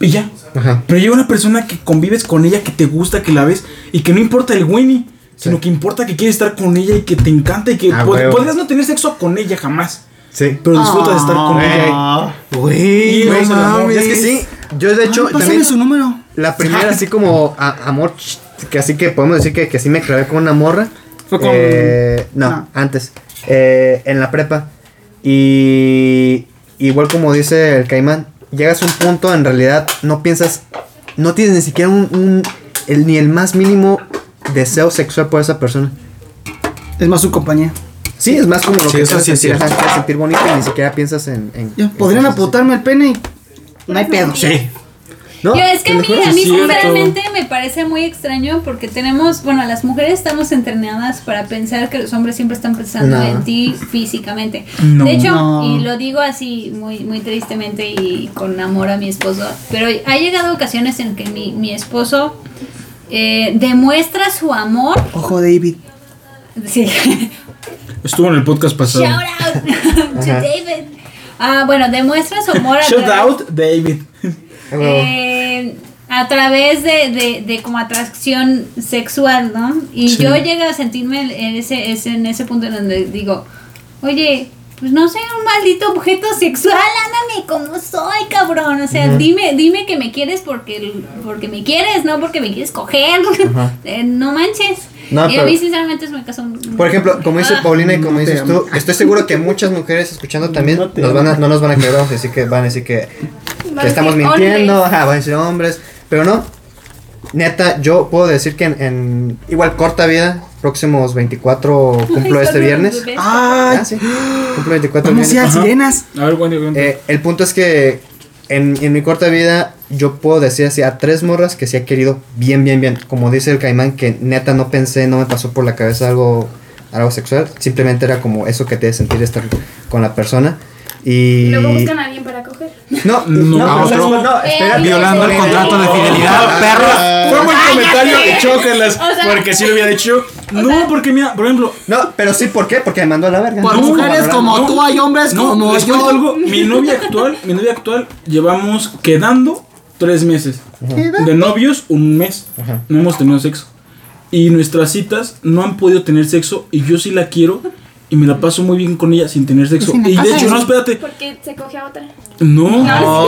Speaker 2: Y ya.
Speaker 5: Ajá.
Speaker 2: Pero llega una persona que convives con ella, que te gusta, que la ves y que no importa el Winnie, sino que importa que quieres estar con ella y que te encanta y que
Speaker 3: Ah,
Speaker 2: pod-
Speaker 3: huevo.
Speaker 2: podrías no tener sexo con ella jamás,
Speaker 3: Sí.
Speaker 2: pero disfrutas de estar con ella.
Speaker 6: Ah,
Speaker 3: Güey,
Speaker 2: no
Speaker 3: no
Speaker 2: mames.
Speaker 3: mames. Es que sí, yo de hecho
Speaker 6: pásame
Speaker 3: también
Speaker 6: su número.
Speaker 3: la primera así como a- amor, ch- que así que podemos decir que, que sí me clavé con una morra.
Speaker 2: Fue con-
Speaker 3: Eh, no,
Speaker 6: no.
Speaker 3: antes. Eh, en la prepa. Y igual como dice el caimán, llegas a un punto en realidad no piensas, no tienes ni siquiera un, un- el- ni el más mínimo deseo sexual por esa persona.
Speaker 6: Es más su compañía.
Speaker 3: Sí, es más como lo
Speaker 5: Sí,
Speaker 3: que te
Speaker 5: eso
Speaker 3: hace
Speaker 5: sí es
Speaker 3: sentir,
Speaker 5: cierto.
Speaker 3: ajá, te hace sentir bonito y ni siquiera piensas en... en-
Speaker 6: Ya,
Speaker 3: en
Speaker 6: Podrían
Speaker 3: cosas así.
Speaker 6: apuntarme el pene y no hay pedo.
Speaker 5: Sí.
Speaker 3: No,
Speaker 7: Yo, es que
Speaker 3: te lo
Speaker 7: a mí,
Speaker 3: juro.
Speaker 7: a mí
Speaker 2: Sí, es cierto.
Speaker 7: sinceramente me parece muy extraño porque tenemos, bueno, las mujeres estamos entrenadas para pensar que los hombres siempre están pensando
Speaker 3: No.
Speaker 7: en ti físicamente.
Speaker 2: No.
Speaker 7: de hecho,
Speaker 6: No.
Speaker 7: y lo digo así muy, muy tristemente y con amor a mi esposo, pero ha llegado ocasiones en que mi, mi esposo eh, demuestra su amor.
Speaker 6: Ojo, David.
Speaker 7: Sí.
Speaker 2: Estuvo en el podcast pasado.
Speaker 7: Shout out to David. Ah, bueno, demuestra su amor a
Speaker 2: Shout
Speaker 7: través-
Speaker 2: out, David.
Speaker 7: eh, a través de, de, de como atracción sexual, ¿no? Y yo llego a sentirme en ese, ese- en ese punto en donde digo, oye, pues no soy un maldito objeto sexual, ándame como soy, cabrón. O sea, dime, dime que me quieres porque, porque me quieres, no porque me quieres coger. Eh, no manches.
Speaker 3: No,
Speaker 7: y a mí
Speaker 3: pero-
Speaker 7: sinceramente es muy caso.
Speaker 3: Por ejemplo, como dice
Speaker 7: Ah.
Speaker 3: Paulina y como dices tú, estoy seguro que muchas mujeres escuchando también
Speaker 6: No te
Speaker 3: nos van a- no nos van a creer, vamos a decir que van a decir que,
Speaker 9: Van a
Speaker 3: que estamos
Speaker 9: decir
Speaker 3: mintiendo,
Speaker 9: hombres.
Speaker 3: ajá, van a decir hombres, pero no. Neta, yo puedo decir que en, en igual corta vida, próximos 24 cumplo este viernes.
Speaker 6: Ay,
Speaker 3: Ah, sí. Cumplo 24
Speaker 6: vamos a ir
Speaker 3: viernes.
Speaker 6: a sirenas.
Speaker 2: A ver, Wendy, Wendy.
Speaker 3: Eh, el punto es que en, en mi corta vida yo puedo decir así a tres morras que sí ha querido bien, bien, bien. Como dice el caimán, que neta no pensé, no me pasó por la cabeza algo, algo sexual. Simplemente era como eso que te hace sentir estar con la persona. Y...
Speaker 9: Luego buscan a alguien para coger.
Speaker 3: No,
Speaker 2: No,
Speaker 3: no,
Speaker 5: a
Speaker 3: pero
Speaker 5: otro.
Speaker 3: sabes- no,
Speaker 2: Eh,
Speaker 3: espérate.
Speaker 5: Violando el contrato de
Speaker 6: Ah,
Speaker 5: fidelidad, perro.
Speaker 2: Fue buen comentario de Chócalas,
Speaker 7: O sea-
Speaker 2: porque sí lo había dicho. No, porque mira, por ejemplo,
Speaker 3: No, pero sí, ¿por qué? Porque me mandó a la verga.
Speaker 6: Por
Speaker 3: No,
Speaker 6: mujeres
Speaker 3: no,
Speaker 6: como
Speaker 2: no.
Speaker 6: tú hay hombres
Speaker 2: no,
Speaker 6: como
Speaker 2: les cuento
Speaker 6: yo.
Speaker 2: algo. Mi novia actual, mi novia actual, llevamos quedando tres meses. De novios, un mes. No hemos tenido sexo. Y nuestras citas no han podido tener sexo. Y yo sí la quiero. Y me la paso muy bien con ella sin tener sexo.
Speaker 6: Sin la
Speaker 2: y de
Speaker 6: pasa
Speaker 2: hecho,
Speaker 6: bien.
Speaker 2: no, espérate.
Speaker 9: Porque se coge a otra.
Speaker 2: No, no,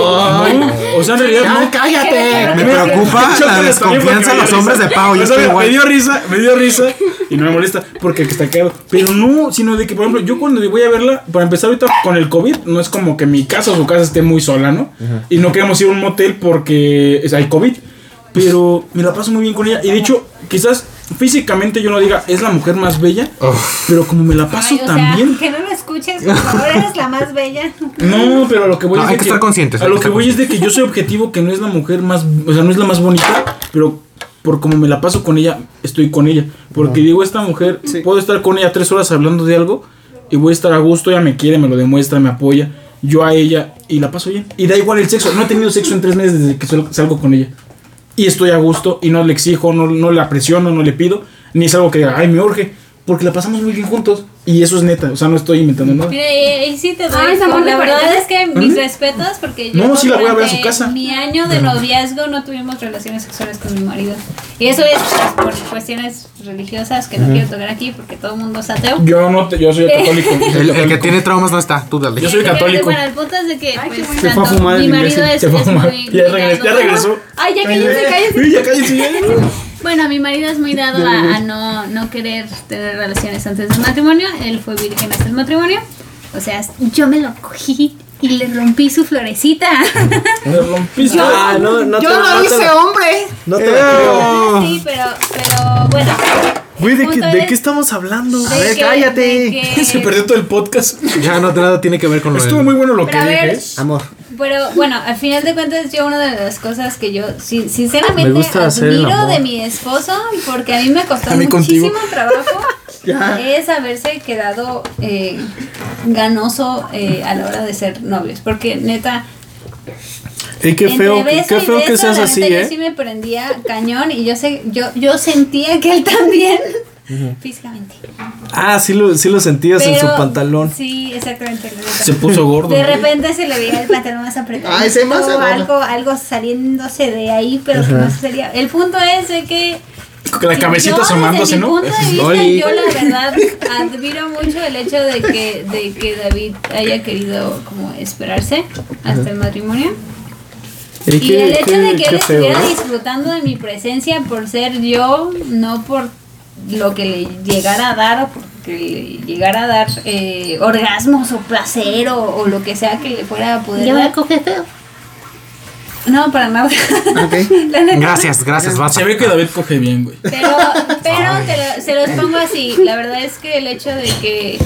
Speaker 2: O sea, en realidad
Speaker 6: Ya,
Speaker 2: no.
Speaker 6: cállate.
Speaker 5: Me preocupa
Speaker 2: Chócalas
Speaker 5: la
Speaker 2: también,
Speaker 5: desconfianza de
Speaker 2: porque
Speaker 5: los hombres de Pau. Yo
Speaker 2: O sea,
Speaker 5: estoy
Speaker 2: me
Speaker 5: igual.
Speaker 2: dio risa, me dio risa y no me molesta porque está quedado. Pero no, sino de que, por ejemplo, yo cuando voy a verla, para empezar ahorita con el COVID, no es como que mi casa o su casa esté muy sola, ¿no? Y no queremos ir a un motel porque es- hay COVID. Pero me la paso muy bien con ella. Y de hecho, quizás físicamente yo no diga, es la mujer más bella,
Speaker 6: ah.
Speaker 5: Ah.
Speaker 2: pero como me la paso
Speaker 7: Ay, o sea,
Speaker 2: también.
Speaker 7: que no lo escuches, por favor, eres la más bella.
Speaker 2: No, pero a lo que voy
Speaker 5: No,
Speaker 2: es
Speaker 5: hay
Speaker 2: de
Speaker 5: que estar conscientes,
Speaker 2: A
Speaker 5: hay
Speaker 2: lo
Speaker 5: que
Speaker 2: que
Speaker 5: estar
Speaker 2: voy es de que yo soy objetivo, que no es la mujer más, o sea, no es la más bonita, pero por como me la paso con ella, estoy con ella. Porque digo, esta mujer, puedo estar con ella tres horas hablando de algo y voy a estar a gusto, ella me quiere, me lo demuestra, me apoya, yo a ella y la paso bien. Y da igual el sexo, no he tenido sexo en tres meses desde que sol- salgo con ella. Y estoy a gusto y no le exijo, no, no la presiono, no le pido, ni es algo que diga, ay, me urge. Porque la pasamos muy bien juntos. Y eso es neta. O sea, no estoy inventando nada.
Speaker 7: Mira, eh, ahí sí te doy.
Speaker 9: Ah, es amor
Speaker 7: la
Speaker 9: de
Speaker 7: verdad
Speaker 9: pareja.
Speaker 7: es que mis respetos porque yo.
Speaker 2: No, sí la voy a ver a su
Speaker 7: durante
Speaker 2: casa.
Speaker 7: Mi año de noviazgo no tuvimos relaciones sexuales con mi marido. Y eso es pues, por cuestiones religiosas que no quiero tocar aquí porque todo el mundo es ateo.
Speaker 2: Yo no te- yo soy católico.
Speaker 5: El, el que tiene traumas no está, tú dale.
Speaker 2: Yo soy católico.
Speaker 7: Bueno, el punto es de que
Speaker 9: Ay, qué
Speaker 7: pues,
Speaker 9: bueno.
Speaker 6: Se fue a
Speaker 7: tanto
Speaker 6: fumar el
Speaker 7: mi marido
Speaker 6: imbécil,
Speaker 7: es,
Speaker 2: se fue a
Speaker 7: es
Speaker 2: fumar.
Speaker 7: muy,
Speaker 2: Ya
Speaker 7: muy
Speaker 2: regresó, ya
Speaker 7: dado-
Speaker 2: regresó.
Speaker 9: Ay, ya cállense, cállense.
Speaker 2: Ya cállese.
Speaker 7: Bueno, mi marido es muy dado a, a no, no querer tener relaciones antes del matrimonio. Él fue virgen hasta el matrimonio. O sea, yo me lo cogí y le rompí su florecita.
Speaker 2: Me rompiste.
Speaker 3: Ah, no, no
Speaker 6: Yo
Speaker 3: te-
Speaker 6: lo
Speaker 3: no te-
Speaker 6: hice hombre.
Speaker 3: No te lo
Speaker 1: Eh,
Speaker 3: creo.
Speaker 7: Ah, sí, pero, pero bueno.
Speaker 1: Güey, Ah. ¿de,
Speaker 7: El
Speaker 1: qué,
Speaker 7: punto
Speaker 1: de
Speaker 7: es
Speaker 1: qué estamos hablando?
Speaker 7: de
Speaker 6: ver,
Speaker 7: que-
Speaker 6: cállate.
Speaker 7: de que-
Speaker 2: Se perdió todo el podcast.
Speaker 5: Ya no nada tiene que ver con lo
Speaker 2: Estuvo
Speaker 5: del-
Speaker 2: muy bueno lo que
Speaker 7: Pero a ver,
Speaker 2: dije.
Speaker 3: Amor.
Speaker 7: Pero bueno, al final de cuentas, yo una de las cosas que yo sin- sinceramente
Speaker 1: Me gusta hacer el
Speaker 7: admiro
Speaker 1: amor.
Speaker 7: de mi esposo, porque a mí me costó
Speaker 5: A mí
Speaker 7: muchísimo trabajo, es haberse quedado eh, ganoso eh, a la hora de ser novios. Porque neta,
Speaker 1: Y Eh, qué
Speaker 7: entre
Speaker 1: feo,
Speaker 7: beso
Speaker 1: qué
Speaker 7: y
Speaker 1: feo que
Speaker 7: beso,
Speaker 1: seas
Speaker 7: la
Speaker 1: así,
Speaker 7: neta,
Speaker 1: ¿eh?
Speaker 7: Yo sí me prendía cañón y yo, sé, yo, yo sentía que él también, físicamente.
Speaker 1: Ah, sí lo, sí lo sentías en su
Speaker 7: Pero
Speaker 1: pantalón.
Speaker 7: Sí, Exactamente.
Speaker 2: Se puso gordo.
Speaker 7: De repente se le veía el pantalón más apretado.
Speaker 6: Ah, ese más
Speaker 7: O
Speaker 6: agora.
Speaker 7: algo, algo saliéndose de ahí, pero que no sería. El punto es de que.
Speaker 2: La cabecita
Speaker 7: yo,
Speaker 2: asomándose,
Speaker 7: desde mi
Speaker 2: ¿no?
Speaker 7: punto de vista,
Speaker 5: Oli.
Speaker 7: yo la verdad admiro mucho el hecho de que, de que David haya querido como esperarse hasta el matrimonio.
Speaker 1: Eh,
Speaker 7: Y, el hecho de que él estuviera disfrutando de mi presencia por ser yo, no por lo que le llegara a dar o porque le llegara a dar eh, orgasmos o placer o, o lo que sea que le fuera a poder dar.
Speaker 16: coge feo.
Speaker 7: No, para nada. La neta.
Speaker 5: Gracias, gracias, basta.
Speaker 2: Se ve que David coge bien, güey.
Speaker 7: Pero, pero te lo- se los pongo así. La verdad es que el hecho de que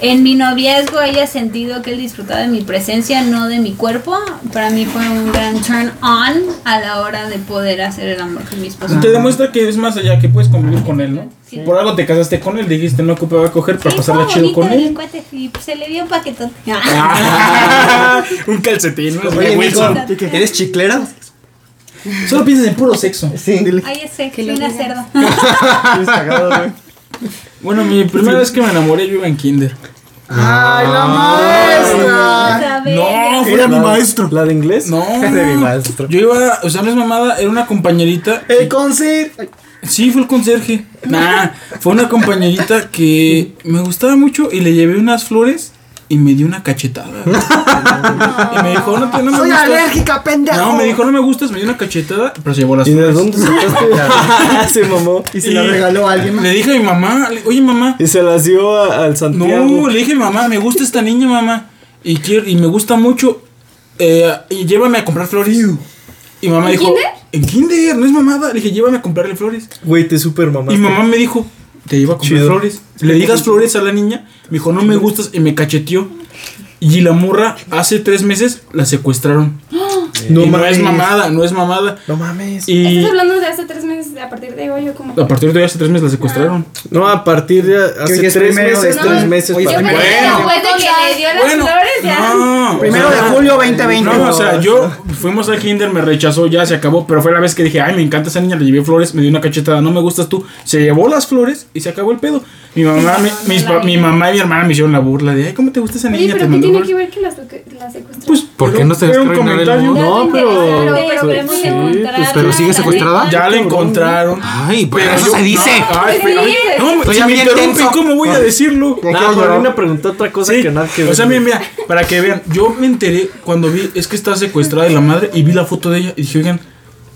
Speaker 7: en mi noviazgo haya sentido que él disfrutaba de mi presencia, no de mi cuerpo, para mí fue un gran turn on a la hora de poder hacer el amor con mi esposo.
Speaker 2: Te demuestra que es más allá, que puedes convivir con él, ¿no?
Speaker 7: Sí.
Speaker 2: Por algo te casaste con él, dijiste no ocupaba coger para
Speaker 7: Sí,
Speaker 2: pasarla
Speaker 7: fue
Speaker 2: chido
Speaker 7: bonito
Speaker 2: con
Speaker 7: el
Speaker 2: él. Ah.
Speaker 7: cuate, y se le dio un paquetón.
Speaker 2: Un calcetín, ¿no?
Speaker 3: Oye,
Speaker 2: Wilson.
Speaker 3: mijo, ¿eres chiclera?
Speaker 2: Solo piensas en puro sexo.
Speaker 3: Sí. Dile.
Speaker 7: Ay, ese, que una cerda.
Speaker 2: Bueno, mi primera vez que me enamoré yo iba en kinder.
Speaker 6: ¡Ay, la maestra!
Speaker 7: ¿Sabes?
Speaker 2: Ah, fue mi
Speaker 1: maestro. ¿La de inglés?
Speaker 2: No, yo iba, o sea, no es mamada, era una compañerita.
Speaker 6: El concert.
Speaker 2: Sí, fue el conserje. Nah, fue una compañerita que me gustaba mucho y le llevé unas flores y me dio una cachetada. Y me dijo, no, te- no me
Speaker 6: Soy
Speaker 2: gustas.
Speaker 6: alérgica, pendejo.
Speaker 2: No, me dijo, no me gustas, me dio una cachetada, pero se llevó las
Speaker 1: ¿Y de
Speaker 2: flores.
Speaker 1: dónde sacaste? la- se mamó.
Speaker 6: Y se la
Speaker 2: Y-
Speaker 6: regaló a alguien más.
Speaker 2: Le dije a mi mamá, le- oye mamá,
Speaker 1: Y se las dio a- al Santiago.
Speaker 2: no, le dije a mi mamá, me gusta esta niña, mamá. Y, quiero, y me gusta mucho. eh, y llévame a comprar flores. Y mamá dijo,
Speaker 17: kinder?
Speaker 2: ¿en kinder? No es mamada. Le dije, llévame a comprarle flores.
Speaker 1: Güey, te super mamá.
Speaker 2: Y mamá me dijo, te iba a comprar
Speaker 1: Chido.
Speaker 2: flores. Le digas flores a la niña. Me dijo, no me gustas. Y me cacheteó. Y la morra, hace tres meses, la secuestraron. No, no es mamada, no es mamada.
Speaker 1: No mames.
Speaker 2: Y
Speaker 9: Estás hablando de hace tres meses, a partir de hoy, yo como.
Speaker 2: a partir de hoy, hace tres meses, la secuestraron.
Speaker 1: No, a partir de hace
Speaker 3: hoy es
Speaker 1: tres
Speaker 3: primero de
Speaker 1: meses,
Speaker 3: este julio.
Speaker 1: tres meses.
Speaker 3: Oye,
Speaker 1: para-
Speaker 9: Yo pensé
Speaker 2: Bueno.
Speaker 9: que después de que le dio las
Speaker 2: Bueno,
Speaker 9: flores, ya.
Speaker 2: no,
Speaker 6: Primero
Speaker 2: o
Speaker 6: de
Speaker 2: sea,
Speaker 6: julio 2020.
Speaker 2: Ah, No, o sea, yo fuimos al kinder, me rechazó, ya se acabó, pero fue la vez que dije, ay, me encanta esa niña, le llevé flores, me dio una cachetada, no me gustas tú, se llevó las flores y se acabó el pedo. Mi mamá, mi, mis pa- mi mamá y mi hermana me hicieron la burla de, ay, ¿cómo te gusta esa
Speaker 9: Oye,
Speaker 2: niña?
Speaker 9: pero
Speaker 2: Te
Speaker 9: ¿qué
Speaker 2: mandó
Speaker 9: tiene
Speaker 2: flores".
Speaker 9: que ver que la, secu- la secuestró?
Speaker 2: Pues,
Speaker 5: ¿Por qué
Speaker 2: pero
Speaker 5: no se
Speaker 2: era un
Speaker 5: descarga en el
Speaker 2: comentario.
Speaker 5: mundo?
Speaker 1: No, pero.
Speaker 7: Pero,
Speaker 1: pero-
Speaker 2: pues,
Speaker 7: queremos
Speaker 1: sí,
Speaker 7: encontrarla.
Speaker 5: pero sigue secuestrada.
Speaker 2: Ya la encontraron.
Speaker 5: Ay, pero
Speaker 2: Pero
Speaker 5: eso
Speaker 2: yo- Ah,
Speaker 5: se dice.
Speaker 2: No, ay, pero- ay, no,
Speaker 5: Estoy
Speaker 2: si
Speaker 5: ya
Speaker 2: me
Speaker 5: bien
Speaker 2: interrumpen,
Speaker 5: tenso.
Speaker 2: ¿cómo voy a decirlo?
Speaker 1: No,
Speaker 5: Ya,
Speaker 1: pero
Speaker 5: ya.
Speaker 1: Lorena preguntó otra cosa
Speaker 2: Sí,
Speaker 1: que nada que
Speaker 2: o sea,
Speaker 1: ver.
Speaker 2: mira, mira, para que vean, yo me enteré cuando vi, es que está secuestrada de la madre y vi la foto de ella y dije, oigan,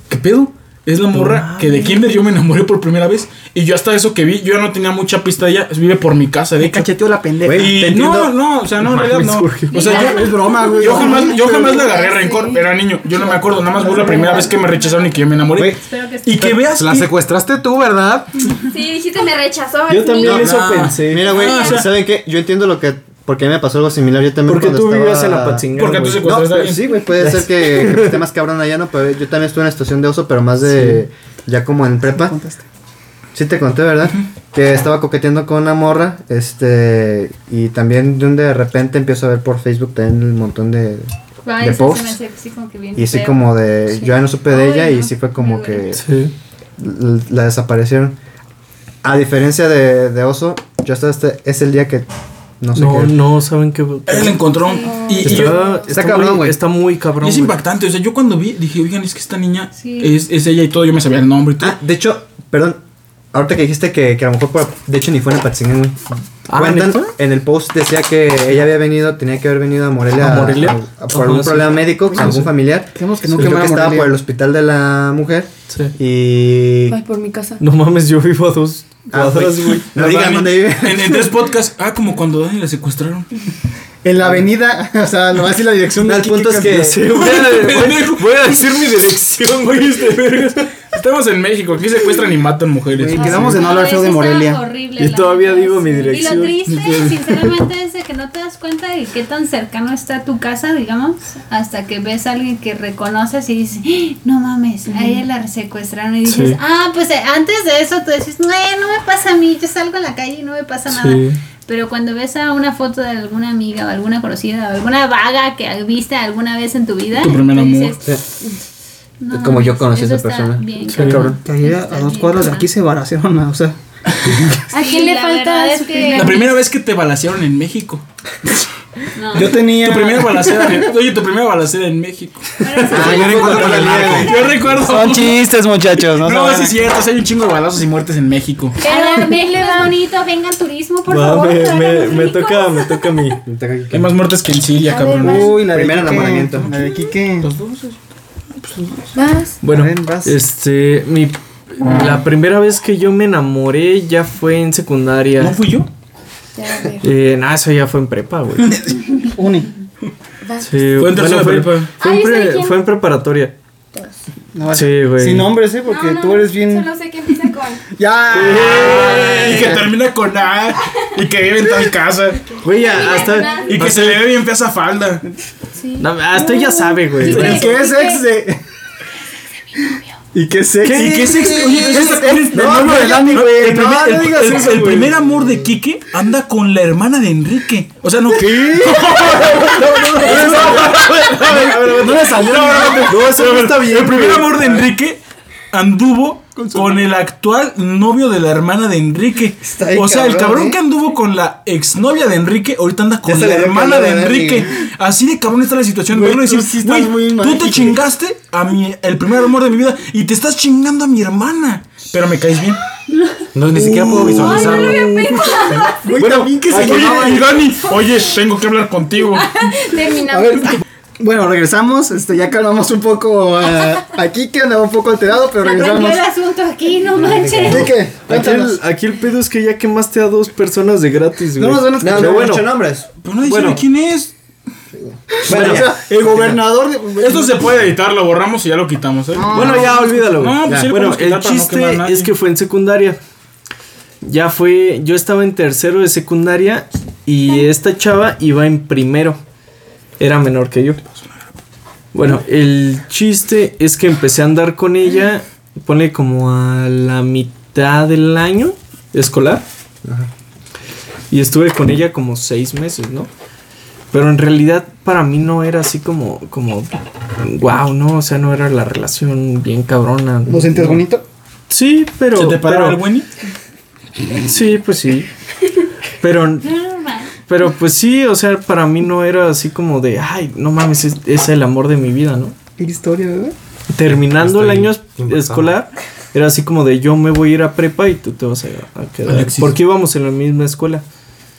Speaker 2: ¿qué pedo? Es la morra que de kinder yo me enamoré por primera vez y yo hasta eso que vi, yo ya no tenía mucha pista de ella, vive por mi casa, de
Speaker 6: Me
Speaker 2: hecho.
Speaker 6: cacheteó la pendeja.
Speaker 3: Güey, te
Speaker 2: Y no,
Speaker 3: entiendo.
Speaker 2: no, o sea, no, en realidad no. O sea, yo,
Speaker 6: Es broma, güey.
Speaker 2: yo jamás, yo jamás le agarré rencor, era niño, yo no me acuerdo, nada más fue la primera vez que me rechazaron y que yo me enamoré. Y que veas
Speaker 5: La
Speaker 2: que-
Speaker 5: secuestraste tú, ¿verdad?
Speaker 9: Sí, dijiste, me rechazó.
Speaker 1: Yo
Speaker 9: es
Speaker 1: también
Speaker 9: mío.
Speaker 1: eso
Speaker 2: no.
Speaker 1: pensé.
Speaker 3: Mira, güey,
Speaker 2: Ah, o sea-
Speaker 3: ¿saben qué? Yo entiendo lo que. Porque a mí me pasó algo similar. Yo también
Speaker 1: Porque
Speaker 3: cuando
Speaker 1: tú
Speaker 3: estaba-
Speaker 1: vivías en la patzingada.
Speaker 2: Porque tú
Speaker 1: güey.
Speaker 3: No,
Speaker 2: Pues,
Speaker 3: pero
Speaker 2: está
Speaker 3: sí, güey, puede ser que, que esté más cabrón allá, ¿no? Pero yo también estuve en la situación de oso, pero más de. Ya como en prepa. Sí, te conté, ¿verdad? Que estaba coqueteando con una morra, este. Y también de un de repente empiezo a ver por Facebook también un montón de.
Speaker 7: Ay,
Speaker 3: de
Speaker 7: eso Ah, se me
Speaker 3: posts.
Speaker 7: hace así como que bien
Speaker 3: Y sí,
Speaker 7: feo.
Speaker 3: como de. Yo ya no supe de
Speaker 7: Ay,
Speaker 3: ella
Speaker 7: no,
Speaker 3: y sí fue como
Speaker 7: me
Speaker 3: que.
Speaker 7: duele.
Speaker 1: Sí.
Speaker 3: l- La desaparecieron. A diferencia de, de oso, yo hasta este. Es el día que. No sé
Speaker 1: No,
Speaker 3: qué.
Speaker 1: no saben qué.
Speaker 2: él la encontró Eh, y, y yo-
Speaker 1: Está,
Speaker 3: Está cabrón,
Speaker 1: muy-
Speaker 3: güey.
Speaker 1: Está muy cabrón.
Speaker 2: Y es
Speaker 1: güey.
Speaker 2: impactante, o sea, yo cuando vi, dije, oigan, es que esta niña
Speaker 7: Sí.
Speaker 2: es, es ella y todo, yo me sabía el nombre y todo.
Speaker 3: Ah, de hecho, perdón. Ahorita que dijiste que, que a lo mejor, por- de hecho, ni fue en Apatzingán, güey.
Speaker 1: Ah,
Speaker 3: Cuentan,
Speaker 1: ¿neta?
Speaker 3: en el post decía que ella había venido, tenía que haber venido a Morelia.
Speaker 1: ¿A Morelia?
Speaker 3: a- a- por
Speaker 1: Ajá,
Speaker 3: algún
Speaker 1: sí.
Speaker 3: problema médico, con algún familiar.
Speaker 6: Tenemos que
Speaker 3: Creo
Speaker 6: no
Speaker 3: que
Speaker 6: quemar a
Speaker 3: estaba por el
Speaker 6: Morelia.
Speaker 3: hospital de la mujer.
Speaker 1: Sí.
Speaker 3: Y.
Speaker 17: Ay, por mi casa.
Speaker 1: No mames, yo vivo a dos
Speaker 3: Ah,
Speaker 1: cuadras,
Speaker 3: güey.
Speaker 1: güey.
Speaker 3: No digan
Speaker 2: Dani,
Speaker 3: dónde vive.
Speaker 2: En, en tres podcasts. Ah, como cuando Dani la secuestraron.
Speaker 6: En la avenida, o sea, no así la dirección
Speaker 3: No, el punto es que.
Speaker 1: Sí, voy a, voy- voy a decir mi dirección, güey. este vergas.
Speaker 2: Estamos en México, aquí secuestran y matan mujeres.
Speaker 6: Güey, quedamos de no hablar
Speaker 7: No,
Speaker 6: feo de
Speaker 7: eso está
Speaker 6: Morelia.
Speaker 7: horrible,
Speaker 1: Y
Speaker 7: la
Speaker 1: todavía
Speaker 7: neta,
Speaker 1: digo mi
Speaker 7: sí. Y
Speaker 1: dirección.
Speaker 7: lo triste, sinceramente, es de que no te das cuenta de qué tan cercano está tu casa, digamos, hasta que ves a alguien que reconoces y dices, "Ah, no mames, a ella la secuestraron. Y dices,
Speaker 1: Sí.
Speaker 7: ah, pues eh, antes de eso tú decís, no, eh, no me pasa a mí, yo salgo a la calle y no me pasa nada.
Speaker 1: Sí.
Speaker 7: Pero cuando ves a una foto de alguna amiga o alguna conocida o alguna vaga que viste alguna vez en tu vida,
Speaker 2: Tu primer
Speaker 7: tú
Speaker 2: amor.
Speaker 7: dices, "No
Speaker 3: Como yo
Speaker 7: mames,
Speaker 3: conocí a
Speaker 7: eso
Speaker 3: esa
Speaker 7: está
Speaker 3: persona".
Speaker 7: bien
Speaker 1: Sí,
Speaker 7: cabrón".
Speaker 1: cabrón.
Speaker 6: Que ahí a
Speaker 7: Está
Speaker 6: a dos
Speaker 7: bien,
Speaker 6: cuadras de
Speaker 7: ¿verdad?
Speaker 6: aquí se baracearon, o sea.
Speaker 17: ¿A
Speaker 7: Sí,
Speaker 17: quién le
Speaker 7: la
Speaker 17: falta
Speaker 7: verdad es
Speaker 17: su
Speaker 7: que-
Speaker 17: primer-
Speaker 2: La primera vez que te balasearon en México.
Speaker 4: No.
Speaker 6: Yo tenía.
Speaker 2: Tu primera balacera. en- Oye, tu primera balacera en México.
Speaker 5: Ah, yo recuerdo con el narco.
Speaker 2: Yo recuerdo.
Speaker 3: Son chistes, muchachos. No,
Speaker 2: No,
Speaker 3: se
Speaker 2: no
Speaker 3: vayan
Speaker 2: sí
Speaker 3: a-
Speaker 2: es cierto. sí Hay un chingo de balazos y muertes en México.
Speaker 13: Pero México es bonito, vengan turismo, por
Speaker 1: Va,
Speaker 13: favor.
Speaker 1: me, me,
Speaker 13: háganos
Speaker 1: me
Speaker 13: ricos.
Speaker 1: toca, me toca a mí.
Speaker 2: Hay más muertes que en Siria, cabrón.
Speaker 15: Uy, la
Speaker 3: Primer
Speaker 15: de Quique,
Speaker 3: enamoramiento.
Speaker 15: La de Quique.
Speaker 6: pues,
Speaker 9: Más.
Speaker 1: Bueno,
Speaker 15: Ven, vas.
Speaker 1: este, mi, la primera vez que yo me enamoré ya fue en secundaria.
Speaker 2: ¿No fui yo?
Speaker 9: Ya, a ver.
Speaker 1: Eh, nada, eso ya fue en prepa, güey.
Speaker 15: Uni.
Speaker 9: Vas.
Speaker 1: Sí,
Speaker 2: Fue en tercero de
Speaker 1: fue,
Speaker 2: prepa.
Speaker 1: fue en
Speaker 13: Ah, yo sé
Speaker 1: pre-
Speaker 13: quién.
Speaker 1: fue en preparatoria.
Speaker 15: No vas-
Speaker 1: Sí, güey.
Speaker 15: Sin nombres, ¿eh?
Speaker 13: No,
Speaker 15: Porque
Speaker 13: no,
Speaker 15: tú eres bien.
Speaker 13: Solo sé que empieza con.
Speaker 2: Y que termina con A. Y que vive en tal casa.
Speaker 1: Güey, a- hasta,
Speaker 13: nada.
Speaker 2: Y que se le ve bien fea esa falda.
Speaker 1: no, hasta ella sabe, güey.
Speaker 6: ¿Y qué es ex de.? ¿Y qué es ex?
Speaker 2: ¿Y qué es ex- oye, es-
Speaker 6: ex? No, no,
Speaker 2: el-
Speaker 6: no,
Speaker 2: el
Speaker 6: güey.
Speaker 2: primer-
Speaker 6: No, no
Speaker 2: el-
Speaker 6: digas
Speaker 2: el-
Speaker 6: eso,
Speaker 2: el
Speaker 6: güey.
Speaker 2: primer amor de Quique anda con la hermana de Enrique. O sea, no. ¿Qué?
Speaker 1: No le salió. No, eso no está bien.
Speaker 2: El primer amor de Enrique anduvo con el actual novio de la hermana de Enrique.
Speaker 15: ahí,
Speaker 2: O sea, el
Speaker 15: cabrón,
Speaker 2: cabrón
Speaker 15: ¿eh?
Speaker 2: que anduvo con la exnovia de Enrique, ahorita anda
Speaker 15: Ya
Speaker 2: con
Speaker 15: se
Speaker 2: la
Speaker 15: le dio
Speaker 2: hermana
Speaker 15: calor
Speaker 2: de
Speaker 15: a Dani,
Speaker 2: Enrique. Así de cabrón está la situación.
Speaker 6: Güey,
Speaker 2: Verlo y
Speaker 6: tú
Speaker 2: decir,
Speaker 6: sí estás
Speaker 2: "Güey,
Speaker 6: muy mal,
Speaker 2: tú te
Speaker 6: Quique".
Speaker 2: chingaste a mi, el primer amor de mi vida y te estás chingando a mi hermana. Pero me caes bien.
Speaker 5: No, ni siquiera puedo visualizarlo.
Speaker 6: Güey, también que se llamaba-
Speaker 2: y Dani, oye, tengo que hablar contigo.
Speaker 6: A ver. Bueno, regresamos, este, ya calmamos un poco a, aquí que andaba un poco alterado, pero
Speaker 13: Aprendió
Speaker 6: regresamos.
Speaker 13: el asunto aquí, no manches.
Speaker 6: ¿De qué?
Speaker 1: Aquí el,
Speaker 6: Cuéntanos.
Speaker 1: aquí el pedo es que ya quemaste a dos personas de gratis, güey.
Speaker 6: No nos van a escuchar.
Speaker 1: Pero
Speaker 6: No,
Speaker 1: bueno,
Speaker 3: Muchos nombres.
Speaker 2: Pero no dice
Speaker 1: Bueno.
Speaker 2: quién es.
Speaker 6: Bueno, o sea, el gobernador de.
Speaker 2: Esto se puede editar, lo borramos y ya lo quitamos, ¿eh?
Speaker 1: Bueno, ya olvídalo, güey.
Speaker 2: No, pues
Speaker 1: Ya.
Speaker 2: sí lo
Speaker 1: bueno,
Speaker 2: podemos
Speaker 1: el
Speaker 2: quitar para no quemar
Speaker 1: chiste
Speaker 2: a nadie.
Speaker 1: es que fue en secundaria. Ya fue, yo estaba en tercero de secundaria y esta chava iba en primero. Era menor que yo. Bueno, el chiste es que empecé a andar con ella, pone como a la mitad del año escolar. Y estuve con ella como seis meses, ¿no? Pero en realidad para mí no era así como, como, wow, no, o sea, no era la relación bien cabrona.
Speaker 15: ¿Lo sientes bonito?
Speaker 1: Sí, pero.
Speaker 2: ¿Se te paró
Speaker 1: pero-
Speaker 2: el Winnie?
Speaker 1: Sí, pues sí. Pero. Pero pues sí, o sea, para mí no era así como de, ay, no mames, es, es el amor de mi vida, ¿no?
Speaker 15: ¿Qué historia, verdad?
Speaker 1: Terminando el
Speaker 5: Estoy
Speaker 1: año
Speaker 5: impactado.
Speaker 1: escolar, era así como de, yo me voy a ir a prepa y tú te vas a, a quedar.
Speaker 2: Alexis.
Speaker 1: Porque íbamos en la misma escuela.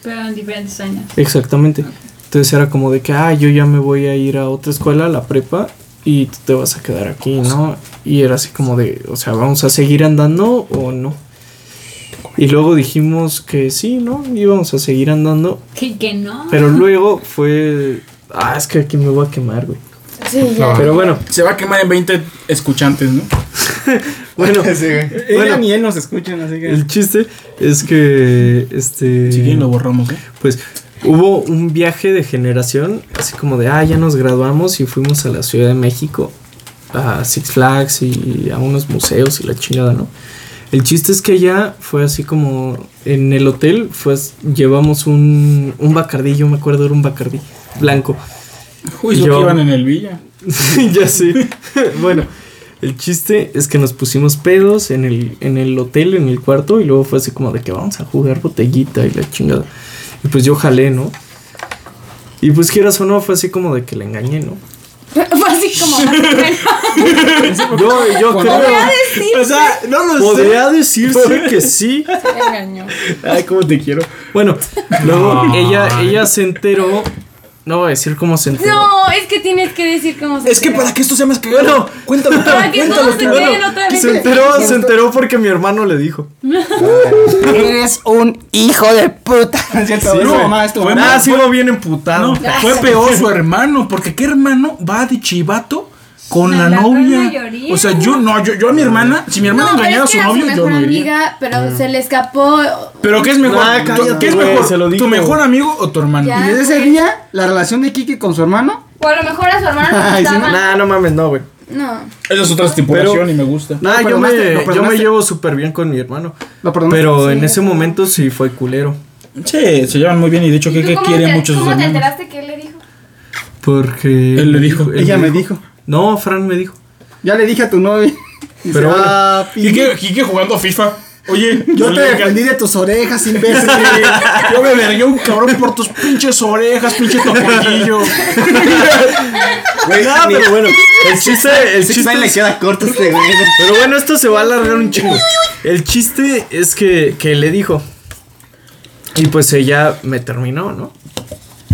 Speaker 7: Pero en diferentes años.
Speaker 1: Exactamente. Entonces era como de que, ah, yo ya me voy a ir a otra escuela, a la prepa, y tú te vas a quedar aquí, ¿no? Y era así como de, o sea, ¿vamos a seguir andando o no? Y luego dijimos que sí, ¿no? Íbamos a seguir andando,
Speaker 7: Que, que no.
Speaker 1: pero luego fue, ah, es que aquí me voy a quemar, güey.
Speaker 9: Sí, ya.
Speaker 1: Pero bueno,
Speaker 2: Se va a quemar en 20 escuchantes, ¿no?
Speaker 1: bueno,
Speaker 6: Ella
Speaker 1: Bueno.
Speaker 6: ni él nos escuchan, así que.
Speaker 1: el chiste es que, este...
Speaker 2: Si quieren lo borramos, ¿eh?
Speaker 1: pues hubo un viaje de generación, así como de, ah, ya nos graduamos y fuimos a la Ciudad de México, a Six Flags y a unos museos y la chingada, ¿no? El chiste es que allá fue así como en el hotel, pues llevamos un, un bacardí, yo me acuerdo era un bacardí blanco.
Speaker 2: Uy,
Speaker 1: Y
Speaker 2: yo
Speaker 1: yo-
Speaker 2: que iban en el Villa.
Speaker 1: ya sé. bueno, el chiste es que nos pusimos pedos en el, en el hotel, en el cuarto, y luego fue así como de que vamos a jugar botellita y la chingada. Y pues yo jalé, ¿no? Y pues quieras o no, fue así como de que le engañé, ¿no?
Speaker 7: Fue así como.
Speaker 1: Yo, yo creo.
Speaker 2: O sea, no lo
Speaker 1: Podría decirse que sí.
Speaker 2: Ay, cómo te quiero.
Speaker 1: Bueno, luego ella, ella se enteró. No voy a decir cómo se enteró.
Speaker 9: No, es que tienes que decir cómo se
Speaker 2: Es que
Speaker 9: llama.
Speaker 2: para que esto sea más cagado. Cuéntame.
Speaker 9: Para que todos se queden otra vez.
Speaker 1: Se enteró, se enteró porque mi hermano le dijo.
Speaker 6: Eres un hijo de puta. Es cierto,
Speaker 2: Sí,
Speaker 6: no,
Speaker 2: güey.
Speaker 6: mamá, esto,
Speaker 2: Fue
Speaker 1: Ah,
Speaker 2: más-
Speaker 1: sigo bien emputado.
Speaker 2: No, fue peor su hermano, porque ¿qué hermano va de chivato con la,
Speaker 7: La gran
Speaker 2: novia?
Speaker 7: mayoría.
Speaker 2: O sea, yo no, yo, yo a mi hermana, si mi hermana
Speaker 9: No, pero
Speaker 2: engañara a
Speaker 9: es que
Speaker 2: su
Speaker 9: era su
Speaker 2: novio, yo Ah.
Speaker 9: mejor
Speaker 2: no iría.
Speaker 9: amiga, pero se le escapó.
Speaker 2: Pero ¿qué es mejor?
Speaker 1: Ah,
Speaker 2: ¿Tú-
Speaker 1: cállate,
Speaker 2: ¿Qué es
Speaker 1: güey,
Speaker 2: mejor?
Speaker 1: se lo
Speaker 2: ¿Tu
Speaker 1: digo.
Speaker 2: mejor amigo o tu hermano?
Speaker 9: Ya.
Speaker 6: Y desde ese día, la relación de Kike con su hermano.
Speaker 13: O a lo mejor a su hermano le
Speaker 6: Ay, sí,
Speaker 13: gustaba.
Speaker 1: Nah, no mames, no, güey.
Speaker 9: No.
Speaker 2: Esa es otra estipulación
Speaker 1: Pero-
Speaker 2: y me gusta.
Speaker 1: Nah,
Speaker 6: ¿Lo
Speaker 1: Ah, yo, me,
Speaker 6: perdonaste? ¿Lo
Speaker 1: yo me
Speaker 6: perdonaste?
Speaker 1: llevo súper bien con mi hermano.
Speaker 6: ¿Lo perdonaste?
Speaker 1: Pero en ese momento sí fue culero.
Speaker 2: Sí, se llevan muy bien y de hecho
Speaker 13: ¿Y
Speaker 2: que,
Speaker 13: tú
Speaker 2: que
Speaker 13: cómo
Speaker 2: quiere
Speaker 13: te-
Speaker 2: mucho a sus
Speaker 13: ¿Cómo te
Speaker 2: hermanos.
Speaker 13: enteraste que él le dijo?
Speaker 1: Porque.
Speaker 2: Él le dijo.
Speaker 1: él
Speaker 6: Ella me dijo.
Speaker 1: No, Fran me dijo.
Speaker 6: Ya le dije a tu novia.
Speaker 1: Pero bueno.
Speaker 6: Ah,
Speaker 2: Quique, Quique jugando a FIFA. Oye,
Speaker 6: Yo
Speaker 2: no
Speaker 6: te
Speaker 2: le
Speaker 6: defendí de tus orejas, imbécil.
Speaker 2: engan- Yo me vergué un cabrón por tus pinches orejas, pinche topollillo.
Speaker 1: Güey, no, Ah, pero bueno, el chiste, el
Speaker 15: Six
Speaker 1: chiste
Speaker 15: Nine le
Speaker 1: es-
Speaker 15: queda corto este güey.
Speaker 1: Pero bueno, esto se va a alargar un chingo. El chiste es que, que le dijo. Y pues ella me terminó, ¿no?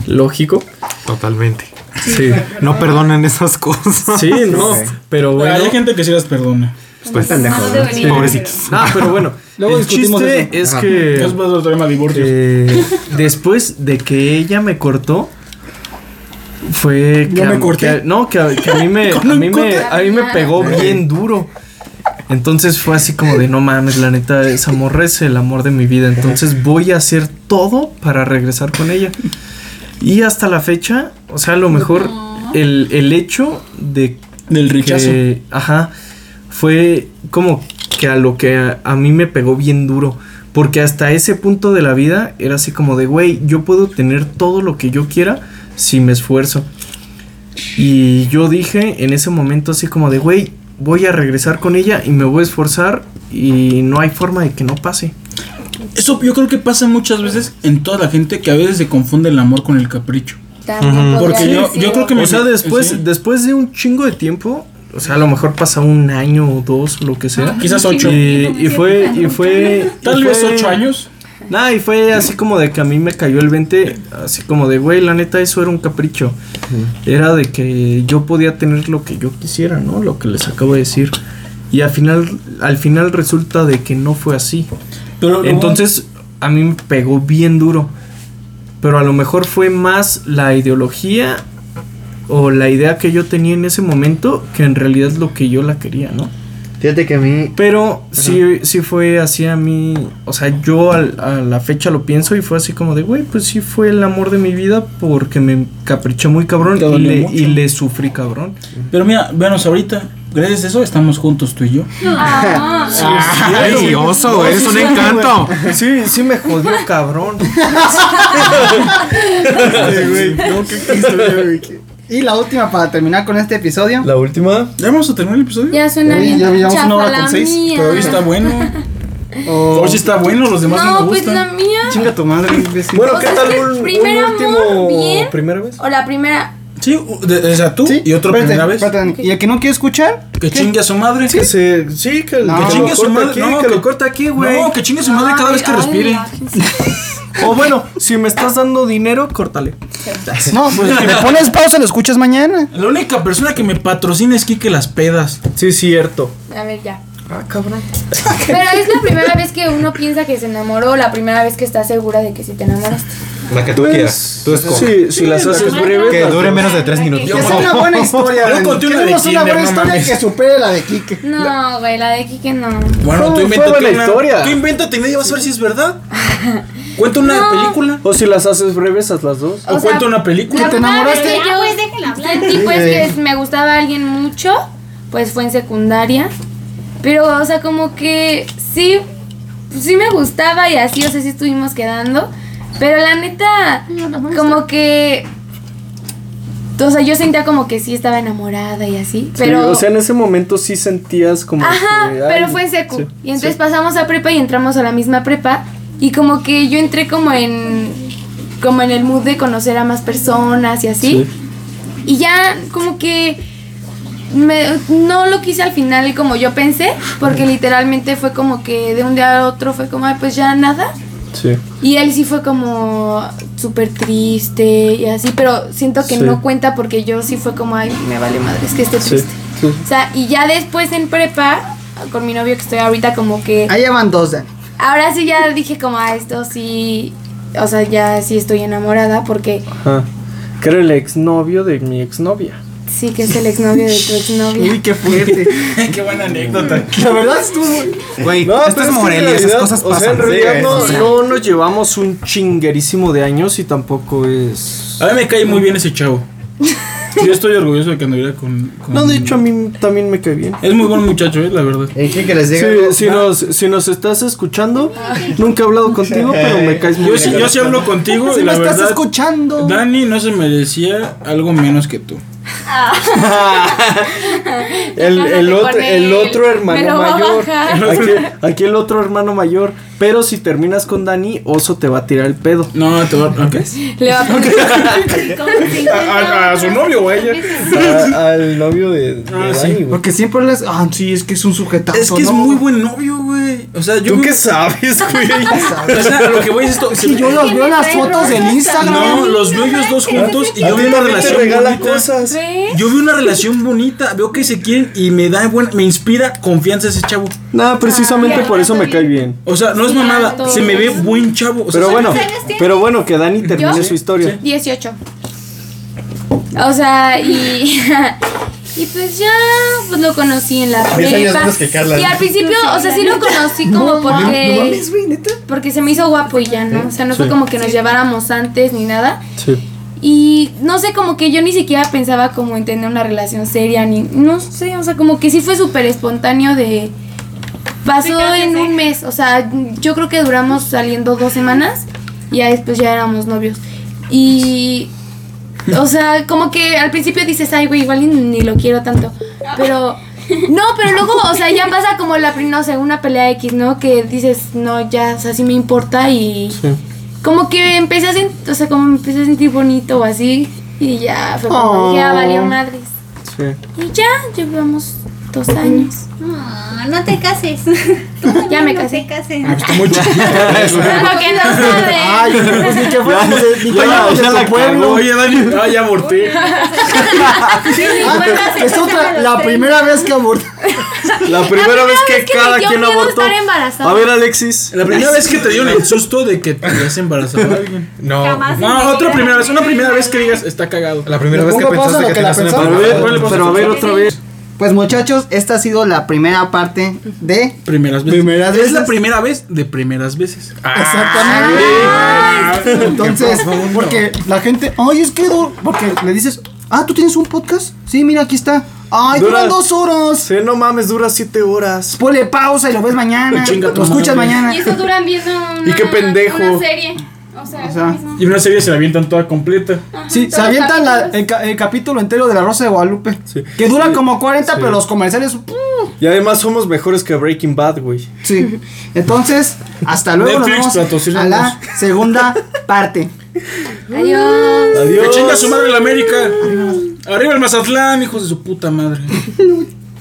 Speaker 1: Lógico.
Speaker 5: Totalmente.
Speaker 1: Sí.
Speaker 5: No perdonan esas cosas.
Speaker 1: Sí, no. Pero bueno.
Speaker 2: Hay gente que sí las perdona.
Speaker 5: Pues,
Speaker 13: No debería.
Speaker 5: pobrecitos.
Speaker 1: No, Ah, pero bueno.
Speaker 6: Luego
Speaker 1: el
Speaker 6: discutimos
Speaker 1: chiste
Speaker 6: eso.
Speaker 1: es
Speaker 15: Ajá.
Speaker 1: que.
Speaker 2: Es más otro tema divorcio.
Speaker 1: eh, después de que ella me cortó. Fue que
Speaker 2: Yo me
Speaker 1: a-
Speaker 2: corté.
Speaker 1: que- no, que a, que a mí me a
Speaker 2: Con un
Speaker 1: mí me a mí me pegó bien duro. Entonces fue así como de no mames, la neta esa morra es el amor de mi vida, entonces voy a hacer todo para regresar con ella. Y hasta la fecha, o sea, a lo mejor el, el hecho de
Speaker 2: Del rechazo.
Speaker 1: que, ajá, fue como que a lo que a, a mí me pegó bien duro. Porque hasta ese punto de la vida era así como de, güey, yo puedo tener todo lo que yo quiera si me esfuerzo. Y yo dije en ese momento así como de, güey, voy a regresar con ella y me voy a esforzar y no hay forma de que no pase.
Speaker 2: Eso yo creo que pasa muchas veces en toda la gente que a veces se confunde el amor con el capricho.
Speaker 9: También podría
Speaker 2: Porque yo,
Speaker 9: decir-
Speaker 2: yo creo que me-
Speaker 1: O sea, después,
Speaker 2: sí.
Speaker 1: después de un chingo de tiempo, o sea, a lo mejor pasa un año o dos, lo que sea.
Speaker 2: Ah, Quizás ocho.
Speaker 1: Y, y fue, y fue.
Speaker 2: Tal
Speaker 1: y
Speaker 2: vez
Speaker 1: fue-
Speaker 2: ocho años.
Speaker 1: Nah, y fue así como de que a mí me cayó el 20, así como de, güey, la neta, eso era un capricho. Era de que yo podía tener lo que yo quisiera, ¿no? Lo que les acabo de decir. Y al final, al final resulta de que no fue así.
Speaker 2: Pero lo-
Speaker 1: Entonces, a mí me pegó bien duro. Pero a lo mejor fue más la ideología o la idea que yo tenía en ese momento que en realidad lo que yo la quería, ¿no?
Speaker 15: Fíjate que a mí.
Speaker 1: Pero sí, sí fue así a mí. O sea, yo al- a la fecha lo pienso y fue así como de, güey, pues sí fue el amor de mi vida porque me capriché muy cabrón
Speaker 2: Te
Speaker 1: y
Speaker 2: dolió
Speaker 1: le,
Speaker 2: mucho.
Speaker 1: y le sufrí cabrón.
Speaker 2: Pero mira, veanos ahorita. Gracias a eso estamos juntos tú y yo.
Speaker 13: Ah,
Speaker 5: Ay, oso, eres un encanto.
Speaker 1: Sí, sí me jodió cabrón.
Speaker 6: Y la última para terminar con este episodio.
Speaker 1: La última.
Speaker 2: ¿Ya vamos a terminar el episodio?
Speaker 9: Ya suena
Speaker 6: Ya-
Speaker 9: bien.
Speaker 6: ya llevamos
Speaker 9: chafa
Speaker 6: una hora
Speaker 9: la
Speaker 6: con seis,
Speaker 9: mía.
Speaker 2: Pero hoy está bueno.
Speaker 6: O-
Speaker 1: Oh.
Speaker 2: Hoy sí está bueno, los demás no,
Speaker 9: No,
Speaker 2: me
Speaker 9: pues la
Speaker 2: gustan.
Speaker 9: mía.
Speaker 6: Chinga tu madre, imbécil.
Speaker 1: Bueno,
Speaker 9: O
Speaker 1: ¿qué
Speaker 9: sea,
Speaker 1: tal
Speaker 9: es que
Speaker 1: un, un
Speaker 9: primer amor,
Speaker 1: último
Speaker 9: bien.
Speaker 1: primera vez?
Speaker 9: O la primera.
Speaker 2: Sí, u- de- o sea, tú
Speaker 6: Sí,
Speaker 2: y otro
Speaker 6: espérate,
Speaker 2: primera vez.
Speaker 6: espérate. Y el que no quiere escuchar,
Speaker 2: Que chingue a su madre.
Speaker 1: Que se, sí, que,
Speaker 6: No.
Speaker 1: que lo
Speaker 2: Que chingue a su
Speaker 1: corte
Speaker 2: madre.
Speaker 1: aquí,
Speaker 2: no,
Speaker 1: que lo corta aquí, güey.
Speaker 2: No, que chingue a su madre cada vez que
Speaker 9: Ay,
Speaker 2: respire.
Speaker 9: relájense.
Speaker 1: O bueno, si me estás dando dinero, córtale.
Speaker 6: no, pues si le pones pausa, lo escuchas mañana.
Speaker 2: La única persona que me patrocina es Kike Las Pedas.
Speaker 1: Sí, cierto.
Speaker 9: A ver, ya. Ah, cabrón. Pero es la primera vez que uno piensa que se enamoró, la primera vez que está segura de que si te enamoraste.
Speaker 5: La que tú quieras. Tú escoges.
Speaker 1: Sí, si las haces breves.
Speaker 5: Que
Speaker 1: las-
Speaker 5: dure menos de tres minutos.
Speaker 6: Que sea una buena historia.
Speaker 2: Yo
Speaker 6: Dani.
Speaker 2: conté una de
Speaker 6: Queremos una
Speaker 2: Kinder,
Speaker 6: buena
Speaker 2: no
Speaker 6: historia
Speaker 2: mames.
Speaker 6: que supere la de Kike.
Speaker 9: No, güey, la de Kike no.
Speaker 2: Bueno, tú
Speaker 1: Fue- fue
Speaker 2: invéntate
Speaker 1: buena
Speaker 2: una.
Speaker 1: historia.
Speaker 2: Tú invéntate y nadie va a saber si es verdad. Cuenta una película.
Speaker 1: O si las haces breves, haz las dos.
Speaker 2: O,
Speaker 9: O sea,
Speaker 2: cuenta una película.
Speaker 9: La
Speaker 6: ¿Te
Speaker 9: primera vez
Speaker 6: enamoraste?
Speaker 9: que yo sentí pues que es- me gustaba alguien mucho, pues fue en secundaria. Pero, o sea, como que sí, sí me gustaba y así, o sea, sí estuvimos quedando. Pero la neta, como que... O sea, yo sentía como que sí estaba enamorada y así. Pero...
Speaker 1: Sí, o sea, en ese momento sí sentías como.
Speaker 9: Ajá,
Speaker 1: que, ay,
Speaker 9: pero fue en secu.
Speaker 1: sí,
Speaker 9: y entonces
Speaker 1: sí.
Speaker 9: pasamos a prepa y entramos a la misma prepa. Y como que yo entré como en. como en el mood de conocer a más personas y así. Y ya como que. me- no lo quise al final como yo pensé, porque literalmente fue como que de un día a otro fue como, "Ay, pues ya nada.
Speaker 1: Sí.
Speaker 9: Y él sí fue como súper triste y así, pero siento que
Speaker 1: Sí.
Speaker 9: no cuenta porque yo sí fue como, ay, me vale madre, es que esté
Speaker 1: Sí.
Speaker 9: triste. O sea, y ya después en prepa, con mi novio que estoy ahorita, como que.
Speaker 6: Ahí ya van dos, Dani.
Speaker 9: Ahora sí ya dije, como, a esto sí. O sea, ya sí estoy enamorada porque
Speaker 1: Ajá. Ah, Que era el exnovio de mi exnovia.
Speaker 9: sí que es el exnovio de tu exnovio.
Speaker 6: Uy, qué fuerte.
Speaker 2: Qué buena anécdota.
Speaker 6: La verdad estuvo.
Speaker 5: Güey,
Speaker 1: No, pero
Speaker 5: esta es
Speaker 1: que en
Speaker 5: Morelia, esas
Speaker 1: realidad-
Speaker 5: cosas
Speaker 1: O sea, en
Speaker 5: pasan.
Speaker 1: realidad
Speaker 5: Sí,
Speaker 1: no,
Speaker 5: o sea,
Speaker 1: no nos llevamos un chinguerísimo de años y tampoco es.
Speaker 2: A mí me cae muy bien ese chavo. Yo estoy orgulloso de que anduviera con, con-
Speaker 1: No, de hecho, a mí también me cae bien.
Speaker 2: Es muy buen muchacho, eh, la verdad.
Speaker 15: ¿Y qué que les diga?
Speaker 1: Sí, si, nos, si nos estás escuchando, nunca he hablado contigo, pero me caes muy
Speaker 2: Yo sí,
Speaker 1: bien.
Speaker 2: yo sí hablo contigo
Speaker 6: Si
Speaker 2: y
Speaker 6: me
Speaker 2: la
Speaker 6: estás
Speaker 2: verdad.
Speaker 6: escuchando.
Speaker 2: Dani no se merecía algo menos que tú.
Speaker 1: El, el
Speaker 13: Cásate
Speaker 1: otro,
Speaker 13: con
Speaker 1: el
Speaker 13: él.
Speaker 1: otro
Speaker 13: Me
Speaker 1: hermano
Speaker 13: lo va a
Speaker 1: mayor.
Speaker 13: bajar.
Speaker 1: Aquí, aquí el otro hermano mayor. Pero si terminas con Dani, Oso te va a tirar el pedo.
Speaker 2: No, te va a. ¿Qué?
Speaker 9: Le va a poner
Speaker 2: A, a- a su novio o a ella.
Speaker 15: A- al novio de, de
Speaker 2: Ah,
Speaker 15: Dani,
Speaker 2: sí.
Speaker 15: güey.
Speaker 6: Porque siempre les. Ah, sí, es que es un sujetazo.
Speaker 2: Es que es
Speaker 6: ¿no?
Speaker 2: muy buen novio, güey. O sea, yo.
Speaker 15: ¿Tú qué sabes, güey?
Speaker 2: O sea, a lo que voy es esto.
Speaker 6: Sí, yo los veo en las fotos en Instagram.
Speaker 2: No, los veo ellos dos juntos y yo veo una
Speaker 15: Te
Speaker 2: relación
Speaker 15: regala
Speaker 2: bonita.
Speaker 15: cosas.
Speaker 2: Yo veo una relación bonita, veo que se quieren y me da buena, me inspira confianza ese chavo.
Speaker 1: No, precisamente
Speaker 7: Ah,
Speaker 1: por eso me
Speaker 7: Dani.
Speaker 1: cae bien.
Speaker 2: O sea, no es mamada, se me ve buen chavo. O sea,
Speaker 1: Pero
Speaker 2: se-
Speaker 1: bueno,
Speaker 7: ¿Cuántos años tienes?
Speaker 1: pero bueno, que Dani termine
Speaker 9: ¿Yo?
Speaker 1: su historia.
Speaker 9: 18. O sea, y. Y pues ya pues lo conocí en la
Speaker 15: Diez años
Speaker 9: prepa.
Speaker 15: menos que Carla,
Speaker 9: Y
Speaker 15: ¿no?
Speaker 9: al principio, o sea, sí lo conocí como porque porque se me hizo guapo y ya, ¿no? O sea, no fue
Speaker 1: Sí.
Speaker 9: como que nos lleváramos antes ni nada.
Speaker 1: Sí.
Speaker 9: Y no sé, como que yo ni siquiera pensaba como en tener una relación seria, ni no sé, o sea, como que sí fue súper espontáneo de... Pasó en un mes, o sea, yo creo que duramos saliendo dos semanas y ya después ya éramos novios. Y... O sea, como que al principio dices, ay, güey, igual ni, ni lo quiero tanto, pero... No, pero luego, o sea, ya pasa como la primera, o sea, una pelea X, ¿no? Que dices, no, ya, o sea, sí me importa y como que empecé a sentir, o sea, como me empecé a sentir bonito o así. Y ya fue como dije, ah,
Speaker 1: Oh.
Speaker 9: valió madres. Y ya llevamos dos años.
Speaker 7: Ah, no te cases.
Speaker 9: Ya me
Speaker 7: No
Speaker 9: casé.
Speaker 7: te cases.
Speaker 2: está muy chido.
Speaker 9: Lo que no sabe.
Speaker 1: Ah,
Speaker 6: Ay, pues ni que fuera de, ni que
Speaker 1: Ya,
Speaker 6: fuéramos
Speaker 1: ya
Speaker 6: de
Speaker 1: la
Speaker 6: tu pueblo.
Speaker 1: cagó.
Speaker 2: Oye, Dani, ah, ya aborté.
Speaker 6: Ah, es otra, la primera vez que aborté.
Speaker 1: La primera vez que,
Speaker 9: que me
Speaker 1: cada
Speaker 9: dio
Speaker 1: quien
Speaker 9: miedo
Speaker 1: abortó.
Speaker 9: estar embarazada.
Speaker 1: A ver, Alexis.
Speaker 2: La primera vez que te dieron el susto de que te habías embarazado a alguien.
Speaker 5: No.
Speaker 13: Jamás en mi
Speaker 2: No, otra
Speaker 13: vida.
Speaker 2: primera vez, una primera vez que digas, está cagado.
Speaker 5: La primera
Speaker 6: Le
Speaker 5: vez que
Speaker 6: pongo pausa
Speaker 5: pensaste
Speaker 6: a lo
Speaker 5: que
Speaker 6: que la
Speaker 5: tenías una
Speaker 1: A
Speaker 6: pensaba.
Speaker 5: palabra.
Speaker 1: ver, pero a ver otra vez.
Speaker 6: Pues muchachos, esta ha sido la primera parte de
Speaker 2: Primeras veces.
Speaker 6: Primeras
Speaker 2: Es
Speaker 6: veces.
Speaker 2: la primera vez de primeras veces.
Speaker 6: Exactamente. Ah, Entonces, porque la gente, ay, es que du-", porque le dices, "Ah, tú tienes un podcast?" Sí, mira, aquí está. Ay,
Speaker 1: Dura-
Speaker 6: duran dos horas.
Speaker 1: Sí, no mames, dura siete horas. Pues
Speaker 6: Ponle pausa y lo ves mañana.
Speaker 2: Chinga tu
Speaker 6: Lo escuchas
Speaker 2: madre.
Speaker 6: mañana.
Speaker 13: Y eso duran viendo una,
Speaker 1: Y qué pendejo.
Speaker 13: una serie. O sea,
Speaker 6: O sea,
Speaker 13: es lo mismo.
Speaker 2: Y una serie se la avientan toda completa.
Speaker 6: Sí, se
Speaker 13: todos los
Speaker 6: avientan la- el, ca- el capítulo entero de La Rosa de Guadalupe. Que dura como 40, pero los comerciales. ¡pum!
Speaker 1: Y además somos mejores que Breaking Bad, güey.
Speaker 6: Sí. Entonces, hasta luego.
Speaker 2: Netflix,
Speaker 6: Nos vemos a
Speaker 2: patrocínanos.
Speaker 6: la segunda parte.
Speaker 9: Adiós.
Speaker 1: Adiós.
Speaker 2: ¡Que chinga su madre la América! Arriba el Mazatlán, hijos de su puta madre.